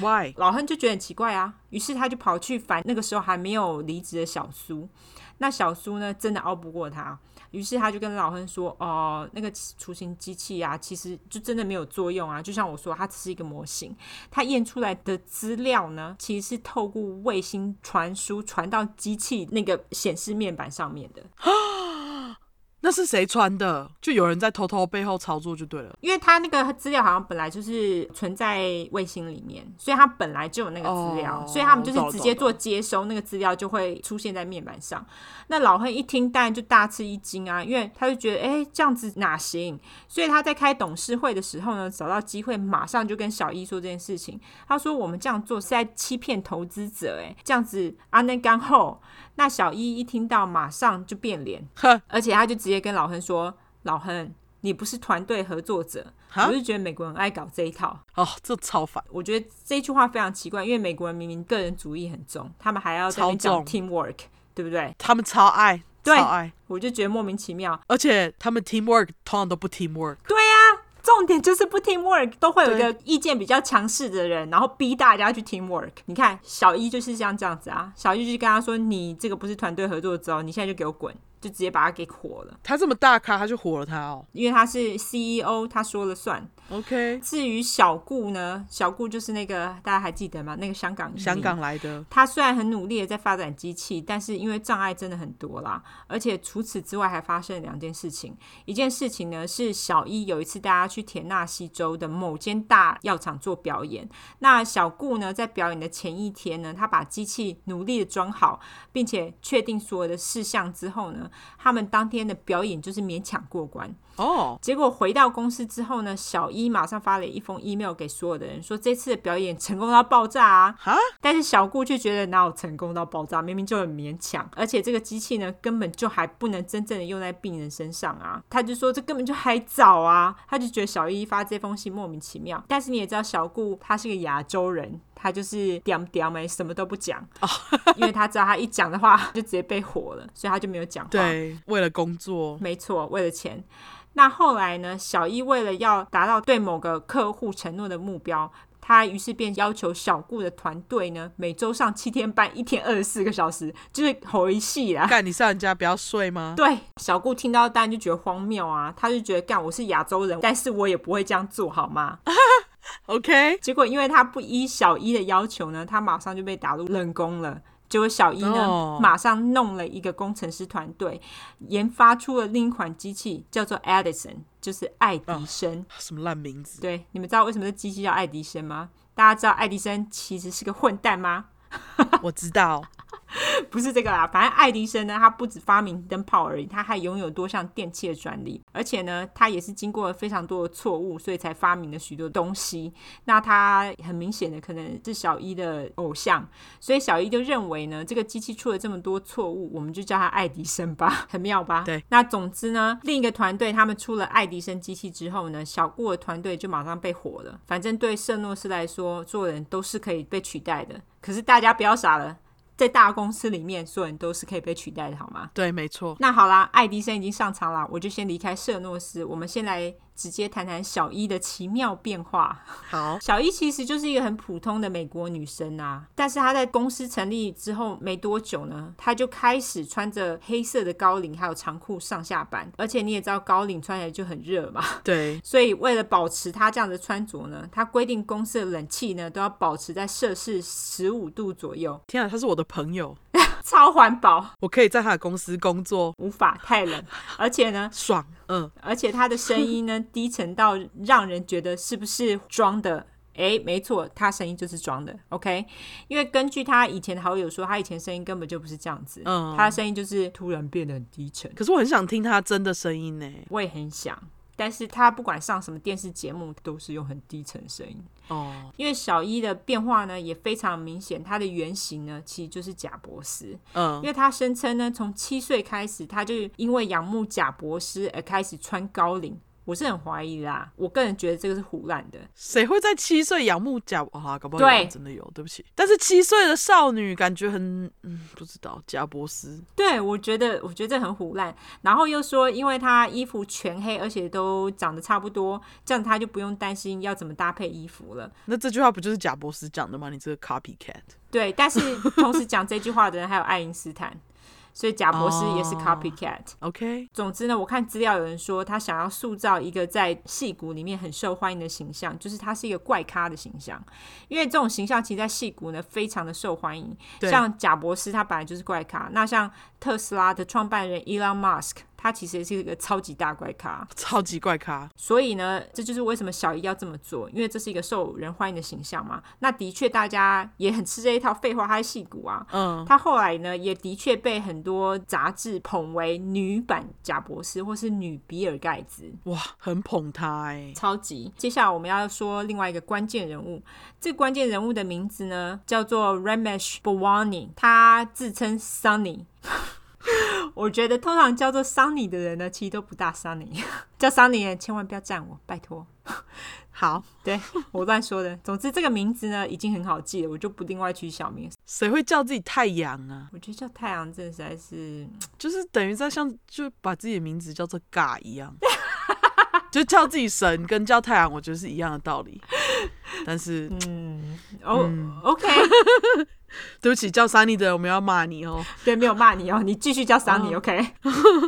[SPEAKER 1] Why？
[SPEAKER 2] 老亨就觉得很奇怪啊，于是他就跑去烦那个时候还没有离职的小苏。那小苏呢，真的熬不过他，于是他就跟老亨说：“哦，那个雏形机器啊，其实就真的没有作用啊，就像我说，它只是一个模型。它验出来的资料呢，其实是透过卫星传输传到机器那个显示面板上面的。
[SPEAKER 1] 那是谁穿的？就有人在偷偷背后操作就对了。
[SPEAKER 2] 因为它那个资料好像本来就是存在卫星里面，所以它本来就有那个资料，
[SPEAKER 1] 哦
[SPEAKER 2] 所以他们就是
[SPEAKER 1] 懂
[SPEAKER 2] 直接
[SPEAKER 1] 懂
[SPEAKER 2] 做接收，那个资料就会出现在面板上。那老亨一听，当然就大吃一惊啊，因为他就觉得，哎、这样子哪行？所以他在开董事会的时候呢，找到机会，马上就跟小一说这件事情。他说：“我们这样做是在欺骗投资者、哎，这样子阿内干后。”那小一一听到，马上就变脸，
[SPEAKER 1] 哼，
[SPEAKER 2] 而且他就直接跟老亨说：“老亨，你不是团队合作者。”
[SPEAKER 1] 哈
[SPEAKER 2] 我就觉得美国人爱搞这一套。
[SPEAKER 1] 哦，这超烦，
[SPEAKER 2] 我觉得这句话非常奇怪，因为美国人明明个人主义很重，他们还要在那边
[SPEAKER 1] 超重
[SPEAKER 2] 讲 teamwork，对不对？
[SPEAKER 1] 他们超爱，
[SPEAKER 2] 对
[SPEAKER 1] 超爱，
[SPEAKER 2] 我就觉得莫名其妙。
[SPEAKER 1] 而且他们 teamwork 通常都不 teamwork。
[SPEAKER 2] 啊重重点就是不 teamwork，都会有一个意见比较强势的人，然后逼大家去 teamwork。你看小一就是像这样子啊，小一就跟他说：“你这个不是团队合作之后，你现在就给我滚！”就直接把他给火了，
[SPEAKER 1] 他这么大咖，他就火了他哦。
[SPEAKER 2] 因为他是 CEO，他说了算。
[SPEAKER 1] OK，
[SPEAKER 2] 至于小顾呢，小顾就是那个大家还记得吗？那个香港移民
[SPEAKER 1] 香港来的，
[SPEAKER 2] 他虽然很努力的在发展机器，但是因为障碍真的很多啦，而且除此之外还发生了两件事情。一件事情呢是小一有一次大家去田纳西州的某间大药厂做表演，那小顾呢在表演的前一天呢，他把机器努力的装好，并且确定所有的事项之后呢，他们当天的表演就是勉强过关。
[SPEAKER 1] 哦，
[SPEAKER 2] 结果回到公司之后呢，小一马上发了一封 email 给所有的人，说这次的表演成功到爆炸啊！
[SPEAKER 1] 哈，
[SPEAKER 2] 但是小顾却觉得哪有成功到爆炸，明明就很勉强，而且这个机器呢，根本就还不能真正的用在病人身上啊。他就说这根本就还早啊，他就觉得小一发这封信莫名其妙。但是你也知道，小顾他是个亚洲人，他就是屌屌没什么都不讲，因为他知道他一讲的话 就直接被火了，所以他就没有讲话。
[SPEAKER 1] 对，为了工作，
[SPEAKER 2] 没错，为了钱。那后来呢？小一为了要达到对某个客户承诺的目标，他于是便要求小顾的团队呢，每周上七天班，一天二十四个小时，就是回戏啦。
[SPEAKER 1] 干你上人家不要睡吗？
[SPEAKER 2] 对，小顾听到当然就觉得荒谬啊，他就觉得干我是亚洲人，但是我也不会这样做好吗？
[SPEAKER 1] OK，
[SPEAKER 2] 结果因为他不依小一的要求呢，他马上就被打入冷宫了。结果小一呢
[SPEAKER 1] 哦
[SPEAKER 2] 马上弄了一个工程师团队，研发出了另一款机器，叫做 Edison，就是爱迪生。
[SPEAKER 1] 什么烂名字？
[SPEAKER 2] 对，你们知道为什么这机器叫爱迪生吗？大家知道爱迪生其实是个混蛋吗？
[SPEAKER 1] 我知道，
[SPEAKER 2] 不是这个啦，反正爱迪生呢，他不止发明灯泡而已，他还拥有多项电器的专利，而且呢，他也是经过了非常多的错误，所以才发明了许多东西。那他很明显的可能是小一的偶像，所以小一就认为呢，这个机器出了这么多错误，我们就叫它爱迪生吧， 很妙吧？
[SPEAKER 1] 对。
[SPEAKER 2] 那总之呢，另一个团队他们出了爱迪生机器之后呢，小顾的团队就马上被火了。反正对圣诺斯来说，做人都是可以被取代的，可是大家不要傻了。在大公司里面，所有人都是可以被取代的，好吗？
[SPEAKER 1] 对，没错。
[SPEAKER 2] 那好啦，爱迪生已经上场啦，我就先离开舍诺斯，我们先来直接谈谈小一的奇妙变化。
[SPEAKER 1] 好，
[SPEAKER 2] 小一其实就是一个很普通的美国女生啊，但是她在公司成立之后没多久呢，她就开始穿着黑色的高领还有长裤上下班，而且你也知道高领穿起来就很热嘛，
[SPEAKER 1] 对，
[SPEAKER 2] 所以为了保持她这样的穿着呢，她规定公司的冷气呢都要保持在摄氏十五度左右，
[SPEAKER 1] 天啊，他是我的朋友，
[SPEAKER 2] 超环保。
[SPEAKER 1] 我可以在他的公司工作，
[SPEAKER 2] 无法太冷，而且呢，
[SPEAKER 1] 爽。嗯，
[SPEAKER 2] 而且他的声音呢 低沉到让人觉得是不是装的。诶，没错，他声音就是装的，OK？因为根据他以前的好友说，他以前声音根本就不是这样子，
[SPEAKER 1] 嗯
[SPEAKER 2] 他的声音就是突然变得很低沉。
[SPEAKER 1] 可是我很想听他真的声音呢。
[SPEAKER 2] 我也很想，但是他不管上什么电视节目，都是用很低沉的声音。
[SPEAKER 1] 哦，
[SPEAKER 2] 因为小一的变化呢也非常明显，他的原型呢其实就是贾博士，因
[SPEAKER 1] 嗯，
[SPEAKER 2] 为他声称呢，从七岁开始，他就因为仰慕贾博士而开始穿高领。我是很怀疑啦，我个人觉得这个是胡乱的。
[SPEAKER 1] 谁会在七岁仰慕贾？啊、搞不好有
[SPEAKER 2] 对
[SPEAKER 1] 人真的有，对不起。但是七岁的少女感觉很，嗯，不知道贾博斯。
[SPEAKER 2] 对，我觉得我觉得这很胡乱。然后又说，因为他衣服全黑，而且都长得差不多，这样他就不用担心要怎么搭配衣服了。
[SPEAKER 1] 那这句话不就是贾博斯讲的吗？你这个 copycat。
[SPEAKER 2] 对，但是同时讲这句话的人还有爱因斯坦，所以贾博士也是
[SPEAKER 1] 哦
[SPEAKER 2] copycat。
[SPEAKER 1] OK，
[SPEAKER 2] 总之呢，我看资料有人说他想要塑造一个在戏骨里面很受欢迎的形象，就是他是一个怪咖的形象，因为这种形象其实，在戏骨呢非常的受欢迎。
[SPEAKER 1] 对
[SPEAKER 2] 像贾博士他本来就是怪咖，那像特斯拉的创办人 Elon Musk，他其实也是一个超级大怪咖。
[SPEAKER 1] 超级怪咖。
[SPEAKER 2] 所以呢，这就是为什么小一要这么做，因为这是一个受人欢迎的形象嘛。那的确，大家也很吃这一套废话，他是戏骨啊。
[SPEAKER 1] 嗯，
[SPEAKER 2] 她后来呢，也的确被很多杂志捧为女版贾博士，或是女比尔盖茨，
[SPEAKER 1] 哇，很捧他哎、
[SPEAKER 2] 超级。接下来我们要说另外一个关键人物，这个关键人物的名字呢叫做 Ramesh Bawani，他自称 Sunny。我觉得通常叫做 Sunny 的人呢，其实都不大 Sunny，叫 Sunny 的人千万不要赞我，拜托。
[SPEAKER 1] 好，
[SPEAKER 2] 对我乱说的。总之，这个名字呢已经很好记了，我就不另外取小名。
[SPEAKER 1] 谁会叫自己太阳啊？
[SPEAKER 2] 我觉得叫太阳真的实在是
[SPEAKER 1] 就是等于在像就把自己的名字叫做“尬”一样。 就叫自己神跟叫太阳，我觉得是一样的道理。但是
[SPEAKER 2] 嗯哦、o k
[SPEAKER 1] 对不起，叫 Sunny 的人，我们要骂你哦。
[SPEAKER 2] 对，没有骂你哦，你继续叫 Sunny，OK、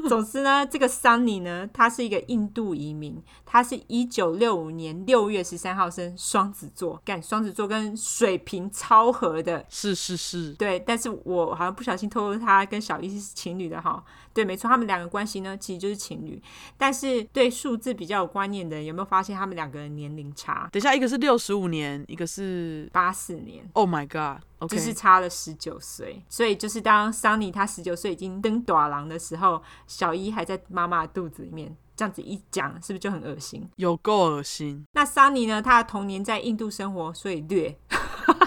[SPEAKER 2] 总之呢，这个 Sunny 呢，他是一个印度移民，他是一九六五年六月十三号生，双子座，干双子座跟水瓶超合的。
[SPEAKER 1] 是是是，
[SPEAKER 2] 对，但是我好像不小心透露他跟小一是情侣的哈。对，没错，他们两个关系呢，其实就是情侣。但是对数字比较有观念的人，有没有发现他们两个人年龄差
[SPEAKER 1] 等一下，一个是六十五年，一个是
[SPEAKER 2] 八四年？
[SPEAKER 1] Oh my God，OK，、
[SPEAKER 2] 就是差了十九岁，所以就是当桑尼他十九岁已经登短廊的时候，小一还在妈妈的肚子里面。这样子一讲，是不是就很恶心？
[SPEAKER 1] 有够恶心。
[SPEAKER 2] 那桑尼呢？他的童年在印度生活，所以略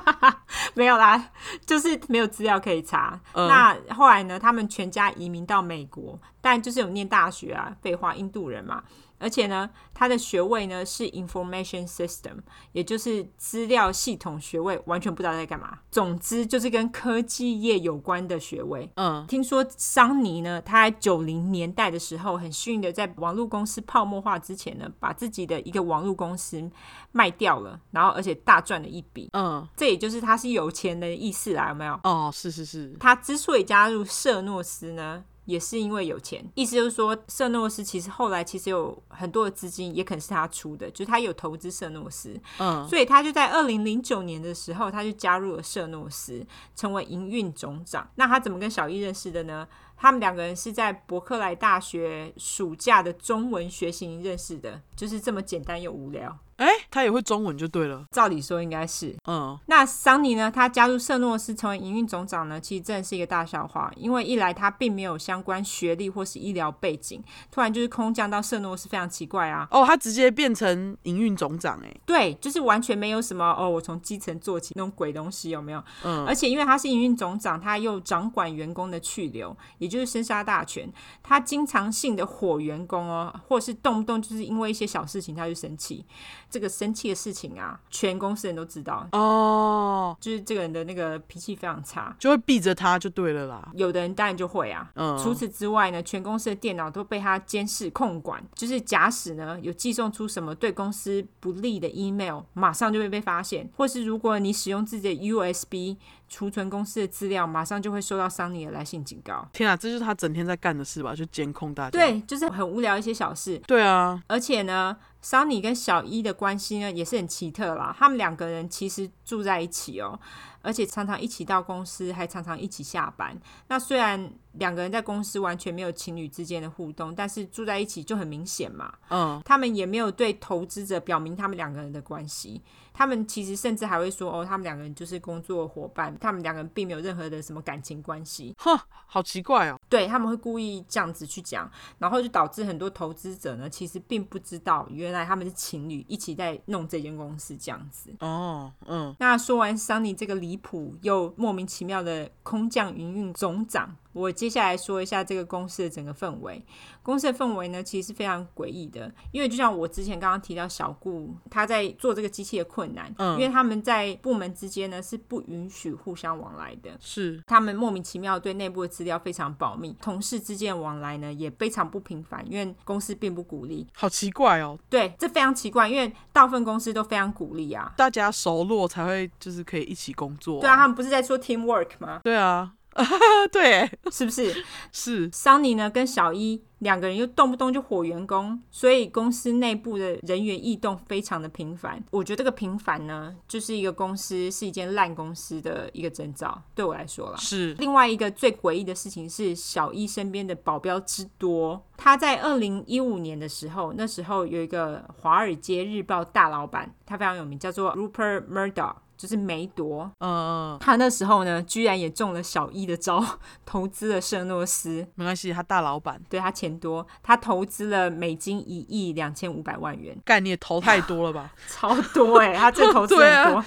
[SPEAKER 2] 没有啦，就是没有资料可以查。
[SPEAKER 1] 嗯
[SPEAKER 2] 那后来呢？他们全家移民到美国，但就是有念大学啊，废话，印度人嘛。而且呢，他的学位呢是 Information System，也就是资料系统学位，完全不知道在干嘛。总之就是跟科技业有关的学位。
[SPEAKER 1] 嗯，
[SPEAKER 2] 听说桑尼呢，他在九零年代的时候，很幸运的在网络公司泡沫化之前呢，把自己的一个网络公司卖掉了，然后而且大赚了一笔。
[SPEAKER 1] 嗯，
[SPEAKER 2] 这也就是他是有钱的意思啦，有没有？
[SPEAKER 1] 哦，是是是，
[SPEAKER 2] 他之所以加入社诺斯呢，也是因为有钱。意思就是说，社诺斯其实后来其实有很多的资金，也可能是他出的，就是他有投资社诺斯，
[SPEAKER 1] 嗯，
[SPEAKER 2] 所以他就在二零零九年的时候，他就加入了社诺斯，成为营运总长。那他怎么跟小一认识的呢？他们两个人是在伯克莱大学暑假的中文学习营认识的，就是这么简单又无聊。
[SPEAKER 1] 哎、他也会中文就对了。
[SPEAKER 2] 照理说应该是，
[SPEAKER 1] 嗯，
[SPEAKER 2] 那桑尼呢？他加入圣诺斯成为营运总长呢，其实真的是一个大笑话，因为一来他并没有相关学历或是医疗背景，突然就是空降到圣诺斯，非常奇怪啊。
[SPEAKER 1] 哦，他直接变成营运总长哎、
[SPEAKER 2] 对，就是完全没有什么哦，我从基层做起那种鬼东西有没有？
[SPEAKER 1] 嗯
[SPEAKER 2] 而且因为他是营运总长，他又掌管员工的去留，也就是生杀大权。他经常性的火员工哦，或是动不动就是因为一些小事情他就生气，这个生气的事情啊，全公司人都知道，
[SPEAKER 1] 哦，
[SPEAKER 2] 就是这个人的那个脾气非常差。
[SPEAKER 1] 就会避着他就对了啦。
[SPEAKER 2] 有的人当然就会啊。
[SPEAKER 1] 嗯，
[SPEAKER 2] 除此之外呢，全公司的电脑都被他监视控管，就是假使呢有寄送出什么对公司不利的 email，马上就会被发现；或是如果你使用自己的 USB 储存公司的资料，马上就会收到桑尼的来信警告。
[SPEAKER 1] 天啊，这就是他整天在干的事吧？就监控大家。
[SPEAKER 2] 对，就是很无聊一些小事。
[SPEAKER 1] 对啊，
[SPEAKER 2] 而且呢，桑尼跟小一的关系呢也是很奇特啦。他们两个人其实住在一起哦，而且常常一起到公司，还常常一起下班。那虽然两个人在公司完全没有情侣之间的互动，但是住在一起就很明显嘛。
[SPEAKER 1] 嗯，
[SPEAKER 2] 他们也没有对投资者表明他们两个人的关系。他们其实甚至还会说，哦，他们两个人就是工作伙伴，他们两个人并没有任何的什么感情关系。
[SPEAKER 1] 哼，好奇怪哦。
[SPEAKER 2] 对他们会故意这样子去讲，然后就导致很多投资者呢，其实并不知道原来他们是情侣，一起在弄这间公司这样子。
[SPEAKER 1] 哦，嗯，
[SPEAKER 2] 那说完桑尼这个离谱又莫名其妙的空降营运总长，我接下来说一下这个公司的整个氛围。公司的氛围呢，其实是非常诡异的，因为就像我之前刚刚提到小顾他在做这个机器的困难，
[SPEAKER 1] 嗯
[SPEAKER 2] 因为他们在部门之间呢是不允许互相往来的，
[SPEAKER 1] 是，
[SPEAKER 2] 他们莫名其妙对内部的资料非常保密，同事之间往来呢也非常不频繁，因为公司并不鼓励。
[SPEAKER 1] 好奇怪哦。
[SPEAKER 2] 对，这非常奇怪，因为大部分公司都非常鼓励啊。
[SPEAKER 1] 大家熟络才会就是可以一起工作。
[SPEAKER 2] 对啊，，他们不是在说 teamwork 吗？
[SPEAKER 1] 对啊， 对耶，
[SPEAKER 2] 是不是？
[SPEAKER 1] 是，
[SPEAKER 2] 桑尼呢跟小一两个人又动不动就火员工，所以公司内部的人员异动非常的频繁。我觉得这个频繁呢，就是一个公司是一间烂公司的一个征兆，对我来说啦。
[SPEAKER 1] 是，
[SPEAKER 2] 另外一个最诡异的事情是，小一身边的保镖之多。他在二零一五年的时候，那时候有一个《华尔街日报》大老板，他非常有名，叫做 Rupert Murdoch，就是梅铎。
[SPEAKER 1] 嗯，
[SPEAKER 2] 他那时候呢，居然也中了小一的招，投资了圣诺斯，
[SPEAKER 1] 没关系，他大老板，
[SPEAKER 2] 对他钱多，他投资了美金一亿两千五百万元，
[SPEAKER 1] 概念投太多了 吧？
[SPEAKER 2] 超多哎、他这投资
[SPEAKER 1] 对啊
[SPEAKER 2] 很多。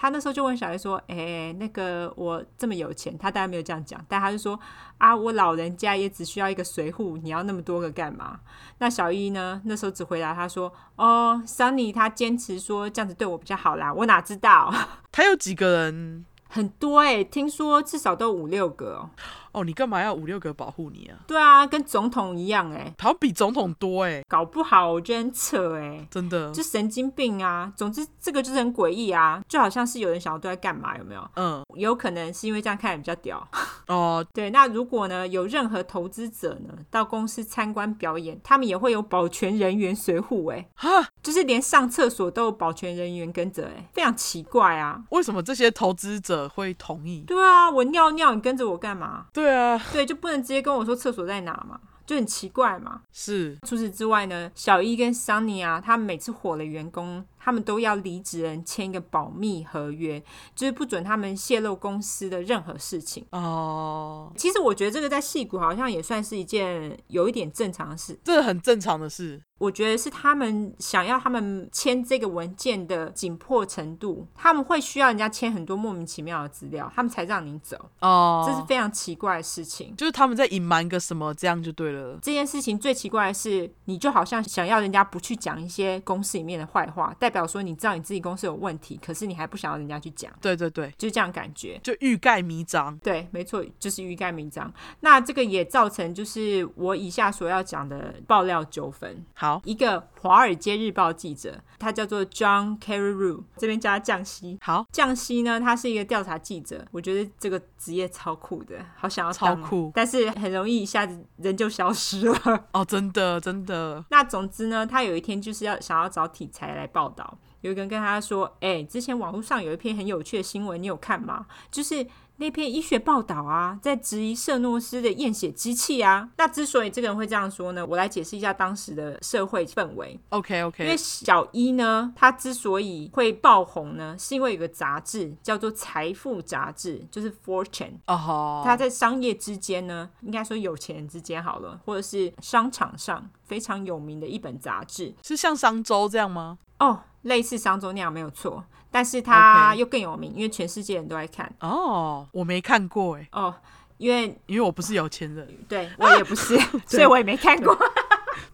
[SPEAKER 2] 他那时候就问小叶说：“哎、那个我这么有钱，他当然没有这样讲，但他就说啊，我老人家也只需要一个随护，你要那么多个干嘛？”那小一呢，那时候只回答他说：“哦，Sunny 他坚持说这样子对我比较好啦，我哪知道欸
[SPEAKER 1] 他有几个人？
[SPEAKER 2] 很多哎、听说至少都五六个哦。
[SPEAKER 1] 哦，你干嘛要五六个保护你啊？
[SPEAKER 2] 对啊，跟总统一样哎、
[SPEAKER 1] 好像比总统多哎、
[SPEAKER 2] 搞不好我觉得很扯哎、
[SPEAKER 1] 真的
[SPEAKER 2] 就。神经病啊！总之这个就是很诡异啊，就好像是有人想要对他干嘛，有没有？
[SPEAKER 1] 嗯，
[SPEAKER 2] 有可能是因为这样看起来比较屌。
[SPEAKER 1] 哦，
[SPEAKER 2] 对，那如果呢有任何投资者呢到公司参观表演，他们也会有保全人员随护，哎，
[SPEAKER 1] 哈，
[SPEAKER 2] 就是连上厕所都有保全人员跟着，哎，非常奇怪啊。
[SPEAKER 1] 为什么这些投资者会同意？
[SPEAKER 2] 对啊，我尿尿你跟着我干嘛？
[SPEAKER 1] 对啊，
[SPEAKER 2] 对，就不能直接跟我说厕所在哪嘛，就很奇怪嘛。
[SPEAKER 1] 是
[SPEAKER 2] 除此之外呢，小伊跟桑尼啊，他们每次火了员工，他们都要离职人签一个保密合约，就是不准他们泄露公司的任何事情。
[SPEAKER 1] 哦，
[SPEAKER 2] 其实我觉得这个在戏骨好像也算是一件有一点正常的事。
[SPEAKER 1] 这很正常的事。
[SPEAKER 2] 我觉得是他们想要他们签这个文件的紧迫程度，他们会需要人家签很多莫名其妙的资料，他们才让你走，
[SPEAKER 1] 哦，
[SPEAKER 2] 这是非常奇怪的事情。
[SPEAKER 1] 就是他们在隐瞒个什么，这样就对了。
[SPEAKER 2] 这件事情最奇怪的是，你就好像想要人家不去讲一些公司里面的坏话，代表说你知道你自己公司有问题，可是你还不想要人家去讲，
[SPEAKER 1] 对对对，
[SPEAKER 2] 就这样感觉。
[SPEAKER 1] 就欲盖弥彰。
[SPEAKER 2] 对，没错，就是欲盖弥彰。那这个也造成就是我以下所要讲的爆料纠纷。
[SPEAKER 1] 好，
[SPEAKER 2] 一个《华尔街日报》记者，他叫做 John Carreyrou，这边叫他降息。
[SPEAKER 1] 好，
[SPEAKER 2] 降息呢，他是一个调查记者，我觉得这个职业超酷的，好想要当哦
[SPEAKER 1] 超酷
[SPEAKER 2] 但是很容易一下子人就消失了。
[SPEAKER 1] 哦，真的真的，
[SPEAKER 2] 那总之呢，他有一天就是要想要找题材来报道。有一个人跟他说：“哎、之前网络上有一篇很有趣的新闻，你有看吗？就是那篇医学报道啊，在质疑舍诺斯的验血机器啊。那之所以这个人会这样说呢，我来解释一下当时的社会氛围。
[SPEAKER 1] OK
[SPEAKER 2] 因为
[SPEAKER 1] OK，
[SPEAKER 2] 小一呢，他之所以会爆红呢，是因为有个杂志叫做《财富杂志》，就是 Fortune。
[SPEAKER 1] 哦吼，
[SPEAKER 2] 他在商业之间呢，应该说有钱人之间好了，或者是商场上非常有名的一本杂志
[SPEAKER 1] 是像商周这样吗？
[SPEAKER 2] 哦，类似商周那样没有错，但是它
[SPEAKER 1] OK
[SPEAKER 2] 又更有名，因为全世界人都在看
[SPEAKER 1] 哦，我没看过哎，
[SPEAKER 2] 哦。因为
[SPEAKER 1] 因为我不是有钱人。
[SPEAKER 2] 对我也不是，所以我也没看过。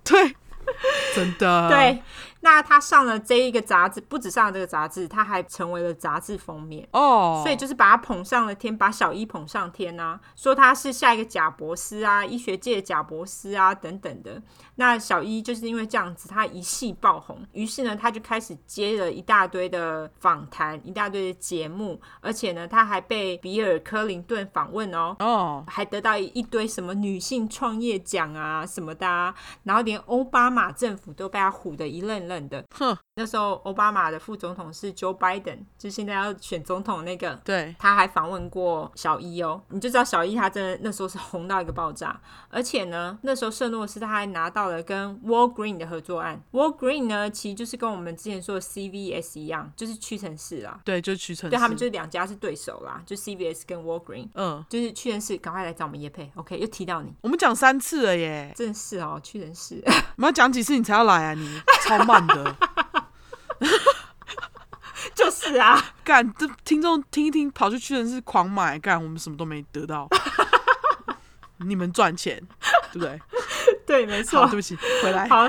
[SPEAKER 1] 对， 真的。，
[SPEAKER 2] 对，那他上了这一个杂志，不止上了这个杂志，他还成为了杂志封面。
[SPEAKER 1] 哦，
[SPEAKER 2] 所以就是把他捧上了天，把小一捧上天啊，说他是下一个贾博士啊，医学界的贾博士啊等等的。那小一就是因为这样子，他一系爆红，于是呢，他就开始接了一大堆的访谈，一大堆的节目，而且呢，他还被比尔·克林顿访问哦。
[SPEAKER 1] 哦，
[SPEAKER 2] 还得到一堆什么女性创业奖啊什么的、啊，然后连奥巴马政府都被他唬得一愣愣的。
[SPEAKER 1] 哼，
[SPEAKER 2] 那时候奥巴马的副总统是 Joe Biden，就现在要选总统那个
[SPEAKER 1] 对，
[SPEAKER 2] 他还访问过小一哦，你就知道小一他真的那时候是红到一个爆炸，而且呢，那时候圣诺斯他还拿到了跟 Wall Green 的合作案。Wall Green 呢，其实就是跟我们之前说的 CVS 一样，就是屈臣氏啦，
[SPEAKER 1] 对，就是屈臣氏。
[SPEAKER 2] 对他们就是两家是对手啦，就 CVS 跟 Wall Green，
[SPEAKER 1] 嗯，
[SPEAKER 2] 就是屈臣氏，赶快来找我们叶配，OK，又提到你，
[SPEAKER 1] 我们讲三次了耶，
[SPEAKER 2] 真的是哦，屈臣氏。
[SPEAKER 1] 我们要讲几次你才要来啊？你超慢的，
[SPEAKER 2] 就是啊，
[SPEAKER 1] 干这听众听一听，跑去屈臣氏狂买，干我们什么都没得 到，你们赚钱，对不 对？
[SPEAKER 2] 对，没
[SPEAKER 1] 好，
[SPEAKER 2] 错
[SPEAKER 1] 对。不起，回来。
[SPEAKER 2] 好，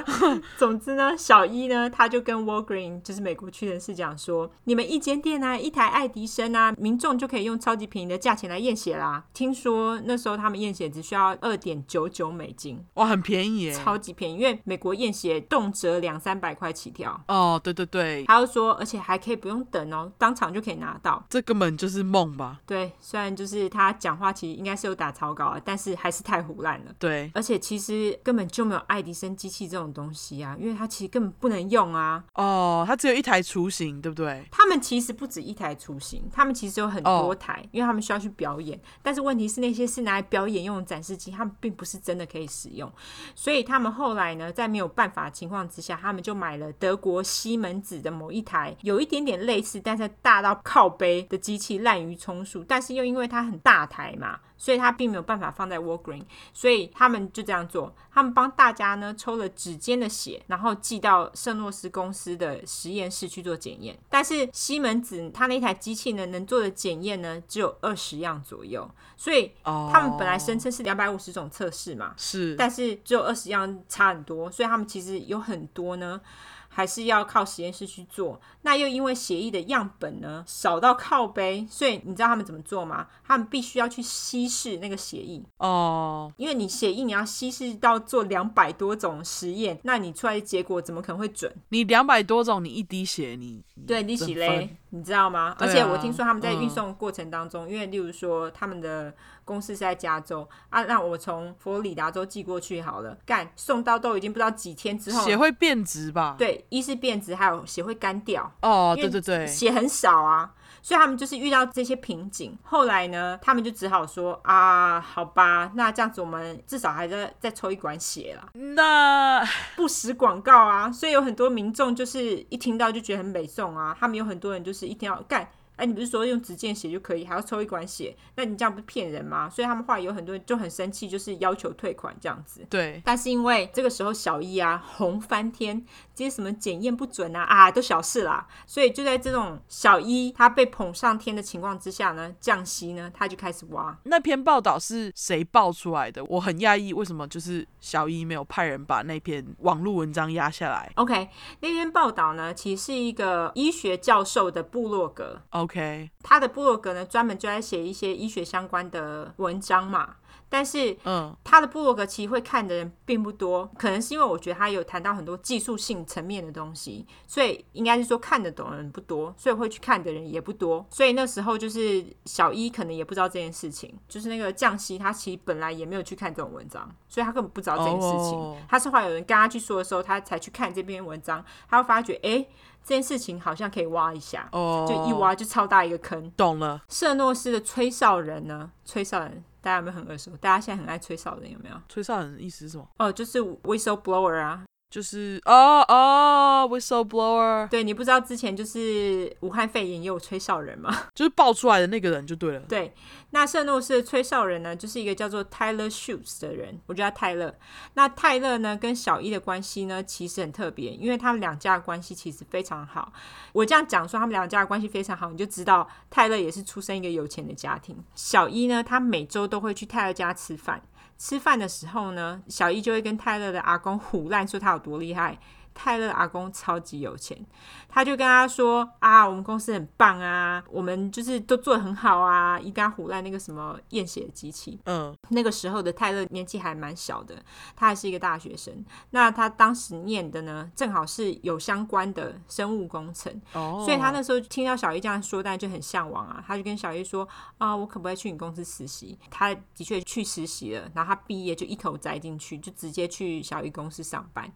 [SPEAKER 2] 总之呢，小一呢，他就跟 Walgreen 就是美国屈臣氏讲说，你们一间店啊，一台爱迪生啊，民众就可以用超级便宜的价钱来验血啦。听说那时候他们验血只需要二点九九美金，
[SPEAKER 1] 哇，很便宜耶。
[SPEAKER 2] 超级便宜，因为美国验血动辄两三百块起跳。
[SPEAKER 1] 哦，对对对，
[SPEAKER 2] 他又说，而且还可以不用等哦，当场就可以拿到。
[SPEAKER 1] 这根本就是梦吧？
[SPEAKER 2] 对，虽然就是他讲话其实应该是有打草稿啊，但是还是太胡乱了。
[SPEAKER 1] 对，
[SPEAKER 2] 而且其实根本就没有爱迪生机器这种东西啊，因为它其实根本不能用啊。
[SPEAKER 1] 哦，它只有一台雏形，对不对？
[SPEAKER 2] 他们其实不止一台雏形，他们其实有很多
[SPEAKER 1] 哦
[SPEAKER 2] 台因为他们需要去表演。但是问题是，那些是拿来表演用的展示机，他们并不是真的可以使用。所以他们后来呢，在没有办法的情况之下，他们就买了德国西门子的某一台，有一点点类似，但是大到靠背的机器滥竽充数。但是又因为它很大台嘛，所以它并没有办法放在 w a l g r e e n 所以他们就这样做。他们帮大家呢抽了指尖的血，然后寄到圣诺斯公司的实验室去做检验。但是西门子他那台机器呢，能做的检验呢只有二十样左右，所以
[SPEAKER 1] 哦
[SPEAKER 2] 他们本来声称是两百五十种测试嘛，
[SPEAKER 1] 是
[SPEAKER 2] 但是只有二十样差很多，所以他们其实有很多呢，还是要靠实验室去做。那又因为协议的样本呢少到靠背，所以你知道他们怎么做吗？他们必须要去稀释那个协议，
[SPEAKER 1] 哦，
[SPEAKER 2] 因为你协议你要稀释到做两百多种实验，那你出来的结果怎么可能会准？
[SPEAKER 1] 你两百多种，你一滴血，你
[SPEAKER 2] 对，利息
[SPEAKER 1] 整
[SPEAKER 2] 嘞
[SPEAKER 1] 分，
[SPEAKER 2] 你知道吗？而
[SPEAKER 1] 对
[SPEAKER 2] 且
[SPEAKER 1] 啊
[SPEAKER 2] 我听说他们在运
[SPEAKER 1] 嗯
[SPEAKER 2] 送过程当中，因为例如说他们的公司是在加州啊，那我从佛罗里达州寄过去好了，干送到都已经不知道几天之后，
[SPEAKER 1] 血会变质吧？
[SPEAKER 2] 对，一是变质，还有血会干掉，
[SPEAKER 1] 哦，
[SPEAKER 2] 因
[SPEAKER 1] 对对
[SPEAKER 2] 为
[SPEAKER 1] 对，
[SPEAKER 2] 血很少啊。所以他们就是遇到这些瓶颈，后来呢，他们就只好说啊，好吧，那这样子我们至少还在再抽一管血啦，
[SPEAKER 1] 那
[SPEAKER 2] 不实广告啊，所以有很多民众就是一听到就觉得很北宋啊，他们有很多人就是一定要干。哎，你不是说用指尖血就可以，还要抽一管血？那你这样不是骗人吗？所以他们后来有很多人就很生气，就是要求退款这样子。
[SPEAKER 1] 对
[SPEAKER 2] 但是因为这个时候小一啊红翻天，这些什么检验不准啊啊都小事啦，所以就在这种小一他被捧上天的情况之下呢，降息呢他就开始挖，
[SPEAKER 1] 那篇报道是谁爆出来的？我很讶异，为什么就是小一没有派人把那篇网络文章压下来
[SPEAKER 2] OK，那篇报道呢，其实是一个医学教授的部落格，
[SPEAKER 1] ？OK，
[SPEAKER 2] 他的部落格呢专门就在写一些医学相关的文章嘛。但是
[SPEAKER 1] 嗯，
[SPEAKER 2] 他的部落格其实会看的人并不多，可能是因为我觉得他有谈到很多技术性层面的东西，所以应该是说看得懂的人不多，所以会去看的人也不多。所以那时候就是小一可能也不知道这件事情，就是那个降息，他其实本来也没有去看这种文章，所以他根本不知道这件事情。
[SPEAKER 1] 哦
[SPEAKER 2] 他是后来有人跟他去说的时候，他才去看这篇文章，他会发觉，诶，这件事情好像可以挖一下，
[SPEAKER 1] 哦，
[SPEAKER 2] 就一挖就超大一个坑。
[SPEAKER 1] 懂了，
[SPEAKER 2] 圣诺斯的吹哨人呢？吹哨人，大家有没有很耳熟？大家现在很爱吹哨人，有没有？
[SPEAKER 1] 吹哨人的意思是什么？
[SPEAKER 2] 哦，就是 whistleblower 啊。
[SPEAKER 1] 就是哦哦，whistleblower，
[SPEAKER 2] 对，你不知道之前就是武汉肺炎也有吹哨人嘛？
[SPEAKER 1] 就是爆出来的那个人就对了。
[SPEAKER 2] 对，那圣诺斯的吹哨人呢，就是一个叫做 Tyler Shoots 的人，我叫他泰勒。那泰勒呢，跟小一的关系呢，其实很特别，因为他们两家的关系其实非常好。我这样讲说他们两家的关系非常好，你就知道泰勒也是出生一个有钱的家庭。小一呢，他每周都会去泰勒家吃饭。吃饭的时候呢，小一就会跟泰勒的阿公胡乱说他有多厉害。泰勒的阿公超级有钱，他就跟他说啊，我们公司很棒啊，我们就是都做得很好啊，一干胡烂那个什么验血的机器。
[SPEAKER 1] 嗯，
[SPEAKER 2] 那个时候的泰勒年纪还蛮小的，他还是一个大学生。那他当时念的呢，正好是有相关的生物工程，
[SPEAKER 1] 哦，
[SPEAKER 2] 所以他那时候听到小姨这样说，当然就很向往啊。他就跟小姨说：“啊、我可不可以去你公司实习？”他的确去实习了，然后他毕业就一头栽进去，就直接去小姨公司上班。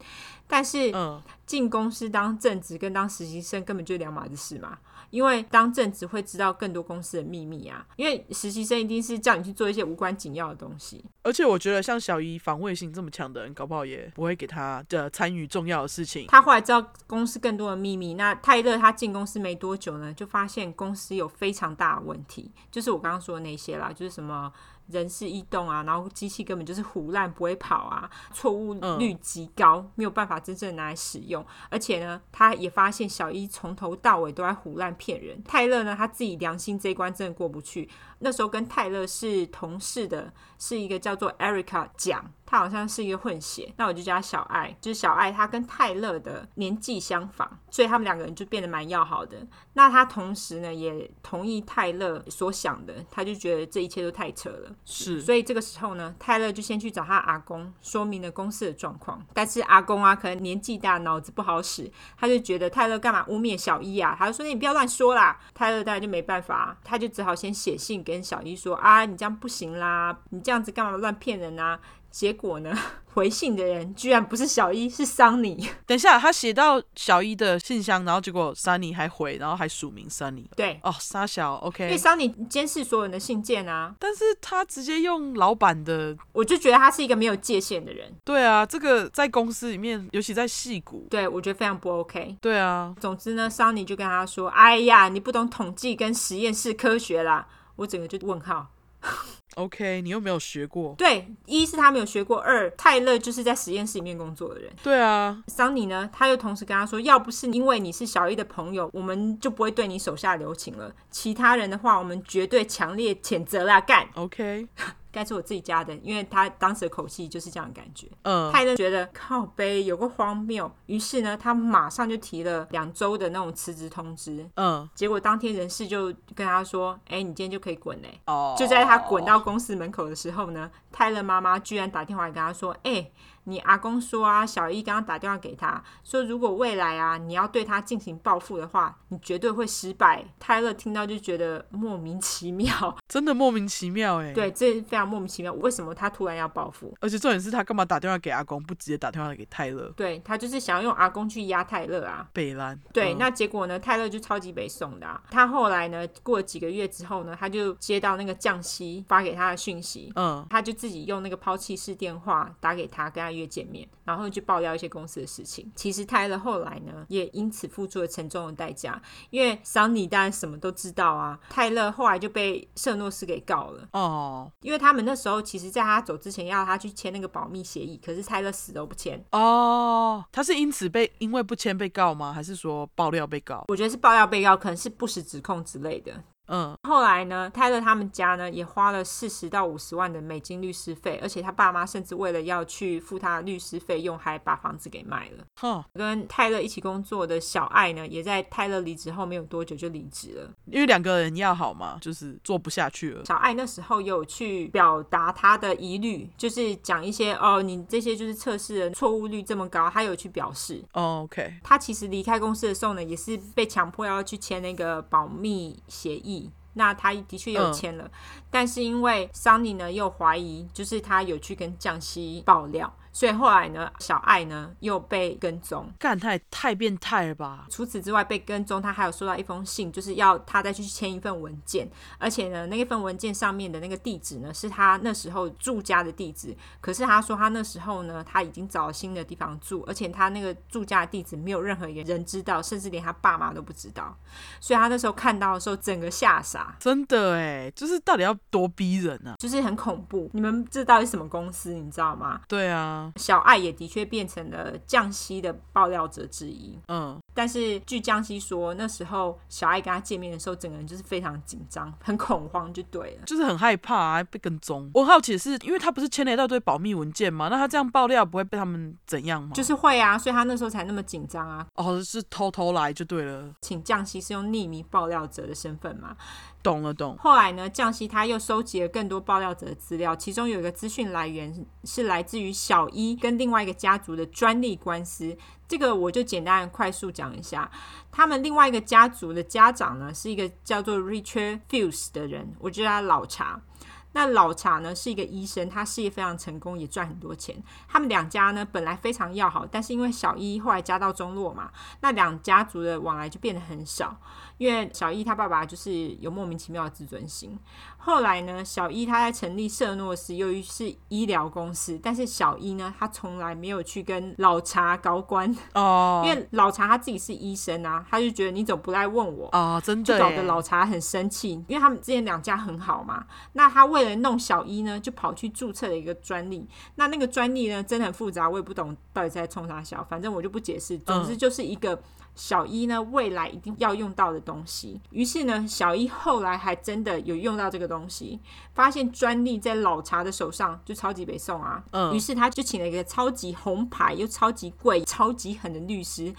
[SPEAKER 2] 但是
[SPEAKER 1] 嗯，
[SPEAKER 2] 进公司当正职跟当实习生根本就两码子事嘛，因为当正职会知道更多公司的秘密啊，因为实习生一定是叫你去做一些无关紧要的东西。
[SPEAKER 1] 而且我觉得像小一防卫性这么强的人，搞不好也不会给他的参与重要的事情。
[SPEAKER 2] 他后来知道公司更多的秘密。那泰勒他进公司没多久呢，就发现公司有非常大的问题，就是我刚刚说的那些啦，就是什么人事异动啊，然后机器根本就是胡乱不会跑啊，错误率极高，没有办法真正拿来使用。而且呢，他也发现小一从头到尾都在胡乱骗人。泰勒呢，他自己良心这一关真的过不去。那时候跟泰勒是同事的，是一个叫做 Erica 蒋，她好像是一个混血，那我就叫她小爱。就是小爱，她跟泰勒的年纪相仿，所以他们两个人就变得蛮要好的。那她同时呢，也同意泰勒所想的，她就觉得这一切都太扯了。
[SPEAKER 1] 是，
[SPEAKER 2] 所以这个时候呢，泰勒就先去找他阿公，说明了公司的状况。但是阿公啊，可能年纪大，脑子不好使，他就觉得泰勒干嘛污蔑小一啊？他就说你不要乱说啦。泰勒当然就没办法，他就只好先写信跟小一说啊，你这样不行啦，你这样子干嘛乱骗人啊？结果呢， 回信的人居然不是小一，是桑尼。
[SPEAKER 1] 等一下，他写到小一的信箱，然后结果 Sunny 还回，然后还署名 Sunny。
[SPEAKER 2] 对，
[SPEAKER 1] 哦，沙小
[SPEAKER 2] 因
[SPEAKER 1] OK，
[SPEAKER 2] 为桑尼监视所有人的信件啊，
[SPEAKER 1] 但是他直接用老板的，
[SPEAKER 2] 我就觉得他是一个没有界限的人。
[SPEAKER 1] 对啊，这个在公司里面，尤其在戏骨，
[SPEAKER 2] 对，我觉得非常不 OK。
[SPEAKER 1] 对啊，
[SPEAKER 2] 总之呢，桑尼就跟他说：“哎呀，你不懂统计跟实验室科学啦！”我整个就问号，
[SPEAKER 1] OK，你又没有学过。
[SPEAKER 2] 对，一是他没有学过，二泰勒就是在实验室里面工作的人。
[SPEAKER 1] 对啊，
[SPEAKER 2] 桑尼呢，他又同时跟他说，要不是因为你是小一的朋友，我们就不会对你手下留情了。其他人的话，我们绝对强烈谴责啦！干，
[SPEAKER 1] OK，
[SPEAKER 2] 该是我自己家的，因为他当时的口气就是这样的感觉。
[SPEAKER 1] 嗯，
[SPEAKER 2] 泰勒觉得靠背有个荒谬，于是呢，他马上就提了两周的那种辞职通知。
[SPEAKER 1] 嗯，
[SPEAKER 2] 结果当天人事就跟他说：“哎、你今天就可以滚嘞、
[SPEAKER 1] 哦，
[SPEAKER 2] 就在他滚到公司门口的时候呢，泰勒妈妈居然打电话来跟他说：“哎、你阿公说啊，小易刚刚打电话给他说，如果未来啊你要对他进行报复的话，你绝对会失败。”泰勒听到就觉得莫名其妙，
[SPEAKER 1] 真的莫名其妙哎、，
[SPEAKER 2] 对，这非常莫名其妙，为什么他突然要报复？
[SPEAKER 1] 而且重点是他干嘛打电话给阿公，不直接打电话给泰勒？
[SPEAKER 2] 对他就是想要用阿公去压泰勒啊，
[SPEAKER 1] 北兰，
[SPEAKER 2] 对，
[SPEAKER 1] 嗯
[SPEAKER 2] 那结果呢？泰勒就超级北宋的、啊。他后来呢，过了几个月之后呢，他就接到那个降息发给他的讯息，
[SPEAKER 1] 嗯，
[SPEAKER 2] 他就自己用那个抛弃式电话打给他，跟他约见面，然后就爆料一些公司的事情。其实泰勒后来呢，也因此付出了沉重的代价，因为桑尼当然什么都知道啊。泰勒后来就被圣诺斯给告了，
[SPEAKER 1] 哦
[SPEAKER 2] 因为他们那时候其实在他走之前要他去签那个保密协议，可是泰勒死都不签。
[SPEAKER 1] 哦，他是因此被因为不签被告吗？还是说爆料被告？
[SPEAKER 2] 我觉得是爆料被告，可能是不实指控之类的。
[SPEAKER 1] 嗯，
[SPEAKER 2] 后来呢，泰勒他们家呢也花了四十到五十万的美金律师费，而且他爸妈甚至为了要去付他的律师费用，还把房子给卖了。
[SPEAKER 1] 哼，
[SPEAKER 2] 跟泰勒一起工作的小爱呢，也在泰勒离职后没有多久就离职了。
[SPEAKER 1] 因为两个人要好嘛，就是做不下去了。
[SPEAKER 2] 小爱那时候也有去表达她的疑虑，就是讲一些哦，你这些就是测试的错误率这么高，她有去表示。
[SPEAKER 1] 哦 OK，
[SPEAKER 2] 她其实离开公司的时候呢，也是被强迫要去签那个保密协议。那她的确有签了，但是因为桑尼呢又怀疑，就是她有去跟降熙爆料，所以后来呢，小爱呢又被跟踪。
[SPEAKER 1] 干他也太变态了吧？
[SPEAKER 2] 除此之外，被跟踪，他还有收到一封信，就是要他再去签一份文件，而且呢，那一份文件上面的那个地址呢，是他那时候住家的地址。可是他说他那时候呢，他已经找了新的地方住，而且他那个住家的地址没有任何一个人知道，甚至连他爸妈都不知道。所以他那时候看到的时候，整个吓傻，
[SPEAKER 1] 真的哎，就是到底要多逼人啊？
[SPEAKER 2] 就是很恐怖。你们这到底是什么公司，你知道吗？
[SPEAKER 1] 对啊，
[SPEAKER 2] 小爱也的确变成了降息的爆料者之一。
[SPEAKER 1] 嗯，
[SPEAKER 2] 但是据江西说，那时候小爱跟他见面的时候，整个人就是非常紧张，很恐慌，就对了。
[SPEAKER 1] 就是很害怕啊，被跟踪。我很好奇的是，因为他不是签了一大堆保密文件吗？那他这样爆料不会被他们怎样吗？
[SPEAKER 2] 就是会啊，所以他那时候才那么紧张啊。
[SPEAKER 1] 哦，是偷偷来就对了，
[SPEAKER 2] 请降西是用匿名爆料者的身份嘛？
[SPEAKER 1] 懂了懂。
[SPEAKER 2] 后来呢，降西他又收集了更多爆料者的资料，其中有一个资讯来源是来自于小一跟另外一个家族的专利官司。这个我就简单地快速讲一下，他们另外一个家族的家长呢是一个叫做 Richard Fuse 的人，我觉得他老查。那老查呢是一个医生，他事业非常成功，也赚很多钱。他们两家呢本来非常要好，但是因为小一后来家道中落嘛，那两家族的往来就变得很少。因为小一他爸爸就是有莫名其妙的自尊心。后来呢，小一他在成立社诺斯，由于是医疗公司，但是小一呢，他从来没有去跟老查高官，
[SPEAKER 1] 哦，
[SPEAKER 2] 因为老查他自己是医生啊，他就觉得你怎么不来问我？
[SPEAKER 1] 啊，真
[SPEAKER 2] 就
[SPEAKER 1] 的
[SPEAKER 2] 搞
[SPEAKER 1] 耶
[SPEAKER 2] 得老查很生气，因为他们之前两家很好嘛。那他为了弄小一呢，就跑去注册了一个专利。那那个专利呢，真的很复杂，我也不懂到底在冲啥小，反正我就不解释。总之就是一个小一呢，未来一定要用到的东西。于是呢，小一后来还真的有用到这个东西，发现专利在老查的手上就超级北宋啊。
[SPEAKER 1] 嗯
[SPEAKER 2] 于是他就请了一个超级红牌又超级贵、超级狠的律师，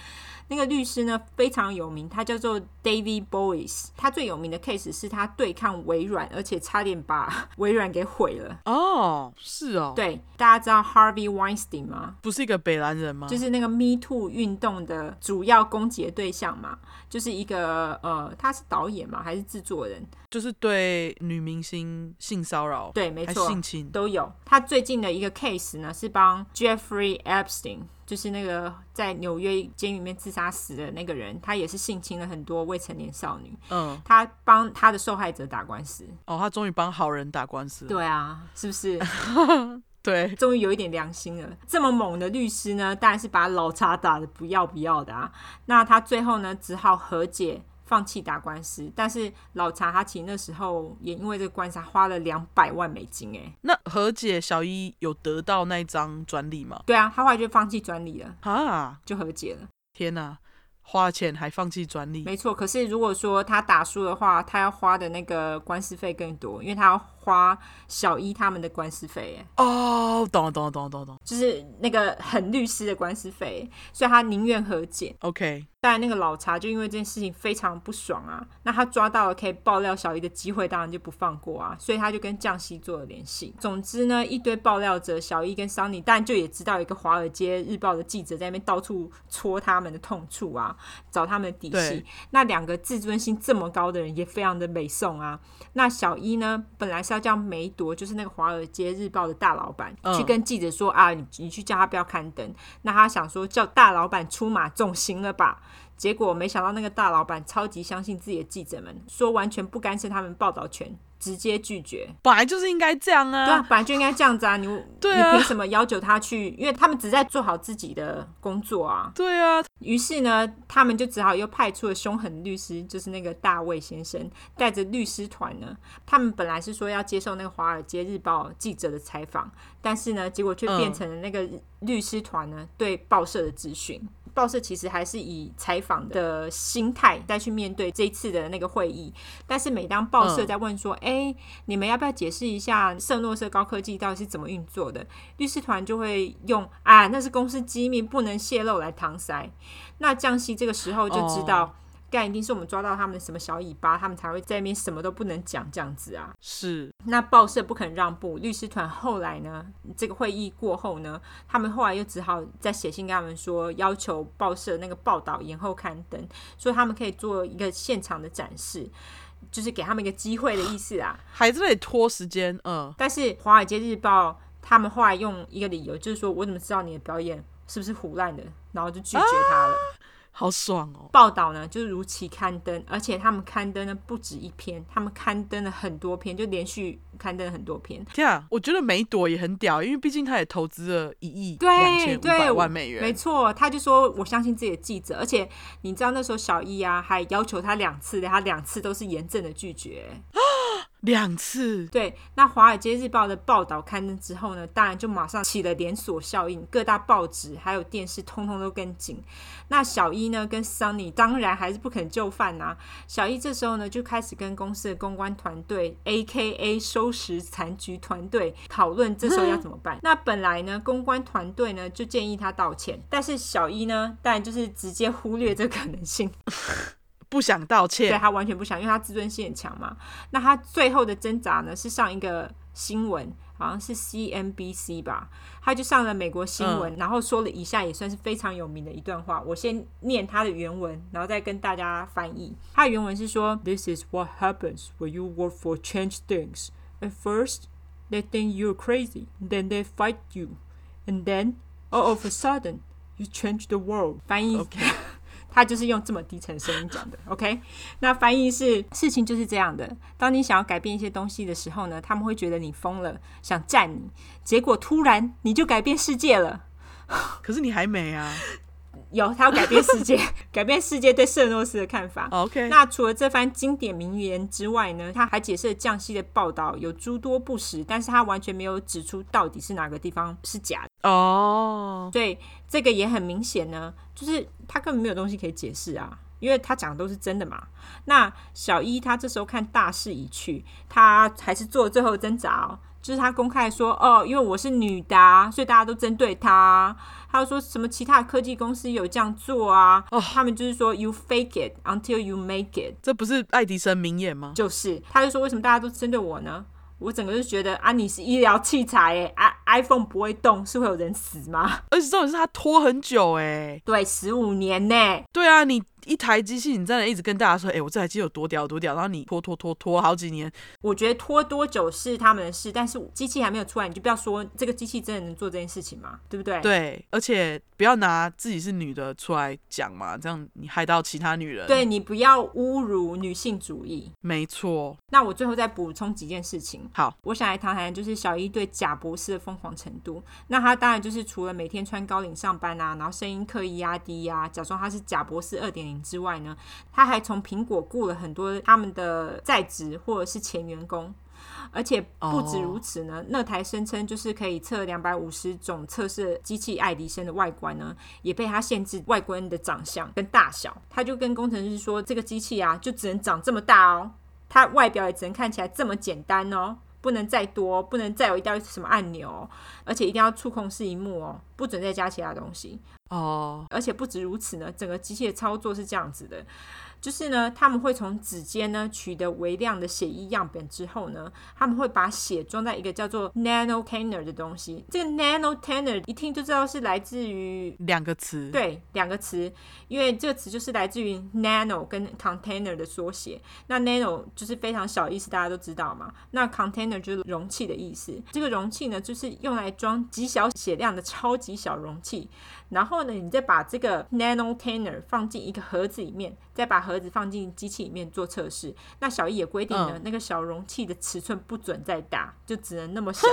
[SPEAKER 2] 那个律师呢非常有名，他叫做 David Boyce。他最有名的 case 是他对抗微软，而且差点把微软给毁了。
[SPEAKER 1] 哦，是哦，，
[SPEAKER 2] 对，大家知道 Harvey Weinstein 吗？
[SPEAKER 1] 不是一个北兰人吗？
[SPEAKER 2] 就是那个 Me Too 运动的主要攻击的对象嘛，就是一个呃，他是导演嘛还是制作人？
[SPEAKER 1] 就是对女明星性骚扰，
[SPEAKER 2] 对，没
[SPEAKER 1] 还
[SPEAKER 2] 错，
[SPEAKER 1] 性侵，
[SPEAKER 2] 都有。他最近的一个 case 呢，是帮 Jeffrey Epstein，就是那个在纽约监狱里面自杀死的那个人，他也是性侵了很多未成年少女。
[SPEAKER 1] 嗯，
[SPEAKER 2] 他帮他的受害者打官司，
[SPEAKER 1] 哦，他终于帮好人打官司了，
[SPEAKER 2] 对啊，是不是？
[SPEAKER 1] 对，
[SPEAKER 2] 终于有一点良心了。这么猛的律师呢，当然是把老查打的不要不要的啊。那他最后呢，只好和解。放弃打官司，但是老查他其实那时候也因为这个官司他花了两百万美金哎，
[SPEAKER 1] 那和解小一有得到那一张专利吗？
[SPEAKER 2] 对啊，他后来就放弃专利了，
[SPEAKER 1] 啊，
[SPEAKER 2] 就和解了。
[SPEAKER 1] 天哪、花钱还放弃专利，
[SPEAKER 2] 没错，可是如果说他打输的话，他要花的那个官司费更多，因为他要花小一他们的官司费哎，
[SPEAKER 1] 哦，懂了懂了懂了懂了懂了
[SPEAKER 2] 就是那个很律师的官司费，所以他宁愿和解。
[SPEAKER 1] ，OK，
[SPEAKER 2] 但那个老查就因为这件事情非常不爽啊，那他抓到了可以爆料小一的机会，当然就不放过啊，所以他就跟降息做了联系。总之呢，一堆爆料者小一跟桑尼，但就也知道一个华尔街日报的记者在那边到处戳他们的痛处啊，找他们的底细
[SPEAKER 1] 对。
[SPEAKER 2] 那两个自尊心这么高的人也非常的美颂啊。那小一呢，本来是要叫梅朵，就是那个华尔街日报的大老板，
[SPEAKER 1] 嗯
[SPEAKER 2] 去跟记者说啊，你你去叫他不要刊登。那他想说叫大老板出马总行了吧？结果没想到那个大老板超级相信自己的记者们，说完全不干涉他们报道权，直接拒绝。
[SPEAKER 1] 本来就是应该这样
[SPEAKER 2] 对啊
[SPEAKER 1] 啊，，
[SPEAKER 2] 本来就应该这样子啊！你
[SPEAKER 1] 对啊
[SPEAKER 2] 你凭什么要求他去？因为他们只在做好自己的工作啊。
[SPEAKER 1] 对啊，
[SPEAKER 2] 于是呢，他们就只好又派出了凶狠律师，就是那个大卫先生，带着律师团呢。他们本来是说要接受那个《华尔街日报》记者的采访，但是呢，结果却
[SPEAKER 1] 嗯
[SPEAKER 2] 变成了那个律师团呢对报社的咨询。报社其实还是以采访的心态再去面对这一次的那个会议，但是每当报社
[SPEAKER 1] 嗯
[SPEAKER 2] 在问说：“哎、你们要不要解释一下圣诺社高科技到底是怎么运作的？”律师团就会用“啊，那是公司机密，不能泄露”来搪塞。那降息这个时候就知道，干、一定是我们抓到他们什么小尾巴，他们才会在那边什么都不能讲这样子啊。
[SPEAKER 1] 是
[SPEAKER 2] 那报社不肯让步，律师团后来呢，这个会议过后呢，他们后来又只好再写信跟他们说，要求报社那个报道延后刊登，说他们可以做一个现场的展示，就是给他们一个机会的意思啊。
[SPEAKER 1] 还在那里拖时间，嗯，
[SPEAKER 2] 但是《华尔街日报》他们后来用一个理由，就是说我怎么知道你的表演是不是胡乱的，然后就拒绝他了。
[SPEAKER 1] 好爽哦，
[SPEAKER 2] 报道呢，就是如期刊登，而且他们刊登了不止一篇，他们刊登了很多篇，就连续刊登了很多篇。
[SPEAKER 1] 天啊，我觉得梅朵也很屌，因为毕竟她也投资了一亿两
[SPEAKER 2] 对
[SPEAKER 1] 千五
[SPEAKER 2] 对，
[SPEAKER 1] 百万美
[SPEAKER 2] 没
[SPEAKER 1] 元，
[SPEAKER 2] 错，他就说我相信自己的记者，而且你知道那时候小易啊，还要求他两次，他两次都是严正的拒绝。
[SPEAKER 1] 两次，
[SPEAKER 2] 对，那《华尔街日报》的报道刊登之后呢，当然就马上起了连锁效应，各大报纸还有电视通通都跟进。那小伊呢，跟桑尼当然还是不肯就范呐、小伊这时候呢，就开始跟公司的公关团队 （A.K.A. 收拾残局团队）讨论这时候要怎么办。那本来呢，公关团队呢就建议他道歉，但是小伊呢，当然就是直接忽略这可能性。
[SPEAKER 1] 不想道
[SPEAKER 2] 对
[SPEAKER 1] 歉，
[SPEAKER 2] 他完全不想，因为他自尊心很强嘛。那他最后的挣扎呢，是上一个新闻，好像是 CNBC 吧，他就上了美国新闻，然后说了以下也算是非常有名的一段话。我先念他的原文，然后再跟大家翻译。他的原文是说：“This is what happens when you work for change things. At first, they think you're crazy, then they fight you, and then all of a sudden.” You change the world，翻哦译
[SPEAKER 1] OK
[SPEAKER 2] 他就是用这么低沉声音讲的。OK，那翻译是事情就是这样的。当你想要改变一些东西的时候呢，他们会觉得你疯了，想占你，结果突然你就改变世界了。
[SPEAKER 1] 可是你还没 啊
[SPEAKER 2] 有，他要改变世界，改变世界对圣诺斯的看法。
[SPEAKER 1] 哦，OK，
[SPEAKER 2] 那除了这番经典名言之外呢，他还解释了降息的报道有诸多不实，但是他完全没有指出到底是哪个地方是假的。
[SPEAKER 1] 哦，
[SPEAKER 2] 所以这个也很明显呢，就是他根本没有东西可以解释啊，因为他讲的都是真的嘛。那小一他这时候看大势已去，他还是做了最后挣扎哦，就是他公开说哦，因为我是女的啊、所以大家都针对他啊。他又说什么其他科技公司有这样做啊，他们就是说 you fake it until you make it，
[SPEAKER 1] 这不是爱迪生名言吗？
[SPEAKER 2] 就是，他就说为什么大家都针对我呢？我整个就觉得啊，你是医疗器材诶、i iPhone 不会动，是会有人死吗？
[SPEAKER 1] 而且重点是他拖很久哎、
[SPEAKER 2] 对，十五年呢、
[SPEAKER 1] 对啊，你一台机器，你在那一直跟大家说，哎、我这台机有多屌有多屌，然后你拖拖拖拖好几年，
[SPEAKER 2] 我觉得拖多久是他们的事，但是机器还没有出来，你就不要说这个机器真的能做这件事情嘛，对不对？
[SPEAKER 1] 对，而且不要拿自己是女的出来讲嘛，这样你害到其他女人。
[SPEAKER 2] 对，，你不要侮辱女性主义。
[SPEAKER 1] 没错，
[SPEAKER 2] 那我最后再补充几件事情。
[SPEAKER 1] 好，
[SPEAKER 2] 我想来谈谈就是小一对贾博士的疯狂程度。那他当然就是除了每天穿高领上班啊，然后声音刻意压低啊，假装他是贾博士2.0营之外呢，他还从苹果雇了很多他们的在职或者是前员工。而且不止如此呢，那台声称就是可以测两百五十种测试机器爱迪生的外观呢，也被他限制外观的长相跟大小。他就跟工程师说，这个机器啊，就只能长这么大哦，它外表也只能看起来这么简单哦，不能再多，不能再有一道什么按钮、哦，而且一定要触控式荧幕哦，不准再加其他东西。
[SPEAKER 1] 哦，
[SPEAKER 2] 而且不止如此呢，整个机器的操作是这样子的，就是呢，他们会从指尖呢取得微量的血液样本之后呢，他们会把血装在一个叫做 nano canner 的东西。这个 nano canner 一听就知道是来自于
[SPEAKER 1] 两个词，
[SPEAKER 2] 对两个词，因为这个词就是来自于 nano 跟 container 的缩写。那 nano 就是非常小的意思，大家都知道嘛。那 container 就是容器的意思。这个容器呢，就是用来装极小血量的超级小容器。然后呢，你再把这个 nano tanner 放进一个盒子里面，再把盒子放进机器里面做测试。那小易也规定呢，
[SPEAKER 1] 嗯
[SPEAKER 2] 那个小容器的尺寸不准再大，就只能那么小，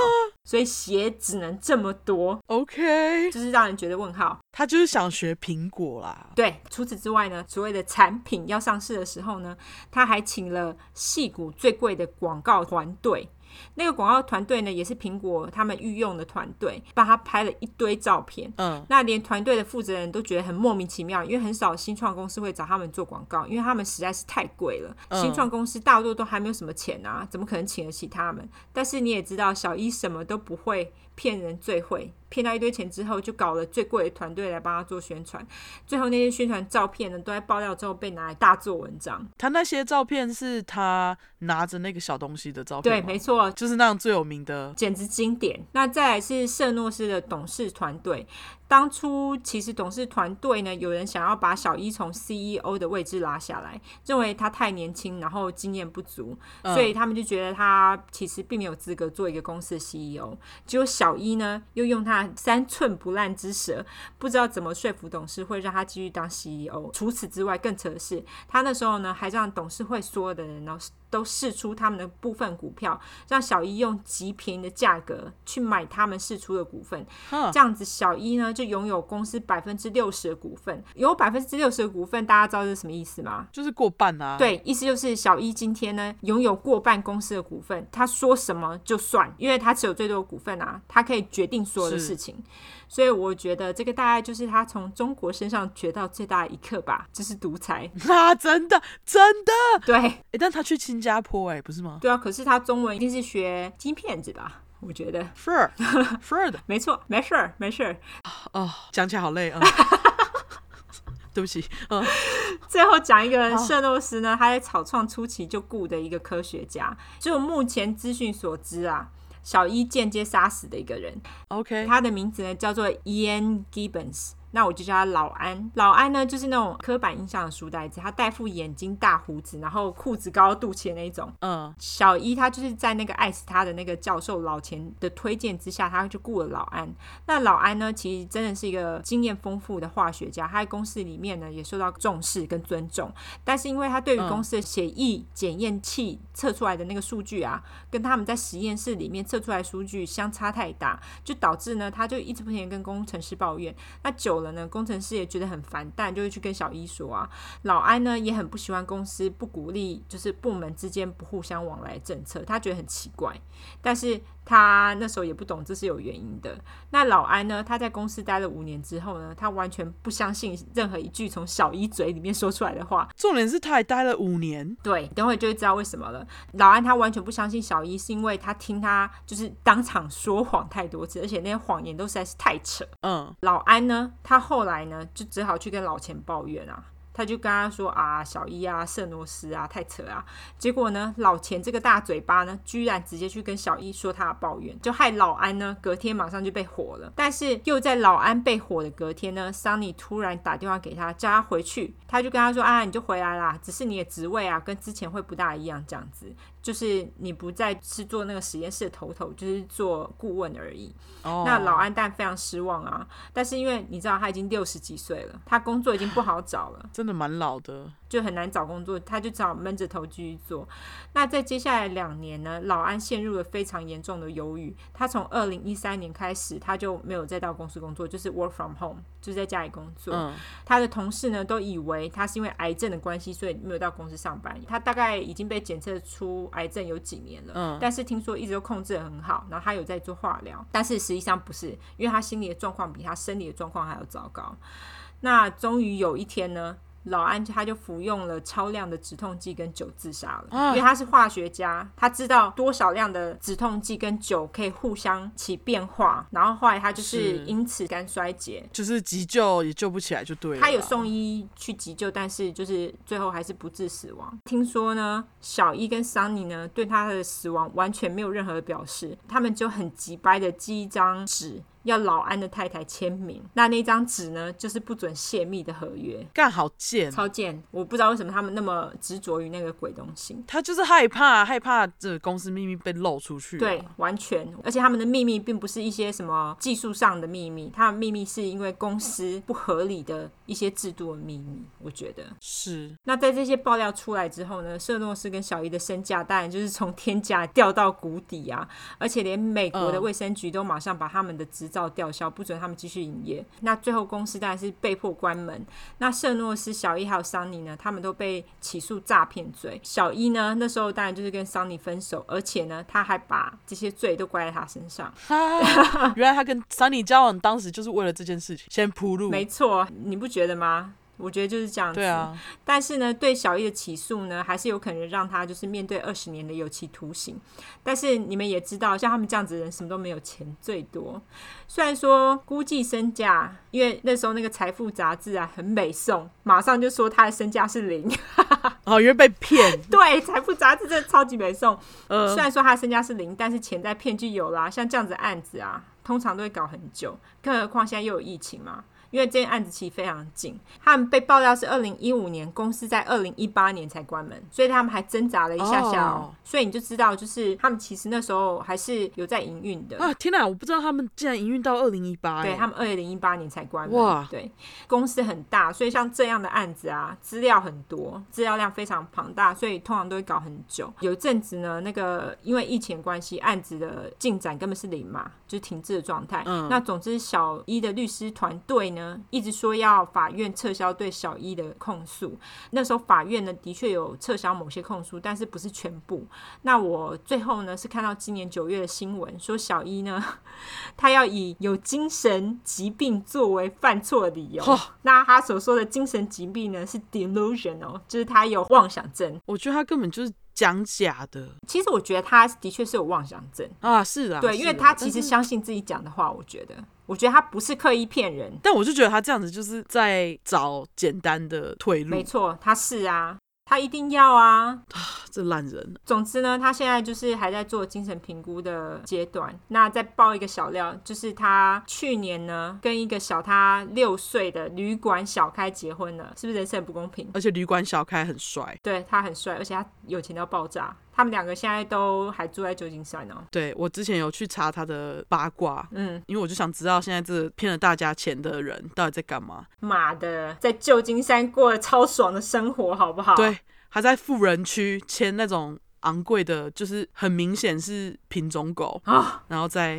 [SPEAKER 2] 所以血只能这么多，
[SPEAKER 1] OK，
[SPEAKER 2] 就是让人觉得问号。
[SPEAKER 1] 他就是想学苹果啦。
[SPEAKER 2] 对，除此之外呢，所谓的产品要上市的时候呢，他还请了戏骨最贵的广告团队。那个广告团队呢，也是苹果他们御用的团队，帮他拍了一堆照片。
[SPEAKER 1] 嗯，
[SPEAKER 2] 那连团队的负责人都觉得很莫名其妙，因为很少新创公司会找他们做广告，因为他们实在是太贵了。
[SPEAKER 1] 嗯
[SPEAKER 2] 新创公司大多都还没有什么钱啊，怎么可能请得起他们？但是你也知道，小一什么都不会，骗人最会。骗到一堆钱之后，就搞了最贵的团队来帮他做宣传。最后那些宣传照片呢，都在爆料之后被拿来大做文章。
[SPEAKER 1] 他那些照片是他拿着那个小东西的照片
[SPEAKER 2] 对，
[SPEAKER 1] 吗，
[SPEAKER 2] 没错，
[SPEAKER 1] 就是那样最有名的。
[SPEAKER 2] 简直经典。那再来是圣诺斯的董事团队，当初其实董事团队呢，有人想要把小一从 CEO 的位置拉下来，认为他太年轻，然后经验不足，
[SPEAKER 1] 嗯
[SPEAKER 2] 所以他们就觉得他其实并没有资格做一个公司的 CEO。结果小一呢，又用他三寸不烂之舌，不知道怎么说服董事会让他继续当 CEO。除此之外，更扯的是，他那时候呢，还让董事会所有的人呢都试出他们的部分股票，让小一用极便宜的价格去买他们试出的股份。
[SPEAKER 1] 哼
[SPEAKER 2] 这样子，小一呢就拥有公司百分之六十的股份。有百分之六十的股份，大家知道这是什么意思吗？
[SPEAKER 1] 就是过半啊。，
[SPEAKER 2] 对，意思就是小一今天呢拥有过半公司的股份，他说什么就算，因为他持有最多的股份啊，他可以决定所有的
[SPEAKER 1] 是
[SPEAKER 2] 事情。所以我觉得这个大概就是他从中国身上学到最大的一课吧，就是独 裁。
[SPEAKER 1] 啊，真的真的，
[SPEAKER 2] 对
[SPEAKER 1] 诶但他去新加坡、诶，不是吗
[SPEAKER 2] 对啊，可是他中文一定是学金骗子吧？我觉得
[SPEAKER 1] ？Fur Fur 的
[SPEAKER 2] 没错，没事儿，没事儿。
[SPEAKER 1] 哦，讲起来好累啊。 对不起，嗯，
[SPEAKER 2] 最后讲一个圣诺斯呢，他在草创初期就雇的一个科学家，就目前资讯所知啊，小一间接杀死的一个人。
[SPEAKER 1] OK，
[SPEAKER 2] 他的名字呢叫做 Ian Gibbons。那我就叫他老安。老安呢，就是那种刻板印象的书呆子，他戴副眼镜、大胡子，然后裤子高到肚脐的那一种。
[SPEAKER 1] 嗯，
[SPEAKER 2] 呃小一他就是在那个爱死他的那个教授老钱的推荐之下，他就雇了老安。那老安呢，其实真的是一个经验丰富的化学家，他在公司里面呢也受到重视跟尊重。但是因为他对于
[SPEAKER 1] 嗯
[SPEAKER 2] 公司的血液检验器测出来的那个数据啊，跟他们在实验室里面测出来的数据相差太大，就导致呢他就一直不停的跟工程师抱怨。那久了呢，工程师也觉得很烦，但就会去跟小一说啊。老安呢也很不喜欢公司不鼓励，就是部门之间不互相往来的政策，他觉得很奇怪。但是他那时候也不懂这是有原因的。那老安呢，他在公司待了五年之后呢，他完全不相信任何一句从小一嘴里面说出来的话，
[SPEAKER 1] 重点是他还待了五年，
[SPEAKER 2] 对，等会就会知道为什么了。老安他完全不相信小一，是因为他听他就是当场说谎太多次，而且那些谎言都实在是太扯。
[SPEAKER 1] 嗯，
[SPEAKER 2] 老安呢，他后来呢，就只好去跟老钱抱怨啊。他就跟他说啊，小一啊，圣诺斯啊，太扯啊！结果呢，老钱这个大嘴巴呢，居然直接去跟小一说他的抱怨，就害老安呢，隔天马上就被火了。但是又在老安被火的隔天呢，桑尼突然打电话给他，叫他回去，他就跟他说啊，你就回来啦，只是你的职位啊，跟之前会不大一样，这样子，就是你不再是做那个实验室的头头，就是做顾问而已。
[SPEAKER 1] 哦，
[SPEAKER 2] 那老安蛋非常失望啊，但是因为你知道他已经六十几岁了，他工作已经不好找了，
[SPEAKER 1] 真的蛮老的，
[SPEAKER 2] 就很难找工作，他就只好闷着头继续做。那在接下来两年呢，老安陷入了非常严重的忧郁。他从二零一三年开始，他就没有再到公司工作，就是 work from home，就在家里工作。
[SPEAKER 1] 嗯，
[SPEAKER 2] 他的同事呢都以为他是因为癌症的关系，所以没有到公司上班。他大概已经被检测出癌症有几年了，
[SPEAKER 1] 嗯
[SPEAKER 2] 但是听说一直都控制的很好，然后他有在做化疗，但是实际上不是，因为他心理的状况比他生理的状况还要糟糕。那终于有一天呢。老安他就服用了超量的止痛剂跟酒自杀了，
[SPEAKER 1] 啊
[SPEAKER 2] 因为他是化学家，他知道多少量的止痛剂跟酒可以互相起变化，然后后来他就
[SPEAKER 1] 是
[SPEAKER 2] 是因此肝衰竭，
[SPEAKER 1] 就是急救也救不起来就对了。啊
[SPEAKER 2] 他有，送医去急救，但是就是最后还是不治死亡。听说呢，小伊跟桑尼呢对他的死亡完全没有任何的表示，他们就很急掰的寄一张纸要老安的太太签名。那那张纸呢，就是不准泄密的合约。
[SPEAKER 1] 干好贱，
[SPEAKER 2] 超贱！我不知道为什么他们那么执着于那个鬼东西。
[SPEAKER 1] 他就是啊害怕害怕这个公司秘密被露出去。
[SPEAKER 2] 对，，完全，而且他们的秘密并不是一些什么技术上的秘密，他们秘密是因为公司不合理的一些制度的秘密。我觉得，
[SPEAKER 1] 是
[SPEAKER 2] 那在这些爆料出来之后呢，社诺斯跟小伊的身价当然就是从天价掉到谷底啊，而且连美国的
[SPEAKER 1] 嗯
[SPEAKER 2] 卫生局都马上把他们的执照吊销，不准他们继续营业。那最后公司当然是被迫关门。那社诺斯、小伊还有桑尼呢，他们都被起诉诈骗罪。小伊呢，那时候当然就是跟桑尼分手，而且呢，他还把这些罪都怪在他身上。
[SPEAKER 1] 他，原来他跟 Sunny 交往当时就是为了这件事情，先铺路。
[SPEAKER 2] 没错，你不觉得吗？我觉得就是这样子。
[SPEAKER 1] 嗯对啊，
[SPEAKER 2] 但是呢，对小易的起诉呢，还是有可能让他就是面对二十年的有期徒刑。但是你们也知道，像他们这样子的人，什么都没有钱，最多。虽然说估计身价，因为那时候那个财富杂志啊，很美颂，马上就说他的身价是零。
[SPEAKER 1] 哦，因为被 骗，
[SPEAKER 2] 对，财富杂志真的超级美颂。
[SPEAKER 1] 呃
[SPEAKER 2] 虽，然说他的身价是零，但是钱在骗就有啦。像这样子的案子啊，通常都会搞很久，更何况现在又有疫情嘛。因为这件案子其实非常近，他们被爆料是二零一五年，公司在二零一八年才关门，所以他们还挣扎了一下下哦。
[SPEAKER 1] 哦
[SPEAKER 2] 所以你就知道，就是他们其实那时候还是有在营运的。
[SPEAKER 1] 啊，天哪，我不知道他们竟然营运到二零一八，哎
[SPEAKER 2] 对他们二零一八年才关门，
[SPEAKER 1] 哇
[SPEAKER 2] 对，公司很大，所以像这样的案子啊，资料很多，资料量非常庞大，所以通常都会搞很久。有一阵子呢，那个因为疫情关系，案子的进展根本是零嘛，就是停滞的状态。
[SPEAKER 1] 嗯
[SPEAKER 2] 那总之，小一的律师团队呢，一直说要法院撤销对小一的控诉。那时候法院呢，的确有撤销某些控诉，但是不是全部。那我最后呢，是看到今年九月的新闻，说小一呢。他要以有精神疾病作为犯错的理由。
[SPEAKER 1] 哦
[SPEAKER 2] 那他所说的精神疾病呢，是 delusion 哦，就是他有妄想症。
[SPEAKER 1] 我觉得他根本就是讲假的
[SPEAKER 2] 其实我觉得他的确是有妄想症，
[SPEAKER 1] 啊，是啊，
[SPEAKER 2] 对，
[SPEAKER 1] 是
[SPEAKER 2] 因为
[SPEAKER 1] 啊
[SPEAKER 2] 他其实
[SPEAKER 1] 但是
[SPEAKER 2] 相信自己讲的话。我觉得，我觉得他不是刻意骗人，
[SPEAKER 1] 但我就觉得他这样子就是在找简单的退
[SPEAKER 2] 没
[SPEAKER 1] 路，
[SPEAKER 2] 错，他是啊，他一定要啊，
[SPEAKER 1] 这烂人
[SPEAKER 2] 总之呢，他现在就是还在做精神评估的阶段。那再爆一个小料，就是他去年呢跟一个小他六岁的旅馆小开结婚了，是不是人生很不公平？
[SPEAKER 1] 而且旅馆小开很帅，
[SPEAKER 2] 对他很帅，而且他有钱到爆炸。他们两个现在都还住在旧金山哦。
[SPEAKER 1] 对我之前有去查他的八卦。
[SPEAKER 2] 嗯，
[SPEAKER 1] 因为我就想知道现在这骗了大家钱的人到底在干嘛？
[SPEAKER 2] 妈的，在旧金山过得超爽的生活，好不好？，
[SPEAKER 1] 对，还在富人区签那种昂贵的，就是很明显是品种狗，
[SPEAKER 2] 啊，
[SPEAKER 1] 然后在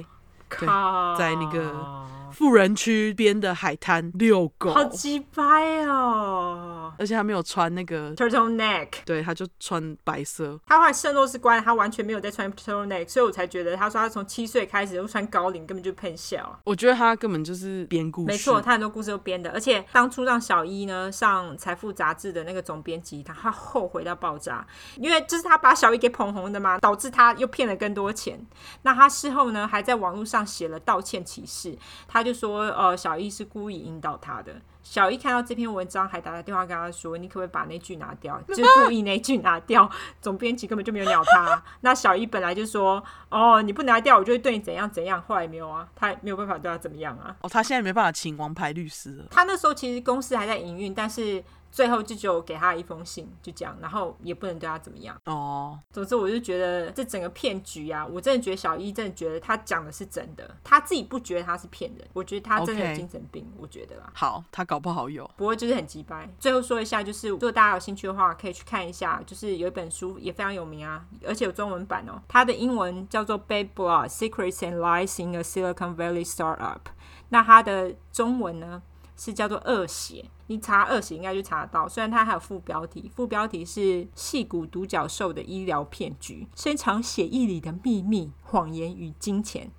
[SPEAKER 1] 对
[SPEAKER 2] 靠，
[SPEAKER 1] 在那个富人区边的海滩遛狗，
[SPEAKER 2] 好鸡掰哦
[SPEAKER 1] 而且他没有穿那个，
[SPEAKER 2] ，turtle neck。
[SPEAKER 1] 对，他就穿白色，
[SPEAKER 2] 他后来圣诺斯关了，他完全没有在穿 turtle neck，所以我才觉得他说他从七岁开始就穿高领，根本就喷笑啊。
[SPEAKER 1] 我觉得他根本就是编故事，
[SPEAKER 2] 没错，他很多故事都编的，而且当初让小一呢上《财富》杂志的那个总编辑，他他后悔到爆炸，因为就是他把小一给捧红的嘛，导致他又骗了更多钱。那他事后呢还在网络上写了道歉启事，他就说呃小一是故意引导他的。小一看到这篇文章，还打了电话跟他说：“你可不可以把那句拿掉？就是故意那句拿掉。”总编辑根本就没有鸟他。那小一本来就说：“哦，你不拿掉，我就会对你怎样怎样。”后来没有啊，他没有办法对他怎么样啊。
[SPEAKER 1] 哦，他现在没办法请王牌律师了。
[SPEAKER 2] 他那时候其实公司还在营运，但是最后就只有给他一封信，就这样，然后也不能对他怎么样。
[SPEAKER 1] 哦，
[SPEAKER 2] 总之，我就觉得这整个骗局啊，我真的觉得小一真的觉得他讲的是真的，他自己不觉得他是骗人，我觉得他真的有
[SPEAKER 1] OK
[SPEAKER 2] 精神病我觉得啦。
[SPEAKER 1] 好，他搞不好有。
[SPEAKER 2] 不过就是很鸡掰。最后说一下，就是如果大家有兴趣的话，可以去看一下，就是有一本书也非常有名啊，而且有中文版哦。它的英文叫做《Bad Blood: Secrets and Lies in a Silicon Valley Startup》。那它的中文呢是叫做《恶血》，你查《恶血》应该就查得到。虽然它还有副标题，副标题是“戏骨独角兽的医疗骗局：深藏血液里的秘密、谎言与金钱”。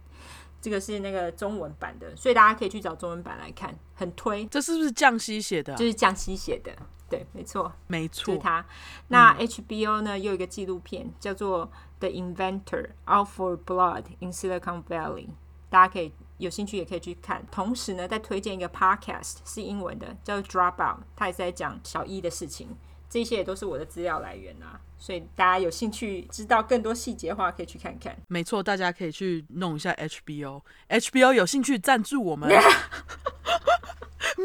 [SPEAKER 2] 这个是那个中文版的，所以大家可以去找中文版来看，很推，
[SPEAKER 1] 这是不是降西写的啊、
[SPEAKER 2] 就是江西写的。对，没错，
[SPEAKER 1] 没
[SPEAKER 2] 就
[SPEAKER 1] 错
[SPEAKER 2] 是，他。那 HBO 呢，又有一个纪录片叫做《The Inventor: Out for Blood in Silicon Valley》，大家可以有兴趣也可以去看。同时呢，再推荐一个 podcast 是英文的，叫《Dropout》，它也是在讲小一的事情。这些也都是我的资料来源啊，所以大家有兴趣知道更多细节的话，可以去看看。
[SPEAKER 1] 没错，大家可以去弄一下 HBO。HBO 有兴趣赞助我 们，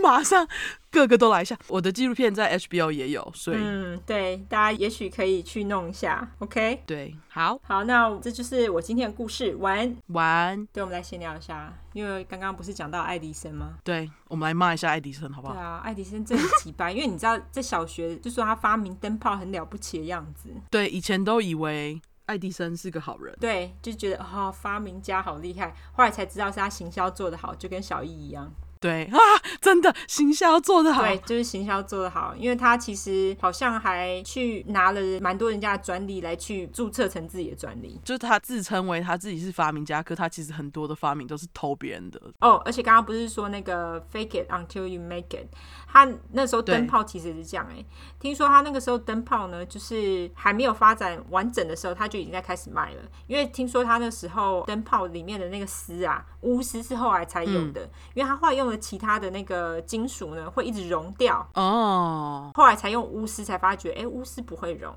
[SPEAKER 1] 马上个个都来一下。我的纪录片在 HBO 也有，所以、
[SPEAKER 2] 嗯，对，大家也许可以去弄一下，OK？
[SPEAKER 1] 对，好
[SPEAKER 2] 好，那这就是我今天的故事。晚安。
[SPEAKER 1] 玩。
[SPEAKER 2] 对，我们来闲聊一下，因为刚刚不是讲到爱迪生吗？
[SPEAKER 1] 对，我们来骂一下爱迪生，好不
[SPEAKER 2] 对
[SPEAKER 1] 好？
[SPEAKER 2] 啊，爱迪生真的奇葩，因为你知道，在小学就说他发明灯泡很了不起的样子，
[SPEAKER 1] 对，以前都以为爱迪生是个好人，
[SPEAKER 2] 对，就觉得哦，发明家好厉害。后来才知道是他行销做得好，就跟小易一样，
[SPEAKER 1] 对 啊，真的行销做得好，
[SPEAKER 2] 对，就是行销做得好，因为他其实好像还去拿了蛮多人家的专利来去注册成自己的专利。
[SPEAKER 1] 就是他自称为他自己是发明家，可他其实很多的发明都是偷别人的。
[SPEAKER 2] 哦，而且刚刚不是说那个 fake it until you make it，他那时候灯
[SPEAKER 1] 对
[SPEAKER 2] 泡其实是这样哎、听说他那个时候灯泡呢，就是还没有发展完整的时候，他就已经在开始卖了，因为听说他那时候灯泡里面的那个丝啊，钨丝是后来才有的，因为他后来用了其他的那个金属呢，会一直溶掉。
[SPEAKER 1] 哦，
[SPEAKER 2] 后来才用钨丝，才发觉，哎、钨丝不会溶，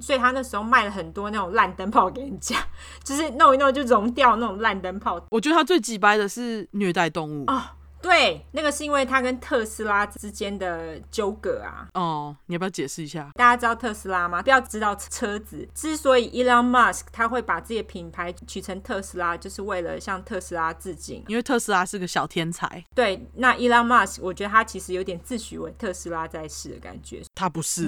[SPEAKER 2] 所以他那时候卖了很多那种烂灯泡给人家， 就是弄一弄就溶掉那种烂灯泡，
[SPEAKER 1] 我觉得他最鸡掰的是虐待动物。哦
[SPEAKER 2] 对，那个是因为他跟特斯拉之间的纠葛啊。
[SPEAKER 1] 哦你要不要解释一下？
[SPEAKER 2] 大家知道特斯拉吗？不要知道车子。之所以 Elon Musk 他会把自己的品牌取成特斯拉，就是为了向特斯拉致敬。
[SPEAKER 1] 因为特斯拉是个小天才，
[SPEAKER 2] 对，那 Elon Musk 我觉得他其实有点自诩为特斯拉在世的感觉，
[SPEAKER 1] 他不是。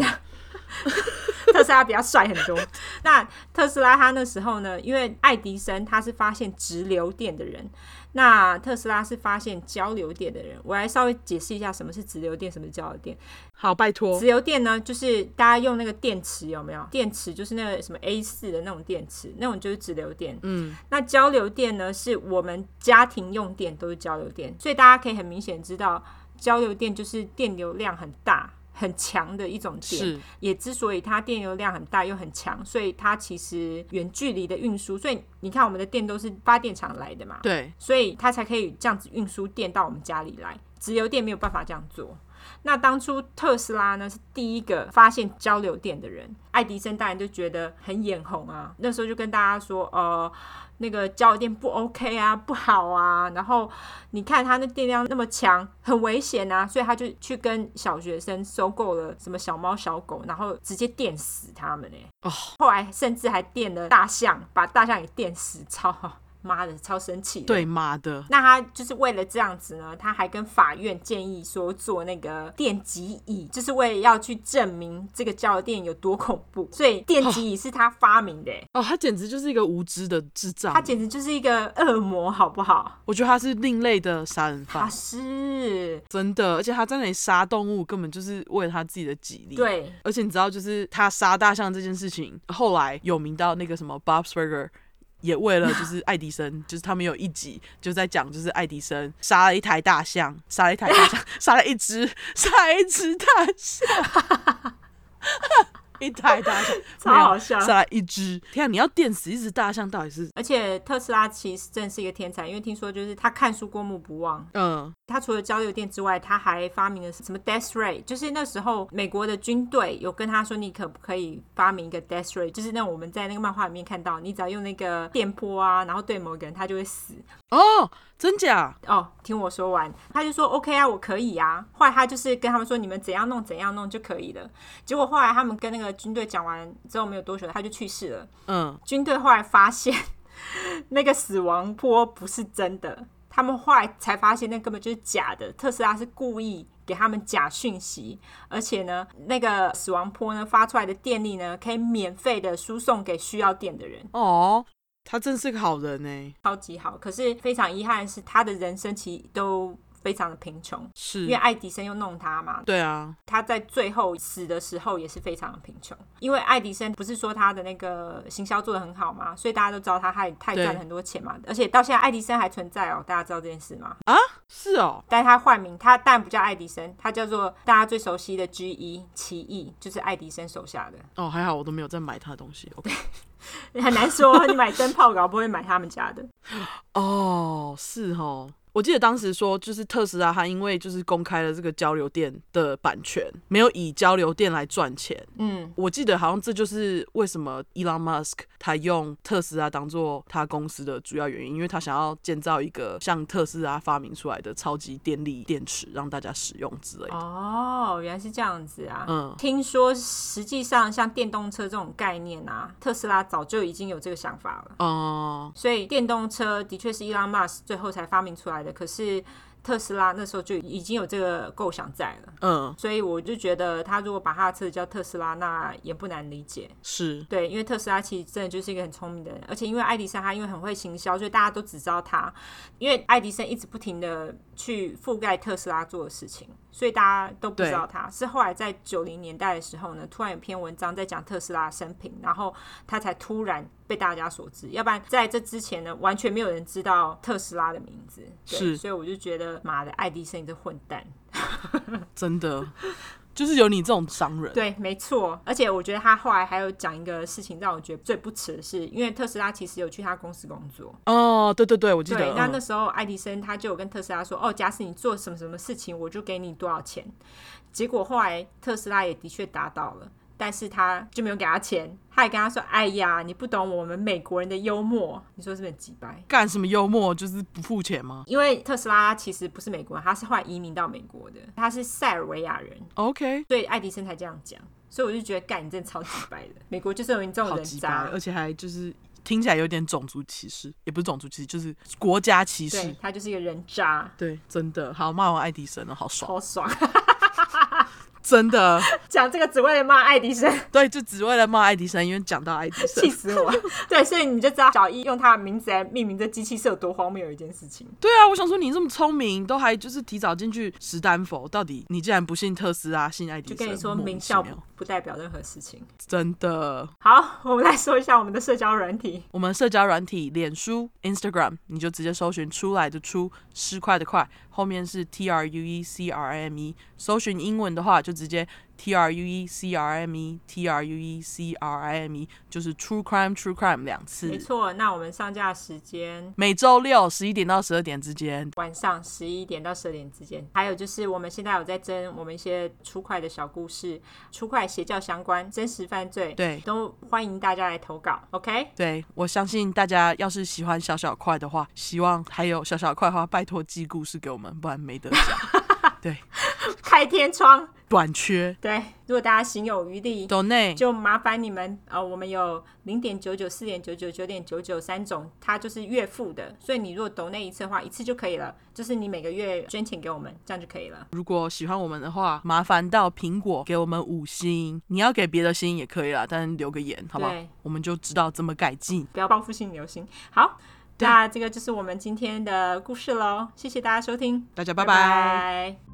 [SPEAKER 2] 特斯拉比较帅很多。那特斯拉他那时候呢，因为爱迪生他是发现直流电的人，那特斯拉是发现交流电的人。我来稍微解释一下什么是直流电，什么是交流电。
[SPEAKER 1] 好，拜托
[SPEAKER 2] 直。流电呢，就是大家用那个电池有没有？电池就是那个什么 A 四的那种电池，那种就是直流电。
[SPEAKER 1] 嗯，
[SPEAKER 2] 那交流电呢，是我们家庭用电都是交流电，所以大家可以很明显知道，交流电就是电流量很大。很强的一种电，
[SPEAKER 1] 是
[SPEAKER 2] 也之所以它电流量很大又很强，所以它其实远距离的运输，所以你看我们的电都是发电厂来的嘛，
[SPEAKER 1] 对，
[SPEAKER 2] 所以它才可以这样子运输电到我们家里来。直流电没有办法这样做。那当初特斯拉呢是第一个发现交流电的人，爱迪生当然就觉得很眼红啊。那时候就跟大家说，呃，那个交流电不 OK 啊，不好啊。然后你看它那电量那么强，很危险啊，所以他就去跟小学生收购了什么小猫小狗，然后直接电死他们呢、欸
[SPEAKER 1] 哦
[SPEAKER 2] 后来甚至还电了大象，把大象给电死，超妈的超生气的。
[SPEAKER 1] 对，妈的，
[SPEAKER 2] 那他就是为了这样子呢，他还跟法院建议说做那个电极椅，就是为了要去证明这个教电有多恐怖。所以电极椅是他发明的欸、
[SPEAKER 1] 哦，他简直就是一个无知的智障
[SPEAKER 2] 他。简直就是一个恶魔，好不好？
[SPEAKER 1] 我觉得他是另类的杀人
[SPEAKER 2] 他
[SPEAKER 1] 犯，
[SPEAKER 2] 是
[SPEAKER 1] 真的。而且他在那里杀动物，根本就是为了他自己的己利。。
[SPEAKER 2] 对
[SPEAKER 1] 而且你知道，就是他杀大象这件事情，后来有名到那个什么 Bob Burger。也为了 就是爱迪生，就是他们有一集就在讲，就是爱迪生杀了一台大象，杀了一台大 象，杀了一只，杀了一只大象， 一台大象，
[SPEAKER 2] 超好笑
[SPEAKER 1] 没有杀了一只。天啊，你要电死一只大象到底是？
[SPEAKER 2] 而且特斯拉其实真的是一个天才，因为听说就是他看书过目不忘，
[SPEAKER 1] 嗯，
[SPEAKER 2] 他除了交流电之外，他还发明了什么 death ray，就是那时候美国的军队有跟他说，你可不可以发明一个 death ray，就是那种我们在那个漫画里面看到，你只要用那个电波啊，然后对某一个人，他就会死。
[SPEAKER 1] 哦，真假？
[SPEAKER 2] 哦，听我说完，他就说 OK 啊，我可以啊。后来他就是跟他们说，你们怎样弄怎样弄就可以了。结果后来他们跟那个军队讲完之后没有多久，他就去世了。
[SPEAKER 1] 嗯，
[SPEAKER 2] 军队后来发现 那个死亡坡不是真的，他们后来才发现那根本就是假的，特斯拉是故意。给他们假讯息，而且呢，那个死亡坡呢发出来的电力呢，可以免费的输送给需要电的人，
[SPEAKER 1] 哦，他真是个好人呢、欸
[SPEAKER 2] 超级好。可是非常遗憾的是，他的人生其实都非常的贫穷，
[SPEAKER 1] 是
[SPEAKER 2] 因为爱迪生又弄他嘛，
[SPEAKER 1] 对啊，
[SPEAKER 2] 他在最后死的时候也是非常的贫穷，因为爱迪生不是说他的那个行销做得很好嘛，所以大家都知道他还他也
[SPEAKER 1] 对
[SPEAKER 2] 赚了很多钱嘛，而且到现在爱迪生还存在哦，大家知道这件事吗？
[SPEAKER 1] 是哦，
[SPEAKER 2] 但他换名，他但不叫爱迪生，他叫做大家最熟悉的 G 一奇异，就是爱迪生手下的。
[SPEAKER 1] 哦还好我都没有在买他的东西。OK，
[SPEAKER 2] 很难说，你买灯泡搞不会买他们家的。
[SPEAKER 1] 哦是哦。我记得当时说，就是特斯拉，它因为就是公开了这个交流电的版权，没有以交流电来赚钱，
[SPEAKER 2] 嗯，
[SPEAKER 1] 我记得好像这就是为什么 Elon Musk 他用特斯拉当做他公司的主要原因，因为他想要建造一个像特斯拉发明出来的超级电力电池，让大家使用之类的。
[SPEAKER 2] 哦，原来是这样子啊。
[SPEAKER 1] 嗯，
[SPEAKER 2] 听说实际上像电动车这种概念啊，特斯拉早就已经有这个想法了。
[SPEAKER 1] 哦、
[SPEAKER 2] 所以电动车的确是 Elon Musk 最后才发明出来的，可是特斯拉那时候就已经有这个构想在了。
[SPEAKER 1] 嗯，
[SPEAKER 2] 所以我就觉得，他如果把他的车子叫特斯拉，那也不难理解。
[SPEAKER 1] 是，
[SPEAKER 2] 对，因为特斯拉其实真的就是一个很聪明的人，而且因为爱迪生他因为很会行销，所以大家都只知道他。因为爱迪生一直不停的去覆盖特斯拉做的事情，所以大家都不知道他。是后来在九零年代的时候呢，突然有篇文章在讲特斯拉生平，然后他才突然被大家所知。要不然在这之前呢，完全没有人知道特斯拉的名字。对
[SPEAKER 1] 是
[SPEAKER 2] 所以我就觉得妈的，爱迪生你这混蛋。
[SPEAKER 1] 真的， 就是有你这种商人，
[SPEAKER 2] 对，没错。而且我觉得他后来还有讲一个事情，让我觉得最不耻的是，因为特斯拉其实有去他公司工作。
[SPEAKER 1] 哦，对对对，我记
[SPEAKER 2] 对
[SPEAKER 1] 得，，
[SPEAKER 2] 那那
[SPEAKER 1] 嗯
[SPEAKER 2] 时候爱迪生他就有跟特斯拉说，哦，假使你做什么什么事情，我就给你多少钱。结果后来特斯拉也的确达到了，但是他就没有给他钱，他还跟他说，哎呀，你不懂我们美国人的幽默，你说是不是很鸡掰？
[SPEAKER 1] 干什么幽默，就是不付钱吗
[SPEAKER 2] 因为特斯拉其实不是美国人，他是后来移民到美国的，他是塞尔维亚人，
[SPEAKER 1] ？OK，
[SPEAKER 2] 所以爱迪生才这样讲。所以我就觉得，干你真的超级白的，美国就是有你这种
[SPEAKER 1] 好
[SPEAKER 2] 人
[SPEAKER 1] 鸡巴，
[SPEAKER 2] 渣，
[SPEAKER 1] 而且还就是听起来有点种族歧视，也不是种族歧视，就是国家歧
[SPEAKER 2] 对
[SPEAKER 1] 视。
[SPEAKER 2] 他就是一个人渣，
[SPEAKER 1] 对，真的好骂完爱迪生了，好爽，
[SPEAKER 2] 好爽！
[SPEAKER 1] 真的。
[SPEAKER 2] 讲这个只为了骂爱迪生，
[SPEAKER 1] 对，就只为了骂爱迪生，因为讲到爱迪生
[SPEAKER 2] 气，死 我！对，所以你就知道小一用他的名字来命名这机器是有多荒谬的一件事情。
[SPEAKER 1] 对啊，我想说你这么聪明，都还就是提早进去史丹佛，到底你竟然不信特斯拉，信爱迪
[SPEAKER 2] 就
[SPEAKER 1] 生？
[SPEAKER 2] 跟你说，
[SPEAKER 1] 莫名
[SPEAKER 2] 名
[SPEAKER 1] 其
[SPEAKER 2] 校
[SPEAKER 1] 妙
[SPEAKER 2] 不代表任何事情。
[SPEAKER 1] 真的，
[SPEAKER 2] 好，我们来说一下我们的社交软体。
[SPEAKER 1] 我们社交软体脸书、Instagram，你就直接搜寻出来的出，失块的块，后面是 T R U E C R M E。搜寻英文的话，就直接 T R U E C R M E T R U E C R M E，就是 True Crime True Crime 两
[SPEAKER 2] 没
[SPEAKER 1] 次。
[SPEAKER 2] 错，那我们上架时间
[SPEAKER 1] 每周六十一点到十二点之间，
[SPEAKER 2] 晚上十一点到十二点之间。还有就是，我们现在有在征我们一些出快的小故事，出快邪教相关、真实犯罪，
[SPEAKER 1] 对
[SPEAKER 2] 都欢迎大家来投稿。OK，
[SPEAKER 1] 对，我相信大家要是喜欢小小块的话，希望还有小小块的话，拜托寄故事给我们，不然没得讲。 对，
[SPEAKER 2] 开天窗。
[SPEAKER 1] 短缺
[SPEAKER 2] 对，如果大家行有余力，
[SPEAKER 1] donate
[SPEAKER 2] 就麻烦你们，呃，我们有零点九九、四点九九、九点九九三种，它就是月付的，所以你如果抖那一次的话，一次就可以了，就是你每个月捐钱给我们，这样就可以了。
[SPEAKER 1] 如果喜欢我们的话，麻烦到苹果给我们五星，你要给别的星也可以啦，但留个言好不好
[SPEAKER 2] 对？
[SPEAKER 1] 我们就知道怎么改进。
[SPEAKER 2] 不要报复性流行。好，
[SPEAKER 1] 对
[SPEAKER 2] 那这个就是我们今天的故事喽，谢谢大家收听，
[SPEAKER 1] 大家拜
[SPEAKER 2] 拜拜